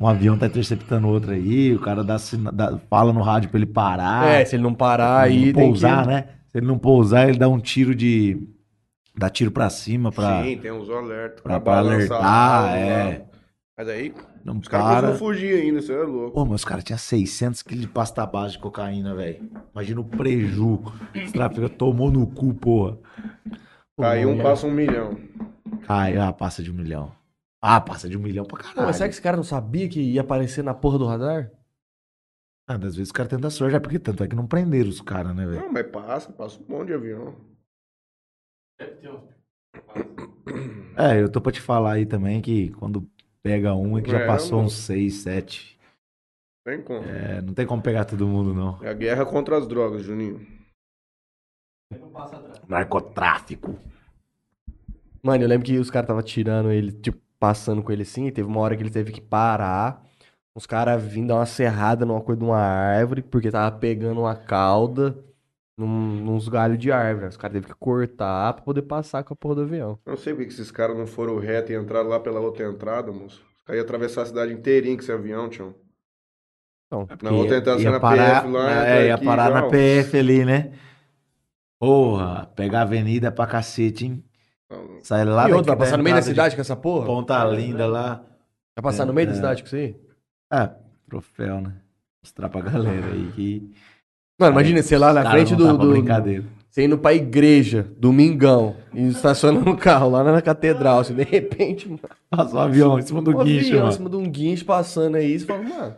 S3: um avião tá interceptando outro aí, o cara dá, sina- dá- fala no rádio pra ele parar.
S2: é, se ele não parar
S3: Se ele
S2: aí,
S3: não
S2: tem
S3: pousar,
S2: que...
S3: né? Se ele não pousar, ele dá um tiro de. Dá tiro pra cima, pra.
S1: Sim, tem uns alertas.
S3: pra- pra
S1: balançar,
S3: alertar,
S1: lá. né?
S3: é.
S1: Mas aí,
S3: Não
S1: os caras
S3: para.
S1: conseguiram fugir ainda, você é louco.
S3: Pô, mas os caras tinham 600 quilos de pasta base de cocaína, velho. Imagina o preju. Os traficantes tomou no cu, porra.
S1: Caiu
S3: é.
S1: um
S2: Pô,
S1: passa um milhão.
S3: Caiu a pasta de um milhão. Ah, passa de um milhão pra
S2: Pô,
S3: caralho.
S2: mas será que esse cara não sabia que ia aparecer na porra do radar?
S3: Ah, mas às vezes os caras tentam sorte, é porque tanto é que não prenderam os caras, né, velho?
S1: Não, mas passa, passa um monte de avião.
S4: Deve ter uns.
S3: É, eu tô pra te falar aí também que quando pega um é que já
S1: É,
S3: passou
S1: mano.
S3: uns 6, 7.
S1: Tem como.
S3: É, não tem como pegar todo mundo, não.
S1: É a guerra contra as drogas, Juninho.
S4: Aí não passa atrás.
S3: Narcotráfico.
S2: Mano, eu lembro que os caras tava tirando ele, tipo, passando com ele assim, e teve uma hora que ele teve que parar. Os caras vindo dar uma serrada numa coisa de uma árvore, porque tava pegando uma cauda num- nos galhos de árvore. né? Os caras teve que cortar pra poder passar com a porra do avião.
S1: Eu não sei por que esses caras não foram reto e entraram lá pela outra entrada, moço. Os caras iam atravessar a cidade inteirinha com esse avião, tchau.
S2: Então,
S1: Na outra entrada, você
S3: ia
S1: na
S3: parar,
S1: PF lá,
S3: é,
S1: entra
S3: ia
S1: aqui,
S3: parar
S1: já,
S3: na
S1: ó.
S3: PF ali, né? Porra, pegar a avenida pra cacete, hein?
S1: Não,
S3: Sai lá
S2: e
S3: daqui né?
S2: outro, vai passar no meio da
S3: entrada
S2: cidade com essa
S3: de
S2: porra?
S3: Ponta Linda lá.
S2: Vai passar Tá no meio da
S3: É.
S2: cidade com isso aí?
S3: Ah, troféu, né? Mostrar pra galera aí que.
S2: Mano, imagina, sei lá, na
S3: Cara,
S2: frente
S3: não
S2: do,
S3: tá pra
S2: do-
S3: Brincadeira.
S2: Você indo pra igreja, domingão, e estacionando o carro lá na catedral. Assim, de repente, mano,
S3: Passou um avião em cima do
S2: um
S3: guincho,
S2: avião em
S3: mano.
S2: cima de um guincho passando aí, você fala, mano.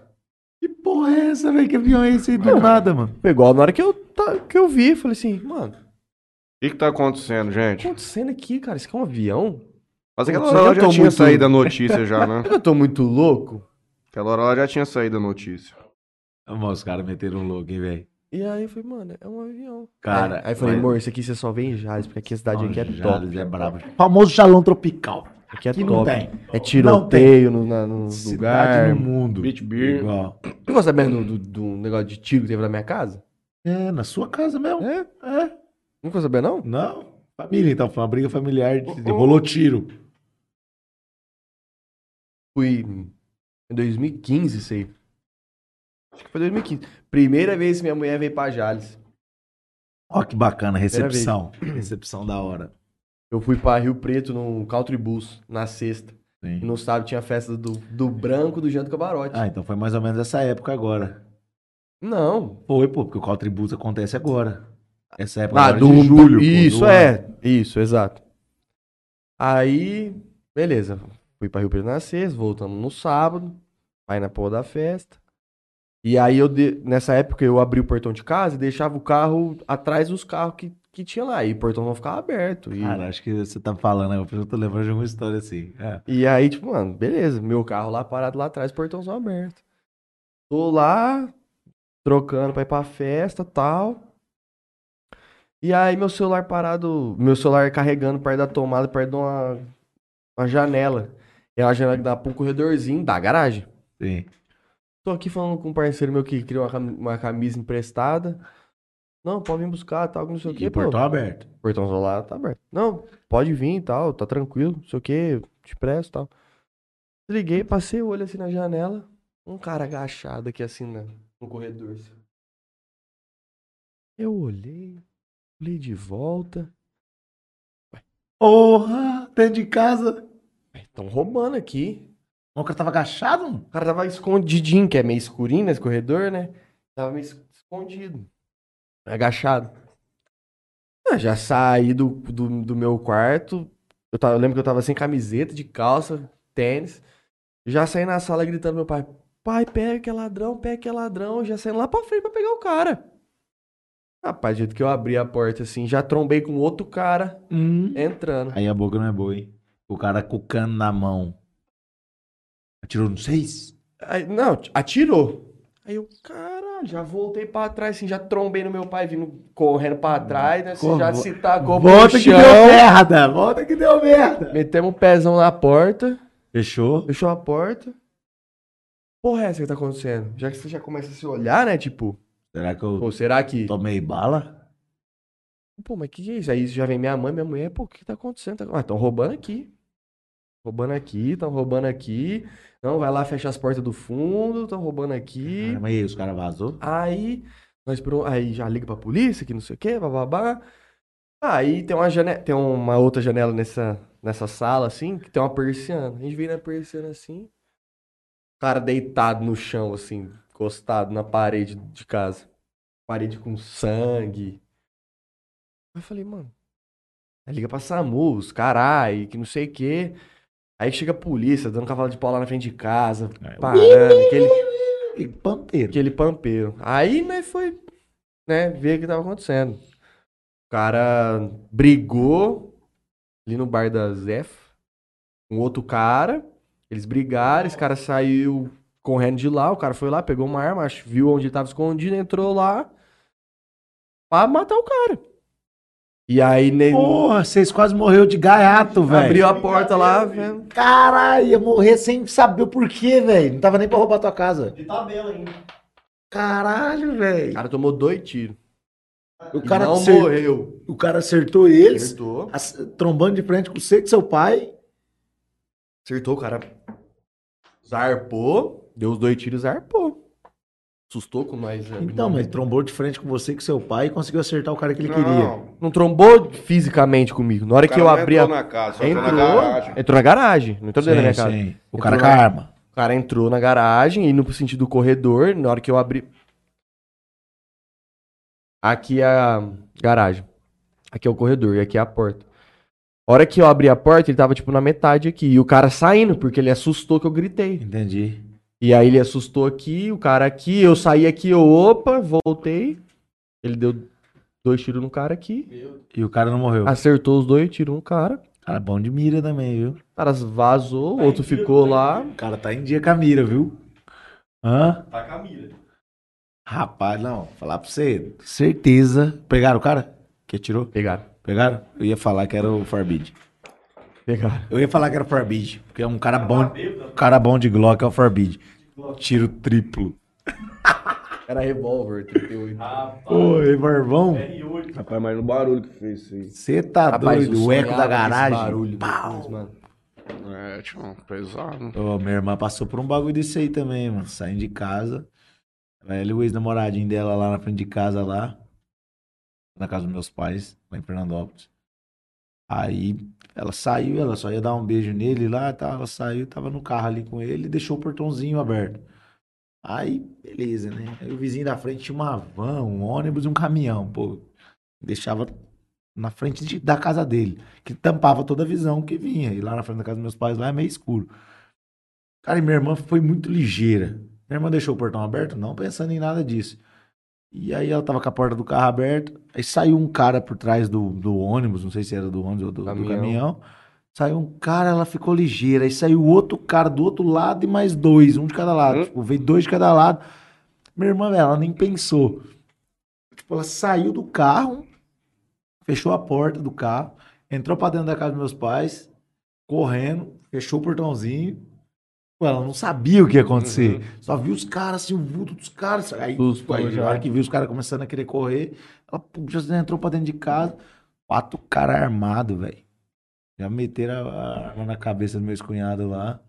S3: Que porra é essa, velho? Que avião é esse aí do nada, mano?
S2: Foi igual na hora que eu, tá- que eu vi, falei assim, mano, o
S1: O que que tá acontecendo,
S2: que tá
S1: gente?
S2: acontecendo aqui, cara? Isso aqui é um avião?
S1: Mas aquela
S2: Putz,
S1: hora
S2: eu
S1: lá já
S2: tô
S1: tinha
S2: muito-
S1: saído a notícia já, né?
S2: Eu tô muito louco.
S1: Aquela hora lá já tinha saído a notícia.
S3: Mano, os caras meteram um louco, hein, velho?
S2: E aí eu falei, mano, é um avião.
S3: Cara,
S2: Aí, aí eu falei,
S3: mas-
S2: amor, isso aqui você só vê em Jales, porque aqui a cidade aqui é
S3: Ó,
S2: top.
S3: Jales é brabo. Famoso Jalão Tropical.
S2: Aqui é
S3: Aqui não
S2: top.
S3: tem.
S2: É tiroteio no, na, no
S3: Cidade
S2: lugar.
S3: no mundo.
S1: Beach Beer.
S3: Igual.
S2: Você ficou sabendo do, do, do negócio de tiro que teve na minha casa?
S3: É, na sua casa mesmo.
S2: É?
S3: É.
S2: Não ficou sabendo, não?
S3: Não. Família, então. Foi uma briga familiar. De... Rolou tiro.
S2: Fui em 2015, isso aí. Acho que foi 2015. Primeira vez que minha mulher veio pra Jales.
S3: Ó, que bacana. a
S2: Primeira
S3: Recepção. Recepção da hora.
S2: Eu fui pra Rio Preto no Country Bus, na sexta. E
S3: Sim.
S2: no sábado tinha a festa do, do branco do Jean do Camarote.
S3: Ah, então foi mais ou menos essa época agora.
S2: Não.
S3: Foi, pô, porque o Call Tributo acontece agora. Essa época
S2: Ah,
S3: agora
S2: do,
S3: de julho.
S2: do-
S3: pô,
S2: Isso,
S3: do ano.
S2: é. Isso, exato. Aí, beleza. Fui pra Rio Preto na sexta, voltamos no sábado. Aí na porra da festa. E aí eu, de- nessa época, eu abri o portão de casa e deixava o carro atrás dos carros que, que tinha lá. E o portão não ficava aberto. E,
S3: Cara, acho que você tá falando, né? eu tô lembrando de alguma história assim. É.
S2: E aí, tipo, mano, beleza, meu carro lá parado lá atrás, portãozão aberto. Tô lá, trocando pra ir pra festa tal. E aí, meu celular parado, meu celular carregando perto da tomada, perto de uma, uma janela. É uma janela que dá pra um corredorzinho da garagem.
S3: Sim.
S2: Tô aqui falando com um parceiro meu que criou uma cami- uma camisa emprestada. Não, pode vir buscar, tal, que não sei o
S3: E
S2: quê.
S3: o
S2: pô.
S3: portão aberto.
S2: Portão solar tá aberto. Não, pode vir e tal, tá tranquilo, não sei o que, te presto e tal. Liguei, passei o olho assim na janela, um cara agachado aqui assim na- no corredor. assim. Eu olhei, olhei de volta.
S3: Porra, dentro de casa.
S2: Estão roubando aqui.
S3: O cara tava agachado? mano?
S2: O cara tava escondidinho, que é meio escurinho nesse corredor, né? Tava meio es- escondido. Agachado. Eu já saí do, do, do meu quarto. Eu, tava- eu lembro que eu tava sem camiseta, de calça, tênis. Já saí na sala gritando pro meu pai: Pai, pega que é ladrão, pega que é ladrão. Já saindo lá pra frente pra pegar o cara. Rapaz, do jeito que eu abri a porta assim, já trombei com outro cara entrando.
S3: Aí a boca não é boa, hein? O cara com o cano na mão. Atirou no seis?
S2: Aí, não, t- atirou. Aí eu, caralho, já voltei pra trás, assim, já trombei no meu pai vindo correndo pra trás, né? assim,
S3: Corvo-
S2: já se tacou pro
S3: Volta que deu
S2: chão.
S3: merda! Volta que deu merda!
S2: Metemos o pezão na porta.
S3: Fechou?
S2: Fechou a porta. Porra, é essa que tá acontecendo? Já que você já começa a se olhar, né? Tipo,
S3: Será que eu
S2: pô, será que.
S3: tomei bala?
S2: Pô, mas que que é isso? Aí já vem minha mãe, minha mulher, pô, o que que tá acontecendo? Tá- Ah, estão roubando aqui. Roubando aqui, estão roubando aqui. Não, vai lá fechar as portas do fundo, estão roubando aqui.
S3: Caramba, e aí, os caras vazou?
S2: Aí, nós pro- aí já liga pra polícia, que não sei o quê, bababá. Aí tem uma janela, tem uma outra janela nessa, nessa sala, assim, que tem uma persiana. A gente vira na persiana assim, o cara deitado no chão, assim, encostado na parede de casa. Parede com sangue. Aí eu falei, mano. Aí liga pra SAMU, os carai, que não sei o quê. Aí chega a polícia, dando cavalo de pau lá na frente de casa,
S3: Aí,
S2: parando, aquele
S3: E é, panteiro.
S2: Aquele pampeiro. Aí, né, foi, né, ver o que tava acontecendo. O cara brigou ali no bar da Zef com outro cara. Eles brigaram, esse cara saiu correndo de lá. O cara foi lá, pegou uma arma, ach- viu onde ele tava escondido, entrou lá pra matar o cara. E aí, né,
S3: Porra, vocês quase morreu de gaiato, velho.
S2: abriu a porta lá, vendo.
S3: Caralho, ia morrer sem saber o porquê, velho. Não tava nem pra roubar tua casa.
S4: De tabela ainda.
S3: Caralho,
S2: O
S3: velho.
S2: cara tomou dois tiros.
S3: O
S2: E
S3: cara,
S2: não
S3: acer-
S2: morreu.
S3: o cara acertou eles,
S2: Acertou.
S3: ac- trombando de frente com você, com seu pai.
S2: Acertou, o cara. Zarpou. Deu os dois tiros, zarpou. Assustou com nós. né?
S3: Então, mas ele trombou de frente com você, com seu pai e conseguiu acertar o cara que ele queria.
S1: Não,
S2: Não trombou fisicamente comigo. Na hora
S1: o
S2: que
S1: cara
S2: eu
S1: não
S2: abri a.
S1: entrou na casa, só
S2: entrou,
S1: entrou na garagem.
S2: entrou na garagem. Não entrou dentro da minha casa.
S3: O cara com
S2: Entrou
S3: a
S2: lá.
S3: arma.
S2: O cara entrou na garagem, indo pro sentido do corredor. Na hora que eu abri. Aqui é a garagem. Aqui é o corredor e aqui é a porta. A hora que eu abri a porta, ele tava tipo na metade aqui. E o cara saindo, porque ele assustou que eu gritei.
S3: Entendi.
S2: E aí ele assustou aqui, o cara aqui, eu saí aqui, eu, opa, voltei. Ele deu dois tiros no cara aqui,
S3: E o cara não morreu.
S2: acertou os dois tiros no cara,
S3: Cara, bom de mira também, viu?
S2: o cara vazou, o
S4: Aí,
S2: outro
S4: tiro,
S2: ficou
S4: aí,
S2: lá.
S4: tiro.
S3: O cara tá em dia com a mira, viu? Hã?
S4: Tá com a mira.
S3: Rapaz, não. Falar pra você. Certeza. Pegaram o cara? Que atirou?
S2: Pegaram,
S3: Pegaram? Eu ia falar que era o Forbid.
S2: pegaram.
S3: Eu ia falar que era o Forbid, porque é um cara
S4: Tá
S3: bom,
S4: bêbado.
S3: um cara bom de Glock é o Forbid. Tiro triplo.
S2: Era revólver, 38.
S4: Rapaz.
S3: Ô, Revarvão,
S4: R8.
S1: Rapaz, mas no barulho que fez isso aí.
S3: você tá
S2: Rapaz,
S3: doido?
S2: eu
S3: O eco da
S2: sonhava com esse
S3: garagem.
S2: barulho
S3: Pau.
S2: depois, mano.
S1: É, tipo, pesado.
S3: Ô, minha irmã passou por um bagulho desse aí também, mano. Saindo de casa. Ela e o ex-namoradinho dela lá na frente de casa, lá. Na casa dos meus pais, lá em Fernandópolis. Aí ela saiu, ela só ia dar um beijo nele lá, tá, ela saiu, tava no carro ali com ele e deixou o portãozinho aberto. Aí, beleza, né? Aí o vizinho da frente tinha uma van, um ônibus e um caminhão, pô. Deixava na frente de- da casa dele, que tampava toda a visão que vinha. E lá na frente da casa dos meus pais, lá é meio escuro. Cara, e minha irmã foi muito ligeira. Minha irmã deixou o portão aberto, não pensando em nada disso. E aí ela tava com a porta do carro aberta, aí saiu um cara por trás do, do ônibus, não sei se era do ônibus ou do do caminhão.
S2: Caminhão.
S3: Saiu um cara, ela ficou ligeira. Aí saiu outro cara do outro lado e mais dois, um de cada lado.
S1: Hum?
S3: Tipo, veio dois de cada lado. Minha irmã, velho, ela nem pensou. Tipo, ela saiu do carro, fechou a porta do carro, entrou pra dentro da casa dos meus pais, correndo, fechou o portãozinho. Pô, Ela não sabia o que ia acontecer. Só viu os caras, assim, o vulto dos caras. Aí,
S2: Susto,
S3: aí,
S2: já.
S3: na hora que viu os caras começando a querer correr, ela pum, já entrou pra dentro de casa. Quatro caras armados, velho. Já meteram a a arma na cabeça do meu cunhado lá.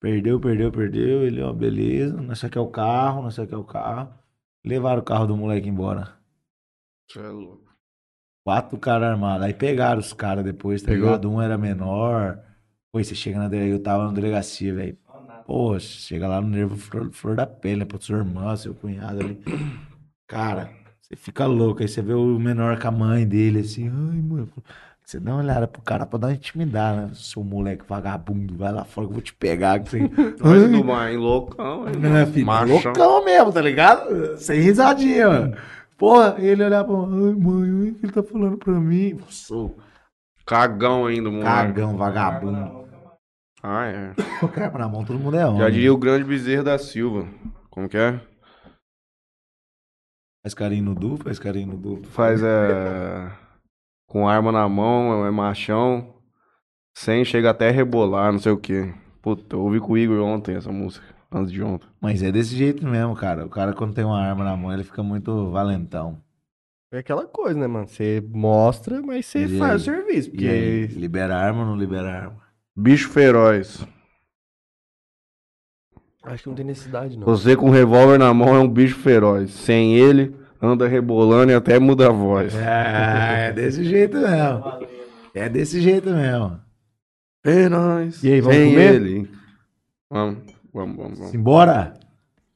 S3: Perdeu, perdeu, perdeu. Ele, ó, beleza. Não sei o que é o carro, não sei o que é o carro. Levaram o carro do moleque embora.
S1: Você é louco.
S3: Quatro caras armados. Aí pegaram os caras depois, tá
S2: Pegou?
S3: ligado? Um era menor. Pô, você chega na delegacia, eu tava na delegacia, velho.
S4: Ah,
S3: Pô, chega lá no nervo flor, flor da pele, né? Pra sua irmã, seu cunhado ali. Cara, você fica louco. Aí você vê o menor com a mãe dele, assim, ai, mãe. Você dá uma olhada pro cara pra dar uma intimidade, né? Seu moleque vagabundo, vai lá fora que eu vou te pegar. Que você...
S1: Mas
S3: Ai,
S1: do mar, hein? é, Loucão, hein?
S3: né, filho?
S1: Machão.
S3: Loucão mesmo, tá ligado? Sem risadinha, mano. Porra, ele olhar pra mim, ai mãe, o que ele tá falando pra mim? Sou
S1: Cagão ainda, moleque.
S3: cagão, vagabundo.
S1: Ah, é.
S3: Com a arma na mão, todo mundo é homem.
S1: Já diria o grande bezerro da Silva. Como que é?
S3: Faz carinho no Du, faz carinho no Du.
S1: Faz é. Com arma na mão, é machão. Sem chega até a rebolar, não sei o quê. Puta, eu ouvi com o Igor ontem essa música. Antes de ontem.
S3: Mas é desse jeito mesmo, cara. O cara, quando tem uma arma na mão, ele fica muito valentão.
S2: É aquela coisa, né, mano? Você mostra, mas você
S3: E
S2: faz
S3: aí?
S2: o serviço.
S3: E aí,
S2: Porque
S3: libera arma ou não libera arma?
S1: Bicho feroz.
S2: acho que não tem necessidade, não.
S1: Você com revólver na mão é um bicho feroz. Sem ele, anda rebolando e até muda a voz.
S3: É, é desse jeito
S4: tá
S3: mesmo. É desse jeito mesmo.
S1: Feroz.
S2: E aí, vamos
S1: sem
S2: comer?
S1: Ele. Vamos, vamos, vamos. vamos.
S3: Simbora?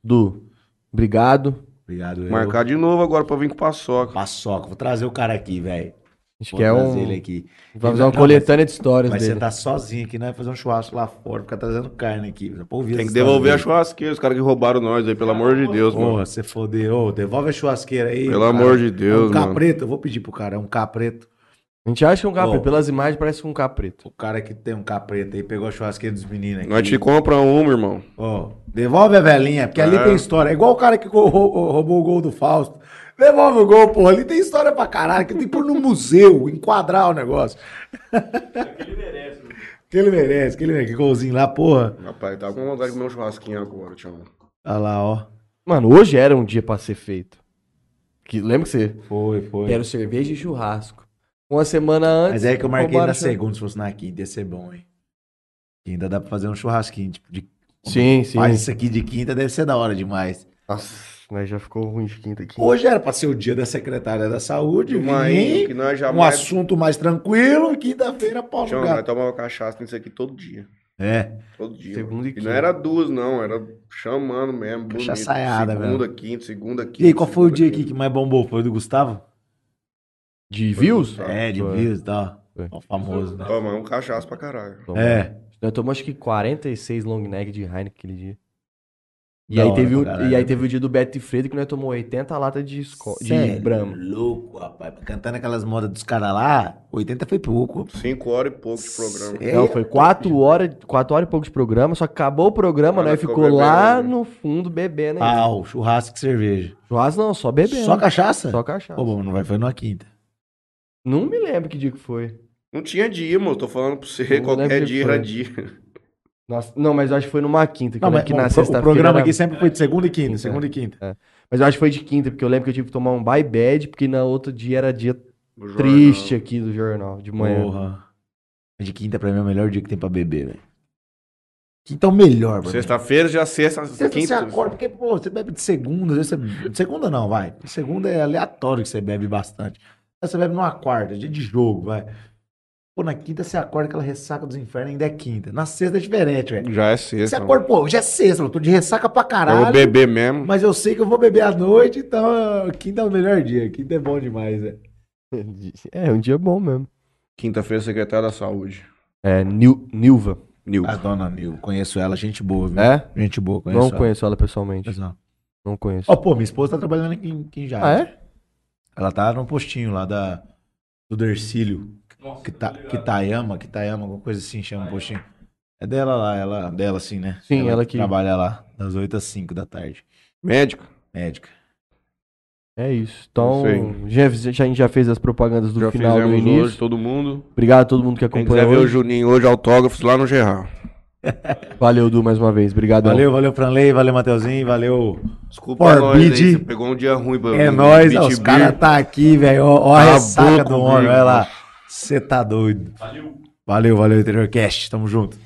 S2: Du, obrigado.
S3: Obrigado, eu.
S1: Marcar de novo agora pra vir com paçoca.
S3: Paçoca, vou trazer o cara aqui, velho.
S2: Acho
S3: Vou
S2: que é
S3: trazer ele
S2: um.
S3: aqui.
S2: Vai fazer
S3: Não,
S2: uma
S3: mas-
S2: coletânea de histórias
S3: Mas você
S2: dele.
S3: tá sozinho aqui, nós vamos fazer um churrasco lá fora, ficar trazendo carne aqui. velho. Pra ouvir
S1: Tem
S3: as
S1: que devolver a
S3: histórias
S1: churrasqueira, os caras que roubaram nós aí,
S2: Ah,
S1: pelo amor de Deus,
S3: dele.
S1: mano.
S3: Porra, você fodeu. Ô, devolve a churrasqueira aí.
S1: Pelo
S3: cara.
S1: amor de
S3: É
S1: Deus,
S3: um
S1: mano.
S3: capreto, eu vou pedir pro cara, é um capreto.
S2: A gente acha um capreto.
S3: Ó.
S2: Pelas imagens parece um capreto.
S3: O cara que tem um capreto aí pegou a churrasqueira dos meninos aqui.
S1: Nós te compra uma, irmão.
S3: Ó, devolve a velhinha, porque ali
S1: É.
S3: tem história. É igual o cara que rou- rou- roubou o gol do Fausto. Devolve o gol, porra. Ali tem história pra caralho, que tem que pôr no museu, enquadrar o negócio.
S4: Ele merece. mano.
S3: Que ele merece, que ele merece. Que golzinho lá, porra.
S1: Rapaz, tava com vontade de comer um churrasquinho agora, tchau.
S3: Olha lá, ó.
S2: Mano, hoje era um dia pra ser feito. Que, lembra que você.
S3: Foi, foi.
S2: Quero cerveja e churrasco. Uma semana antes.
S3: Mas é que eu marquei
S2: roubaram
S3: na
S2: a churrasco.
S3: segunda, se fosse na quinta, ia ser bom, hein? E ainda dá pra fazer um churrasquinho, tipo, de...
S2: Sim, sim.
S3: Faz isso aqui de quinta, deve ser da hora demais.
S2: Nossa, mas já ficou ruim de quinta aqui.
S3: Hoje era pra ser o dia da secretária da saúde,
S1: Mas
S3: vir,
S1: que nós
S3: um
S1: jamais.
S3: assunto mais tranquilo, quinta-feira, pau no
S1: Tchau,
S3: gato.
S1: nós tomava cachaça nisso aqui todo dia.
S3: É,
S1: Todo dia. mano.
S2: Segunda e
S1: E
S2: quinta.
S1: não era duas, não, era chamando mesmo. bonito.
S3: Cachaçaiada,
S1: Segunda, quinta, segunda, quinta.
S3: e aí, qual foi o dia
S1: segunda,
S3: aqui que mais bombou? Foi o do Gustavo?
S2: De views?
S1: Foi.
S3: É, de
S2: Tá, Foi.
S3: views e tal.
S2: Foi.
S3: Ó, famoso, né?
S1: Toma, um cachaço pra caralho.
S2: Tomou.
S3: É.
S2: Nós tomamos acho que 46 long neck de Heineken aquele dia. E
S3: Da
S2: aí,
S3: hora
S2: teve
S3: pra
S2: o,
S3: caralho.
S2: e aí teve o dia do Beto e Fredo que nós tomou 80 latas de, Sco-
S3: Cê é
S2: de Brahma.
S3: louco, rapaz. Cantando aquelas modas dos caras lá, 80 foi pouco.
S1: Cinco horas e pouco de programa.
S3: É,
S2: Não, foi 4 horas, quatro horas e pouco de programa, só que acabou o programa,
S1: Ah,
S2: nós
S1: nós
S2: ficou,
S1: ficou
S2: lá
S1: bebendo, né?
S2: no fundo bebendo. ainda.
S3: Pau, churrasco e cerveja.
S2: Churrasco não, só bebendo.
S3: Ah. Só cachaça?
S2: Só cachaça.
S3: Pô, bom, não vai foi numa quinta.
S2: Não me lembro que dia que foi.
S1: Não tinha dia, moço. Tô falando pra você.
S2: Não
S1: qualquer
S2: lembro que
S1: dia
S2: foi.
S1: era dia.
S2: Nossa, não, mas eu acho que foi numa quinta, que
S3: Não,
S2: eu
S3: mas
S2: lembro que na
S3: o, pro- o
S2: sexta-feira.
S3: programa
S2: era-
S3: aqui sempre foi de segunda e quinta,
S2: Quinta.
S3: segunda e quinta.
S2: Mas eu acho que foi de quinta, porque eu lembro que eu tive que tomar um bye bad, porque na outro dia era dia
S1: O jornal.
S2: triste aqui do jornal, de manhã.
S3: Porra. De quinta pra mim é o melhor dia que tem pra beber, velho. Quinta é o melhor, mano.
S1: Sexta-feira já é sexta,
S3: Sexta você
S1: quinta.
S3: acorda, porque, pô, você bebe de segunda, às vezes você... de segunda não, vai. De segunda é aleatório que você bebe bastante. Aí Você bebe numa quarta, dia de jogo, vai. Pô, na quinta você acorda aquela ressaca dos infernos, ainda é quinta. Na sexta é diferente, velho.
S1: Já é
S3: Você
S1: sexta.
S3: acorda, pô, já é sexta, eu tô de ressaca pra
S1: mano. Eu vou
S3: caralho.
S1: beber mesmo.
S3: Mas eu sei que eu vou beber à noite, então quinta é o melhor dia. Quinta é bom demais, velho.
S2: É, um dia bom mesmo.
S1: Quinta-feira, secretário da saúde.
S2: É, Nil- Nilva.
S1: Nil.
S3: A dona Nil, conheço ela, gente boa, viu?
S2: É?
S3: Gente boa, conheço
S2: Não
S3: ela.
S2: conheço ela pessoalmente.
S3: Conheço ela.
S2: Não conheço.
S3: Ó, pô, minha esposa tá trabalhando aqui em, aqui em Jales.
S2: ah, é?
S3: Ela tá num postinho lá da, do Dercílio, tá,
S4: Nossa,
S3: Kita,
S4: tô ligado.
S3: Kitayama, Kitayama, alguma coisa assim chama o postinho. É dela lá, ela, dela sim, né?
S2: Sim, ela que-
S3: Trabalha lá, das 8 às 5 da tarde.
S1: Médico.
S3: Médica.
S2: É isso. Então,
S1: Não
S2: já, já- a gente já fez as propagandas do
S1: já
S2: final do
S1: fizemos
S2: início.
S1: hoje, todo mundo.
S2: Obrigado a todo mundo que
S1: Quem quiser
S2: acompanhou.
S1: ver o
S2: hoje.
S1: Juninho hoje, autógrafos lá no Gerral.
S2: Valeu, Du, mais uma vez. Obrigado.
S3: Valeu, valeu, Franley, valeu, Mateuzinho, valeu.
S1: Desculpa,
S3: Por
S1: nós, hein?
S3: bid.
S1: Você pegou um dia ruim pra
S3: É
S1: mim.
S3: nóis, ó,
S1: Bit
S3: os
S1: beer.
S3: caras tá aqui, velho. Ó, ó a
S1: Acabou
S3: ressaca do
S1: comigo,
S3: homem, olha lá.
S1: macho.
S3: Você tá doido.
S4: Valeu.
S3: Valeu, valeu, Interior Cast. Tamo junto.